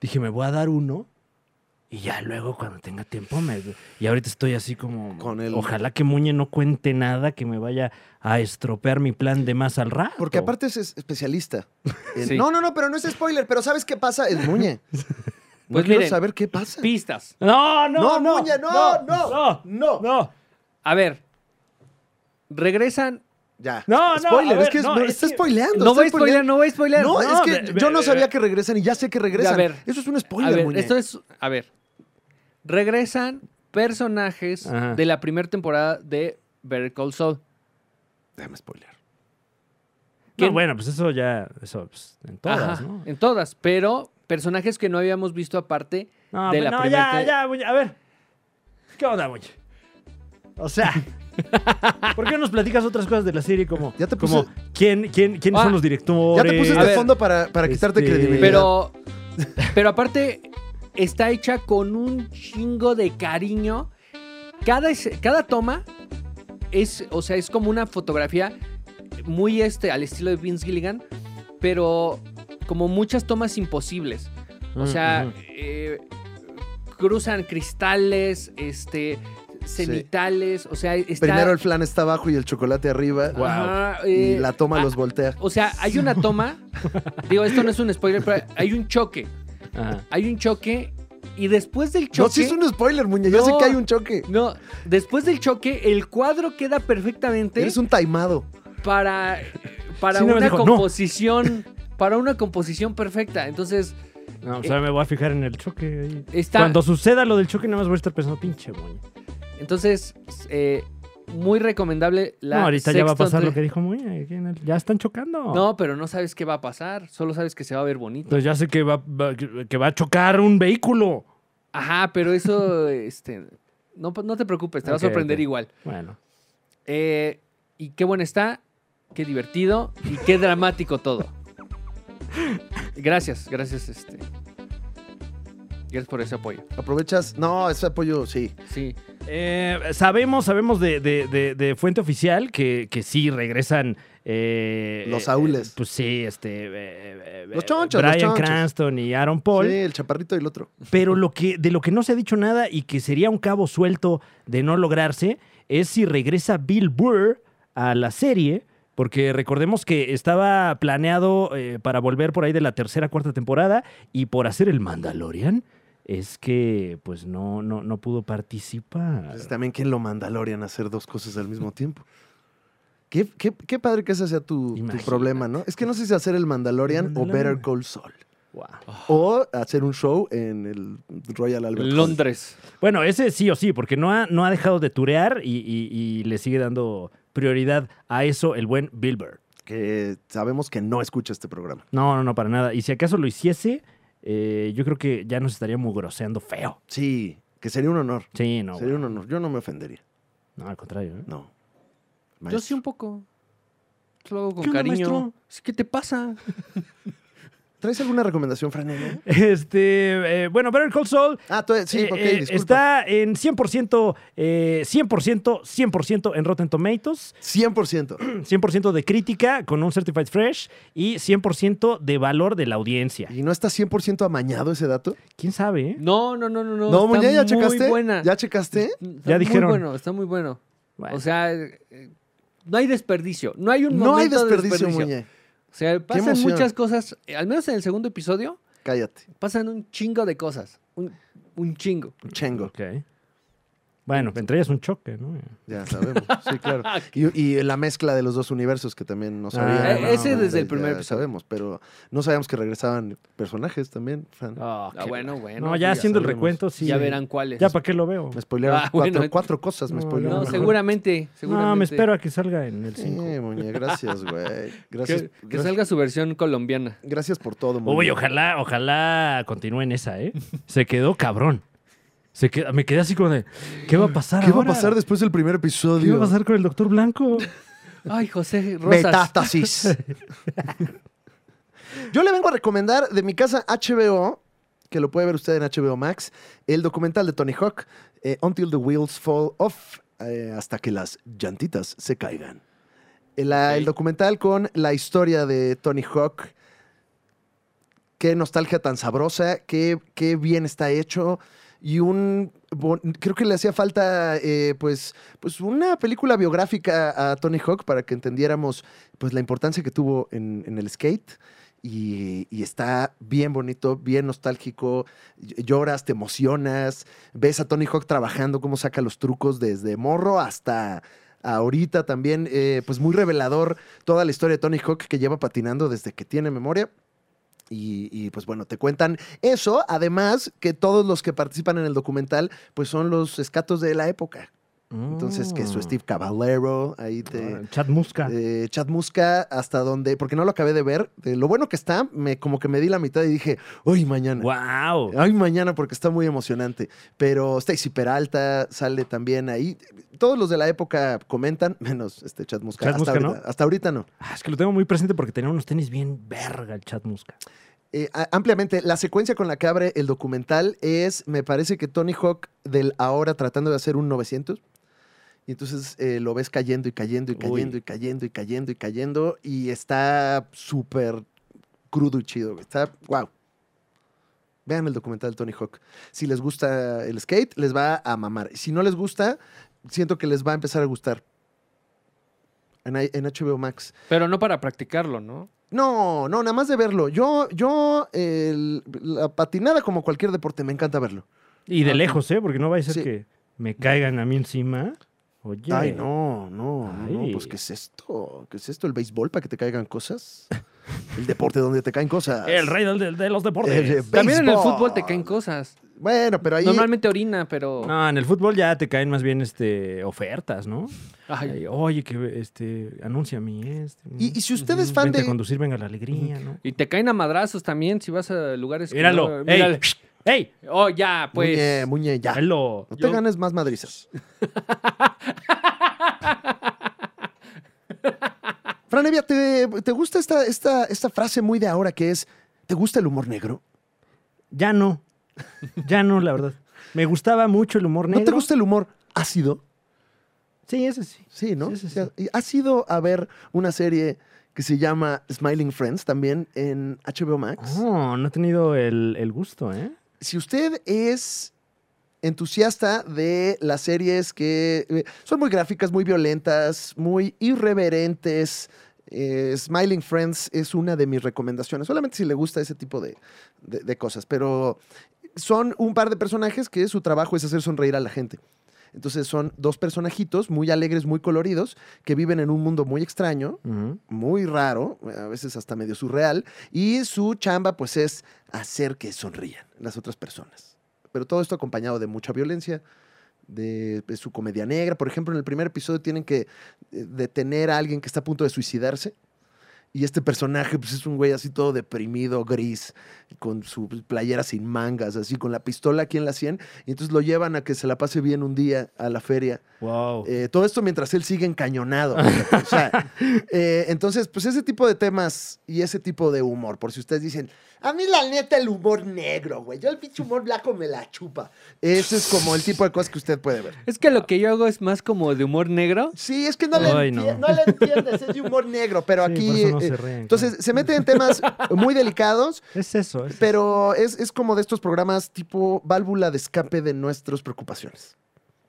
C: dije, me voy a dar uno. Y ya luego, cuando tenga tiempo, me... Y ahorita estoy así como...
B: Con el-
C: Ojalá que Muñe no cuente nada que me vaya a estropear mi plan de más al rato.
B: Porque aparte es es especialista. en-
D: Sí.
B: No, no, no, pero no es spoiler. Pero ¿sabes qué pasa? Es Muñe. No
D: Pues
B: quiero
D: miren.
B: saber qué pasa.
D: Pistas.
C: No, no, no.
B: No, Muñe, no,
C: No,
B: no, no.
C: no.
D: A ver. Regresan
B: Ya.
C: No, no,
B: Spoiler,
C: a
B: es
C: ver,
B: que es-
C: no,
B: me
C: es
B: está
C: que-
B: spoileando.
D: No
B: está
D: voy a spoilear, no voy a spoilear.
B: No,
C: No,
B: es que
C: ve-
B: yo
C: ve-
B: no sabía que regresan y ya sé que regresan.
D: ver.
B: Eso es un
D: a
B: spoiler,
D: ver,
B: Muñe.
D: esto es. A ver. Regresan personajes
C: Ajá.
D: de la primera temporada de Better Call Saul.
K: Déjame spoiler.
C: No,
D: ¿Quién?
C: bueno, pues eso ya, eso pues, en todas,
D: Ajá,
C: ¿no?
D: En todas, pero personajes que no habíamos visto aparte
C: No,
D: de
C: pero
D: la
C: no,
D: primera
C: ya,
D: te-
C: ya, Muñe, a ver. ¿Qué onda, Muñe? O sea, ¿por qué no nos platicas otras cosas de la serie como,
B: Ya te puse-
C: como quién, quién, quiénes
D: Ah,
C: son los
B: Ya
C: directores?
B: te puse
D: A
B: este
D: ver,
B: fondo para, para quitarte
C: este,
B: credibilidad.
D: Pero, pero aparte, está hecha con un chingo de cariño. Cada, es- cada toma es, o sea, es como una fotografía muy este, al estilo de Vince Gilligan, pero como muchas tomas imposibles. O
B: Mm,
D: sea, eh, cruzan cristales, este, cenitales, o sea, está...
B: Primero el flan está abajo y el chocolate arriba.
D: Ajá,
B: Y
D: eh,
B: la toma
D: ah,
B: los voltea.
D: O sea, hay una toma, digo, esto no es un spoiler, pero hay un choque.
C: Ajá.
D: hay un choque y después del
B: No,
D: choque...
B: sí es un spoiler, muñe. Yo sé
D: No.
B: que hay un choque.
D: No, después del choque, el cuadro queda perfectamente
B: Eres un taimado.
D: para, para
C: Sí, no,
D: una
C: dijo, no.
D: composición. Para una composición perfecta. Entonces,
C: No, pues ahora me voy a fijar en el choque. ahí.
D: Eh, Está-
C: Cuando suceda lo del choque, nada más voy a estar pensando, pinche Muñe.
D: entonces eh, muy recomendable la.
C: No, ahorita ya va a
D: sexta
C: pasar lo
D: entre-
C: que dijo Muñe. aquí en el- Ya están chocando.
D: No, pero no sabes qué va a pasar. Solo sabes que se va a ver bonito.
C: Pues ya sé que va, va- que que va a chocar un vehículo.
D: Ajá, pero eso, este. No, no te preocupes, te va a
C: Ok,
D: sorprender
C: ok.
D: igual.
C: Bueno.
D: Eh, y qué bueno está, qué divertido y qué dramático todo. Gracias, gracias, este. Gracias por ese apoyo.
B: Aprovechas. No, ese apoyo sí.
D: Sí.
C: Eh, sabemos, sabemos de, de- de- de fuente oficial que, que sí regresan. eh,
B: Los
C: eh,
B: saúles.
C: eh, pues sí, este. eh, eh,
B: Los
C: eh,
B: chonchos, los
C: Bryan
B: chonchos.
C: Cranston y Aaron Paul.
B: Sí, el chaparrito y el otro.
C: Pero lo que, de lo que no se ha dicho nada y que sería un cabo suelto de no lograrse es si regresa Bill Burr a la serie. Porque recordemos que estaba planeado eh, para volver por ahí de la tercera, cuarta temporada y por hacer el Mandalorian es que pues no, no, no pudo participar.
B: Entonces, Pues también, ¿quién lo manda a Lorian a hacer dos cosas al mismo tiempo? Qué, qué- qué padre que ese sea tu, tu
C: Imagínate.
B: problema, ¿no? Es que no sé si hacer el Mandalorian,
C: El
B: o
C: Mandalorian.
B: Better Call Saul.
C: Guau.
B: O hacer un show en el Royal Albert Hall.
D: Londres.
C: Bueno, ese sí o sí, porque no ha, no ha dejado de turear y, y- y le sigue dando prioridad a eso el buen Bill Burr.
B: Que sabemos que no escucha este programa.
C: No, no, no, para nada. Y si acaso lo hiciese, eh, yo creo que ya nos estaría mugroseando feo.
B: Sí, que sería un honor.
C: Sí, no.
B: sería un
C: güey.
B: honor. Yo no me ofendería.
C: No, al contrario. ¿eh?
B: No.
D: Yo
B: Maestro.
D: sí un poco. Lo hago con
C: ¿Qué onda,
D: cariño.
C: maestro?
D: Sí, ¿Qué te pasa?
B: ¿Traes alguna recomendación, Fran? eh?
C: Este, eh, bueno, Better Call Saul
B: Ah, tú, sí,
C: eh,
B: ok,
C: eh,
B: disculpa.
C: está en 100%, eh, 100%, 100% en Rotten Tomatoes,
B: 100%.
C: 100% de crítica con un Certified Fresh y 100% de valor de la audiencia.
B: ¿Y no está 100% amañado ese dato?
C: ¿Quién sabe? eh?
D: No, no, no, no, no.
B: No,
D: está
B: Muñe, ¿ya
D: muy
B: checaste?
D: buena.
B: ¿Ya checaste?
D: Está
C: Ya
D: muy
C: dijeron.
D: bueno, está muy bueno.
C: Bueno.
D: O sea, eh, eh, no hay desperdicio. No hay un
B: No hay
D: momento de
B: desperdicio, Muñe.
D: O sea, pasan
B: emoción.
D: muchas cosas. eh, Al menos en el segundo episodio,
B: Cállate.
D: pasan un chingo de cosas. Un, un chingo.
B: Chengo.
C: Ok. Bueno, entre ellas un choque, ¿no?
B: Ya sabemos. Sí, claro. Y, y la mezcla de los dos universos que también no sabía.
C: Ah,
B: no,
C: ese
B: no,
D: e-, desde
B: ya
D: el primer episodio.
B: Sabemos, pero no sabíamos que regresaban personajes también. Fran.
D: Ah, bueno, bueno.
C: No, ya
D: ya
C: haciendo el
B: sabremos.
C: recuento, sí.
D: Ya verán cuáles.
C: Ya para qué lo veo.
B: Me spoilearon
D: Ah,
B: cuatro,
D: bueno.
B: cuatro cosas. Me
C: No,
B: spoilearon.
D: No,
C: Mejor.
D: seguramente, seguramente.
C: No, me espero a que salga en el 5.
B: Sí, Muñe, gracias, güey. Gracias.
D: Que, que
B: gracias-
D: salga su versión colombiana.
B: Gracias por todo, Muñe.
C: Uy, ojalá, ojalá continúe en esa, ¿eh? Se quedó cabrón. Se qued- me quedé así como de, ¿qué va a pasar
B: ¿Qué va a
C: ahora?
B: pasar después del primer episodio?
C: ¿Qué va a pasar con el doctor Blanco?
D: Ay, José Rosas.
B: Metástasis. Yo le vengo a recomendar de mi casa HBO, que lo puede ver usted en HBO Max, el documental de Tony Hawk, eh, Until the Wheels Fall Off, eh, hasta que las llantitas se caigan. El, la- el documental con la historia de Tony Hawk. Qué nostalgia tan sabrosa, qué, qué bien está hecho. Y un. bon- Creo que le hacía falta, eh, pues, pues, una película biográfica a Tony Hawk para que entendiéramos pues la importancia que tuvo en, en el skate y, y está bien bonito, bien nostálgico, Ll- lloras, te emocionas, ves a Tony Hawk trabajando, cómo saca los trucos desde morro hasta ahorita también, eh, pues muy revelador toda la historia de Tony Hawk que lleva patinando desde que tiene memoria. Y, y, pues bueno, te cuentan eso, además que todos los que participan en el documental pues son los escatos de la época. Entonces, que
C: Mm.
B: su Steve Caballero, ahí te...
C: Chad Muska.
B: eh, Chad Muska, hasta donde, porque no lo acabé de ver, de lo bueno que está, me, como que me di la mitad y dije, hoy mañana.
C: ¡Wow!
B: Ay, mañana porque está muy emocionante. Pero Stacy Peralta sale también ahí. Todos los de la época comentan, menos este Chad Muska.
C: Chad
B: hasta,
C: Muska,
B: ahorita, hasta ahorita no.
C: Ah, es que lo tengo muy presente porque tenía unos tenis bien verga el Chad Muska.
B: Eh, a- ampliamente, la secuencia con la que abre el documental es, me parece que Tony Hawk del ahora tratando de hacer un 900. Y entonces eh, lo ves cayendo y cayendo y cayendo y cayendo y cayendo y cayendo. Y está súper crudo y chido. güey. Está, wow. Vean el documental de Tony Hawk. Si les gusta el skate, les va a mamar. Si no les gusta, siento que les va a empezar a gustar. En, I- en HBO Max.
D: Pero no para practicarlo, ¿no?
B: No, no, nada más de verlo. Yo, yo, el- la patinada como cualquier deporte, me encanta verlo.
C: Y de
B: Ah,
C: lejos, ¿eh? Porque no vaya a ser
B: Sí.
C: que me caigan a mí encima. Oye.
B: Ay, no, no, no, no,
C: Ay.
B: pues ¿qué es esto? ¿Qué es esto? ¿El béisbol para que te caigan cosas? El deporte donde te caen cosas.
C: El rey del- del- de los deportes.
B: El, eh,
D: También en el
B: béisbol.
D: fútbol te caen cosas.
B: Bueno, pero ahí...
D: Normalmente orina, pero.
C: No, en el fútbol ya te caen más bien este, ofertas, ¿no?
D: Ay,
C: Ay, oye, que este, anuncia mi este.
B: Y, y si usted es
C: Ujú.
B: fan
C: Vente
B: de...
C: a conducir, venga la alegría, ¿no?
D: Y te caen a madrazos también si vas a lugares. que
C: Míralo.
D: no-
C: ¡Ey!
D: Mírale.
C: ¡Ey!
D: Oh, ya, pues.
B: Muñe, Muñe, ya.
C: Míralo.
B: No te
D: yo-
B: ganes más madrizas. Fran Evia, ¿te, te gusta esta, esta, esta frase muy de ahora que es, ¿te gusta el humor negro?
C: Ya no. Ya no, la verdad. Me gustaba mucho el humor negro.
B: ¿No te gusta el humor ácido?
C: Sí, ese sí.
B: Sí, ¿no?
C: Sí, sí,
B: O sea,
C: sí.
B: y ¿Has ido a ver una serie que se llama Smiling Friends también en HBO Max?
C: Oh, No, no he tenido el, el gusto, ¿eh?
B: Si usted es entusiasta de las series que eh, son muy gráficas, muy violentas, muy irreverentes, eh, Smiling Friends es una de mis recomendaciones, solamente si le gusta ese tipo de, de- de cosas, pero son un par de personajes que su trabajo es hacer sonreír a la gente. Entonces son dos personajitos muy alegres, muy coloridos, que viven en un mundo muy extraño,
C: Ujú.
B: muy raro, a veces hasta medio surreal, y su chamba pues es hacer que sonrían las otras personas. Pero todo esto acompañado de mucha violencia, de, de su comedia negra. Por ejemplo, en el primer episodio tienen que eh, detener a alguien que está a punto de suicidarse. Y este personaje pues, es un güey así todo deprimido, gris, con su playera sin mangas, así, con la pistola aquí en la sien. Y entonces lo llevan a que se la pase bien un día a la feria.
C: Wow.
B: Eh, todo esto mientras él sigue encañonado. o sea, eh, entonces, pues ese tipo de temas y ese tipo de humor, por si ustedes dicen, a mí la neta el humor negro, güey, yo el pinche humor blanco me la chupa. Ese es como el tipo de cosas que usted puede ver.
D: Es que lo que yo hago es más como de humor negro.
B: Sí, es que no, le,
C: Ay,
B: enti-
C: no.
B: no le entiendes, es de humor negro, pero
C: Sí,
B: aquí...
C: por eso no
B: eh,
C: se ríen,
B: entonces, se mete en temas muy delicados,
C: claro. Es eso, es
B: pero es, es como de estos programas tipo válvula de escape de nuestras preocupaciones.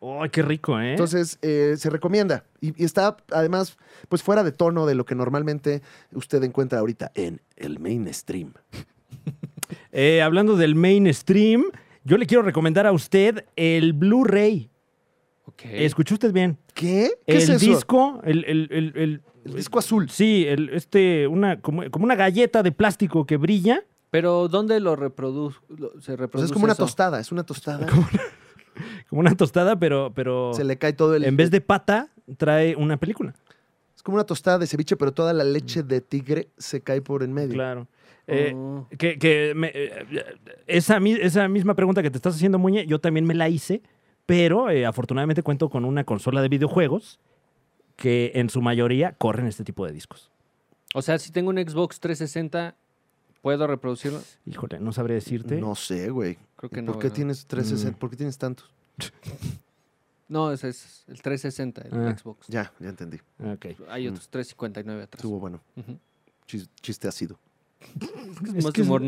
C: ¡Ay, qué rico, eh!
B: Entonces, eh, se recomienda. Y, y está, además, pues fuera de tono de lo que normalmente usted encuentra ahorita en el mainstream.
C: Eh, hablando del mainstream, yo le quiero recomendar a usted el Blu-ray.
D: Ok.
C: ¿Escuchó usted bien?
B: ¿Qué? ¿Qué
C: el
B: es eso?
C: disco, el, el- el- el-
B: El disco azul.
C: Sí, el, este, una, como, como una galleta de plástico que brilla.
D: Pero ¿dónde lo reproduce? lo- se
B: Pues
D: reproduce
B: es como una
D: eso?
B: tostada, es una tostada.
C: Como una tostada, pero, pero
B: Se le cae todo el...
C: en vez de pata, trae una película.
B: Es como una tostada de ceviche, pero toda la leche de tigre se cae por en medio.
C: Mm. Claro. Eh,
D: Oh.
C: que que me- eh, esa, mi- esa misma pregunta que te estás haciendo, Muñe, yo también me la hice, pero eh, afortunadamente cuento con una consola de videojuegos que en su mayoría corren este tipo de discos.
D: O sea, si tengo un Xbox 360, ¿puedo reproducirlo?
C: Híjole, no sabré decirte.
B: No sé, güey.
D: Creo que
B: ¿Por
D: no.
B: qué
D: ¿verdad?
B: tienes 360?
C: Mm.
B: ¿Por qué tienes tantos?
D: No, ese es el 360, el
C: Ah.
D: Xbox.
B: Ya, Mm. ya entendí.
C: Ok.
D: Hay otros 359 atrás.
B: Estuvo bueno.
D: Ujú.
B: Chis- Chiste ácido.
D: Es más de humor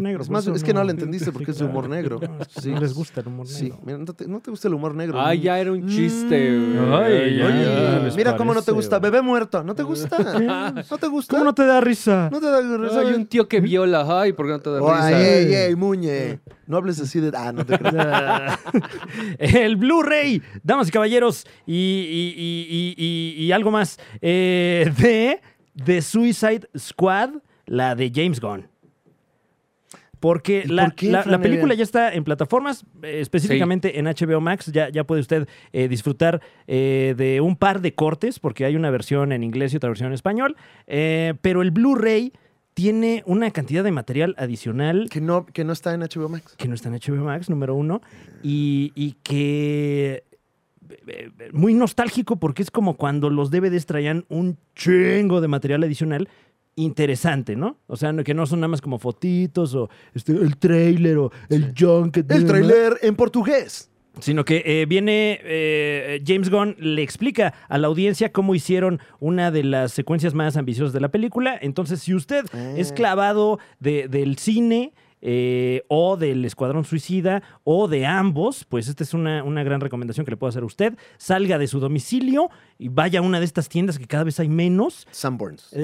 D: negro.
B: Es más, es que no lo entendiste porque es de humor negro. Sí.
C: Sí. pues No les gusta el humor negro.
B: Sí, mira, ¿no te, no te gusta el humor negro?
D: Ah, ya era un chiste.
B: Mm.
D: güey.
C: Ay, ya,
B: Oye,
C: ya, les
B: mira cómo no te
C: parece,
B: gusta,
C: güey.
B: bebé muerto, no te gusta. No te gusta.
C: ¿Cómo no te da risa?
B: No te da risa?
D: Hay un tío que viola. Ay, ¿por qué no te da
B: Oh, ay,
D: risa?
B: ey, ey, Muñe. No hables así de. Ah, no te creas.
C: el Blu-ray, damas y caballeros, y, y- y- y- y- y algo más eh, de The Suicide Squad, la de James Gunn. Porque
B: ¿Y
C: la,
B: por qué,
C: la- la
B: Fran Evia?
C: película ya está en plataformas, eh, específicamente en HBO Max. Ya, ya puede usted eh, disfrutar eh, de un par de cortes, porque hay una versión en inglés y otra versión en español. Eh, pero el Blu-ray tiene una cantidad de material adicional
B: Que no, que no está en HBO Max.
C: que no está en HBO Max, número uno, y, y que eh, eh, muy nostálgico porque es como cuando los DVDs traían un chingo de material adicional interesante, ¿no? O sea, no- que no son nada más como fotitos o este, el trailer o el junk.
B: El tráiler en portugués.
C: Sino que eh, viene eh, James Gunn, le explica a la audiencia cómo hicieron una de las secuencias más ambiciosas de la película. Entonces, si usted
B: Ah.
C: es clavado de- del cine eh, o del Escuadrón Suicida o de ambos, pues esta es una, una gran recomendación que le puedo hacer a usted. Salga de su domicilio y vaya a una de estas tiendas que cada vez hay menos.
B: Sanborns.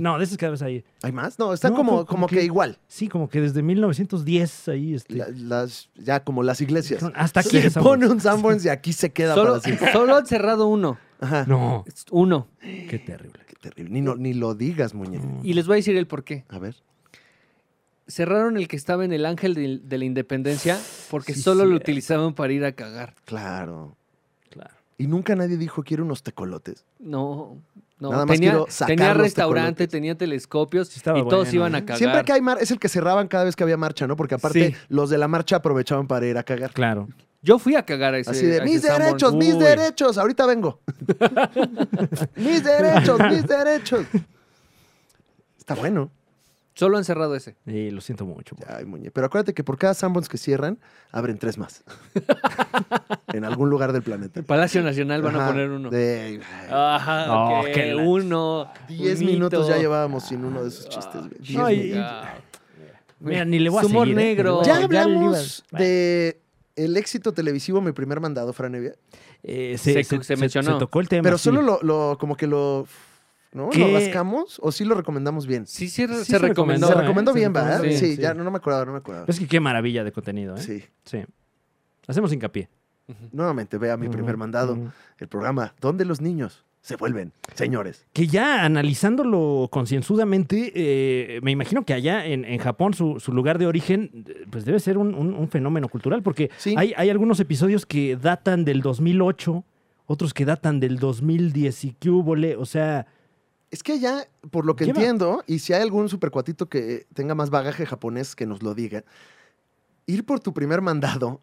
C: no, de esas cada vez hay.
B: ¿Hay más? No, está
C: Eh, No,
B: como,
C: como-
B: como,
C: como
B: que,
C: que-
B: igual.
C: Sí, como que desde 1910 ahí. Este,
B: La- las, ya como las iglesias.
C: Dijeron, "Hasta aquí
B: Se
C: es Sanborns".
B: pone un Sanborns y aquí se queda
D: Solo,
B: para siempre.
D: solo han cerrado uno.
B: Ajá.
C: No,
D: Es Uno.
C: qué terrible.
B: Qué terrible. Ni, no- ni lo digas, muñeca.
D: Y les voy a decir el por qué.
B: A ver.
D: Cerraron el que estaba en el Ángel de, de la Independencia porque
C: Sí,
D: solo lo
C: cierto.
D: utilizaban para ir a cagar.
B: Claro.
C: Claro.
B: Y nunca nadie dijo, quiero unos tecolotes.
D: No, no.
B: Nada más
D: tenía,
B: quiero sacar
D: tenía
B: los
D: restaurante,
B: tecolotes.
D: tenía telescopios
C: Sí, estaba
D: y todos
C: bueno,
D: iban
C: ¿eh?
D: a cagar.
B: Siempre que hay mar, es el que cerraban cada vez que había marcha, ¿no? Porque aparte,
D: Sí.
B: los de la marcha aprovechaban para ir a cagar.
C: Claro.
D: Yo fui a cagar a ese
B: Así de,
D: a ese
B: mis
D: Sanborns".
B: derechos, mis
C: Uy.
B: derechos, ahorita vengo. mis derechos, mis derechos. Está bueno.
D: Solo han cerrado ese.
C: Eh, lo siento mucho.
B: Ay, muñe. Pero acuérdate que por cada Sanborns que cierran, abren tres más. en algún lugar del planeta.
D: El Palacio Nacional van a
B: Ajá.
D: poner uno.
B: De-
D: Ajá,
C: Oh,
D: ok,
C: qué la-
D: uno. Ah,
B: Diez
D: unito.
B: minutos ya llevábamos sin uno de esos chistes. güey. Diez
C: No, y-
B: minutos.
D: Ah,
C: Mira, ni le voy a
D: Humor
C: seguir, ¿eh?
D: negro.
B: ya
D: le
B: hablamos
D: ibas.
B: de el éxito televisivo Mi Primer Mandado, Franevia.
C: Eh, se,
D: Se-
C: se-
D: se
C: se-
D: mencionó.
C: se tocó el tema.
B: Pero
C: sí.
B: solo lo, lo- como que lo... ¿No?
C: ¿Qué?
B: ¿Lo rascamos? ¿O sí lo recomendamos bien?
D: Sí, sí,
C: Sí,
D: se,
C: se
D: recomendó.
C: recomendó,
B: Se
C: ¿eh?
B: recomendó
C: Se
B: bien, ¿verdad?
D: recomendó
B: Sí,
D: bien,
C: sí.
B: ya no, no me acordaba, no me acordaba.
C: Es que qué maravilla de contenido, Pues ¿eh? Sí.
B: Sí.
C: Hacemos hincapié.
B: Nuevamente, vea Mi Primer
C: Ujú,
B: Mandado,
C: ujú.
B: el programa donde los niños se vuelven señores.
C: Que ya analizándolo concienzudamente, eh, me imagino que allá en, en Japón su, su lugar de origen eh, pues debe ser un, un- un fenómeno cultural, porque
B: Sí.
C: hay, hay algunos episodios que datan del 2008, otros que datan del 2010 y qué húbole, o sea,
B: Es que ya, por lo que
C: Lleva-
B: entiendo, y si hay algún supercuatito que tenga más bagaje japonés que nos lo diga, ir por tu primer mandado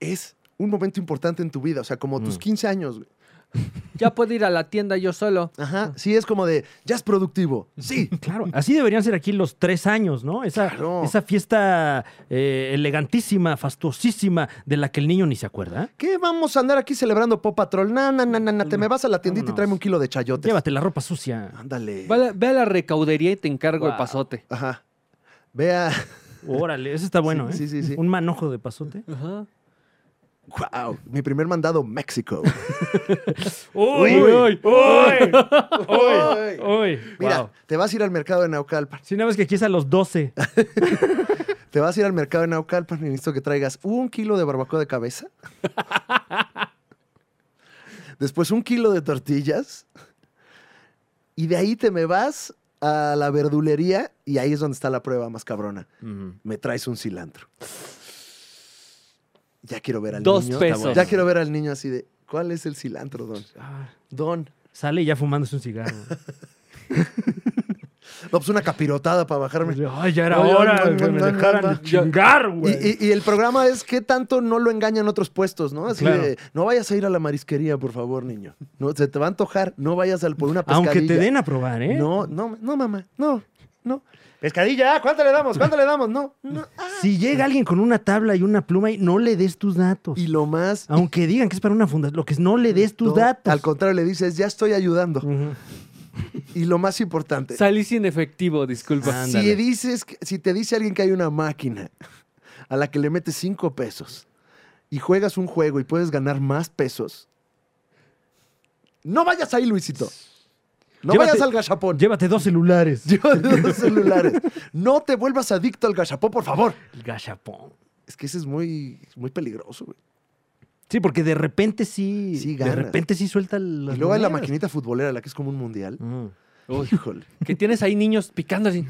B: es un momento importante en tu vida, o sea, como tus
C: Mm.
B: 15 años. güey.
D: Ya puedo ir a la tienda yo solo.
C: Mm.
B: Ajá, sí es como de, ya es productivo, sí.
C: claro, así deberían ser aquí los tres años, ¿no? Esa,
B: Claro.
C: esa fiesta eh, elegantísima, fastuosísima, de la que el niño ni se acuerda.
B: ¿Qué vamos a andar aquí celebrando Pop Patrol? Na, na, na, na, na, te me vas a la tiendita y
C: Vámonos.
B: tráeme un kilo de chayotes.
C: Llévate la ropa sucia.
B: Ándale.
D: Va a la- Ve a la recaudería y te encargo el
C: Wow.
D: pasote.
B: Ajá. Vea,
C: Órale, eso está bueno,
B: Sí,
C: ¿eh?
B: sí, sí, sí.
C: Un manojo de pasote.
D: Ajá.
B: wow, mi primer mandado, México.
C: ¡Uy! ¡Uy! ¡Uy! ¡Uy! ¡Uy!
B: Mira,
C: Wow.
B: te vas a ir al mercado de Naucalpan.
C: Sí, nada más que aquí es a los 12.
B: Te vas a ir al mercado de Naucalpan y necesito que traigas un kilo de barbacoa de cabeza. Después un kilo de tortillas. Y de ahí te me vas a la verdulería y ahí es donde está la prueba más cabrona. Me traes un cilantro. Ya quiero ver al
D: Dos
B: niño.
D: pesos.
B: Ya quiero ver al niño así de, ¿cuál es el cilantro, don?
C: Ah,
B: Don.
C: sale ya fumándose un cigarro.
B: No, pues una capirotada para bajarme.
C: Ay, ya era
B: Ay,
C: hora
B: ay,
C: de que
B: ay,
C: me
B: ay,
C: dejaran
B: ay,
C: de chingar, güey.
B: Y, y- y el programa es qué tanto no lo engañan otros puestos, ¿no? Así
C: Claro.
B: de, no vayas a ir a la marisquería, por favor, niño. No, se te va a antojar, no vayas al por una pescadilla.
C: Aunque te den a probar, ¿eh?
B: No, no, no, mamá, no, no. Pescadilla, ¿ah? ¿cuánto le damos? ¿Cuánto le damos? No, no.
C: Si llega alguien con una tabla y una pluma y no le des tus datos.
B: Y lo más...
C: Aunque digan que es para una fundación, lo que es no le des tus
B: no,
C: datos. Mm.
B: Al contrario, le dices, ya estoy ayudando.
C: Ujú.
B: Y lo más importante,
D: Salí sin efectivo, disculpa.
B: Pues, si, dices, que- si te dice alguien que hay una máquina a la que le metes cinco pesos y juegas un juego y puedes ganar más pesos, no vayas ahí, Luisito. No
C: Llévate-
B: vayas al gachapón.
C: Llévate dos celulares.
B: Llévate dos celulares. No te vuelvas adicto al gachapón, por favor.
C: El gachapón.
B: Es que ese es muy, muy peligroso, güey.
C: Sí, porque de repente sí.
B: Sí,
C: de
B: ganas.
C: repente sí suelta las
B: Y luego hay la
C: monedas.
B: maquinita futbolera, la que es como un mundial.
C: Mm.
B: Híjole.
D: Que tienes ahí niños picando así.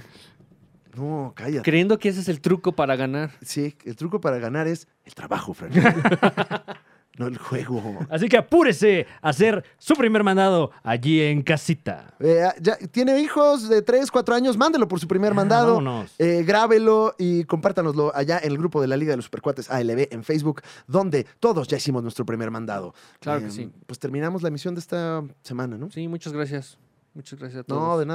B: No, cállate.
D: Creyendo que ese es el truco para ganar.
B: Sí, el truco para ganar es el trabajo, Frank. no el juego.
C: Así que apúrese a hacer su primer mandado allí en casita.
B: Eh, ya tiene hijos de 3, 4 años, mándelo por su
D: Ah,
B: primer mandado.
C: vámonos.
B: Eh, grábelo y compártanoslo allá en el grupo de la Liga de los Supercuates ALB en Facebook, donde todos ya hicimos nuestro primer mandado.
D: Claro que
B: Eh,
D: sí.
B: Pues terminamos la emisión de esta semana, ¿no?
D: Sí, muchas gracias. Muchas gracias a todos.
B: No, de nada.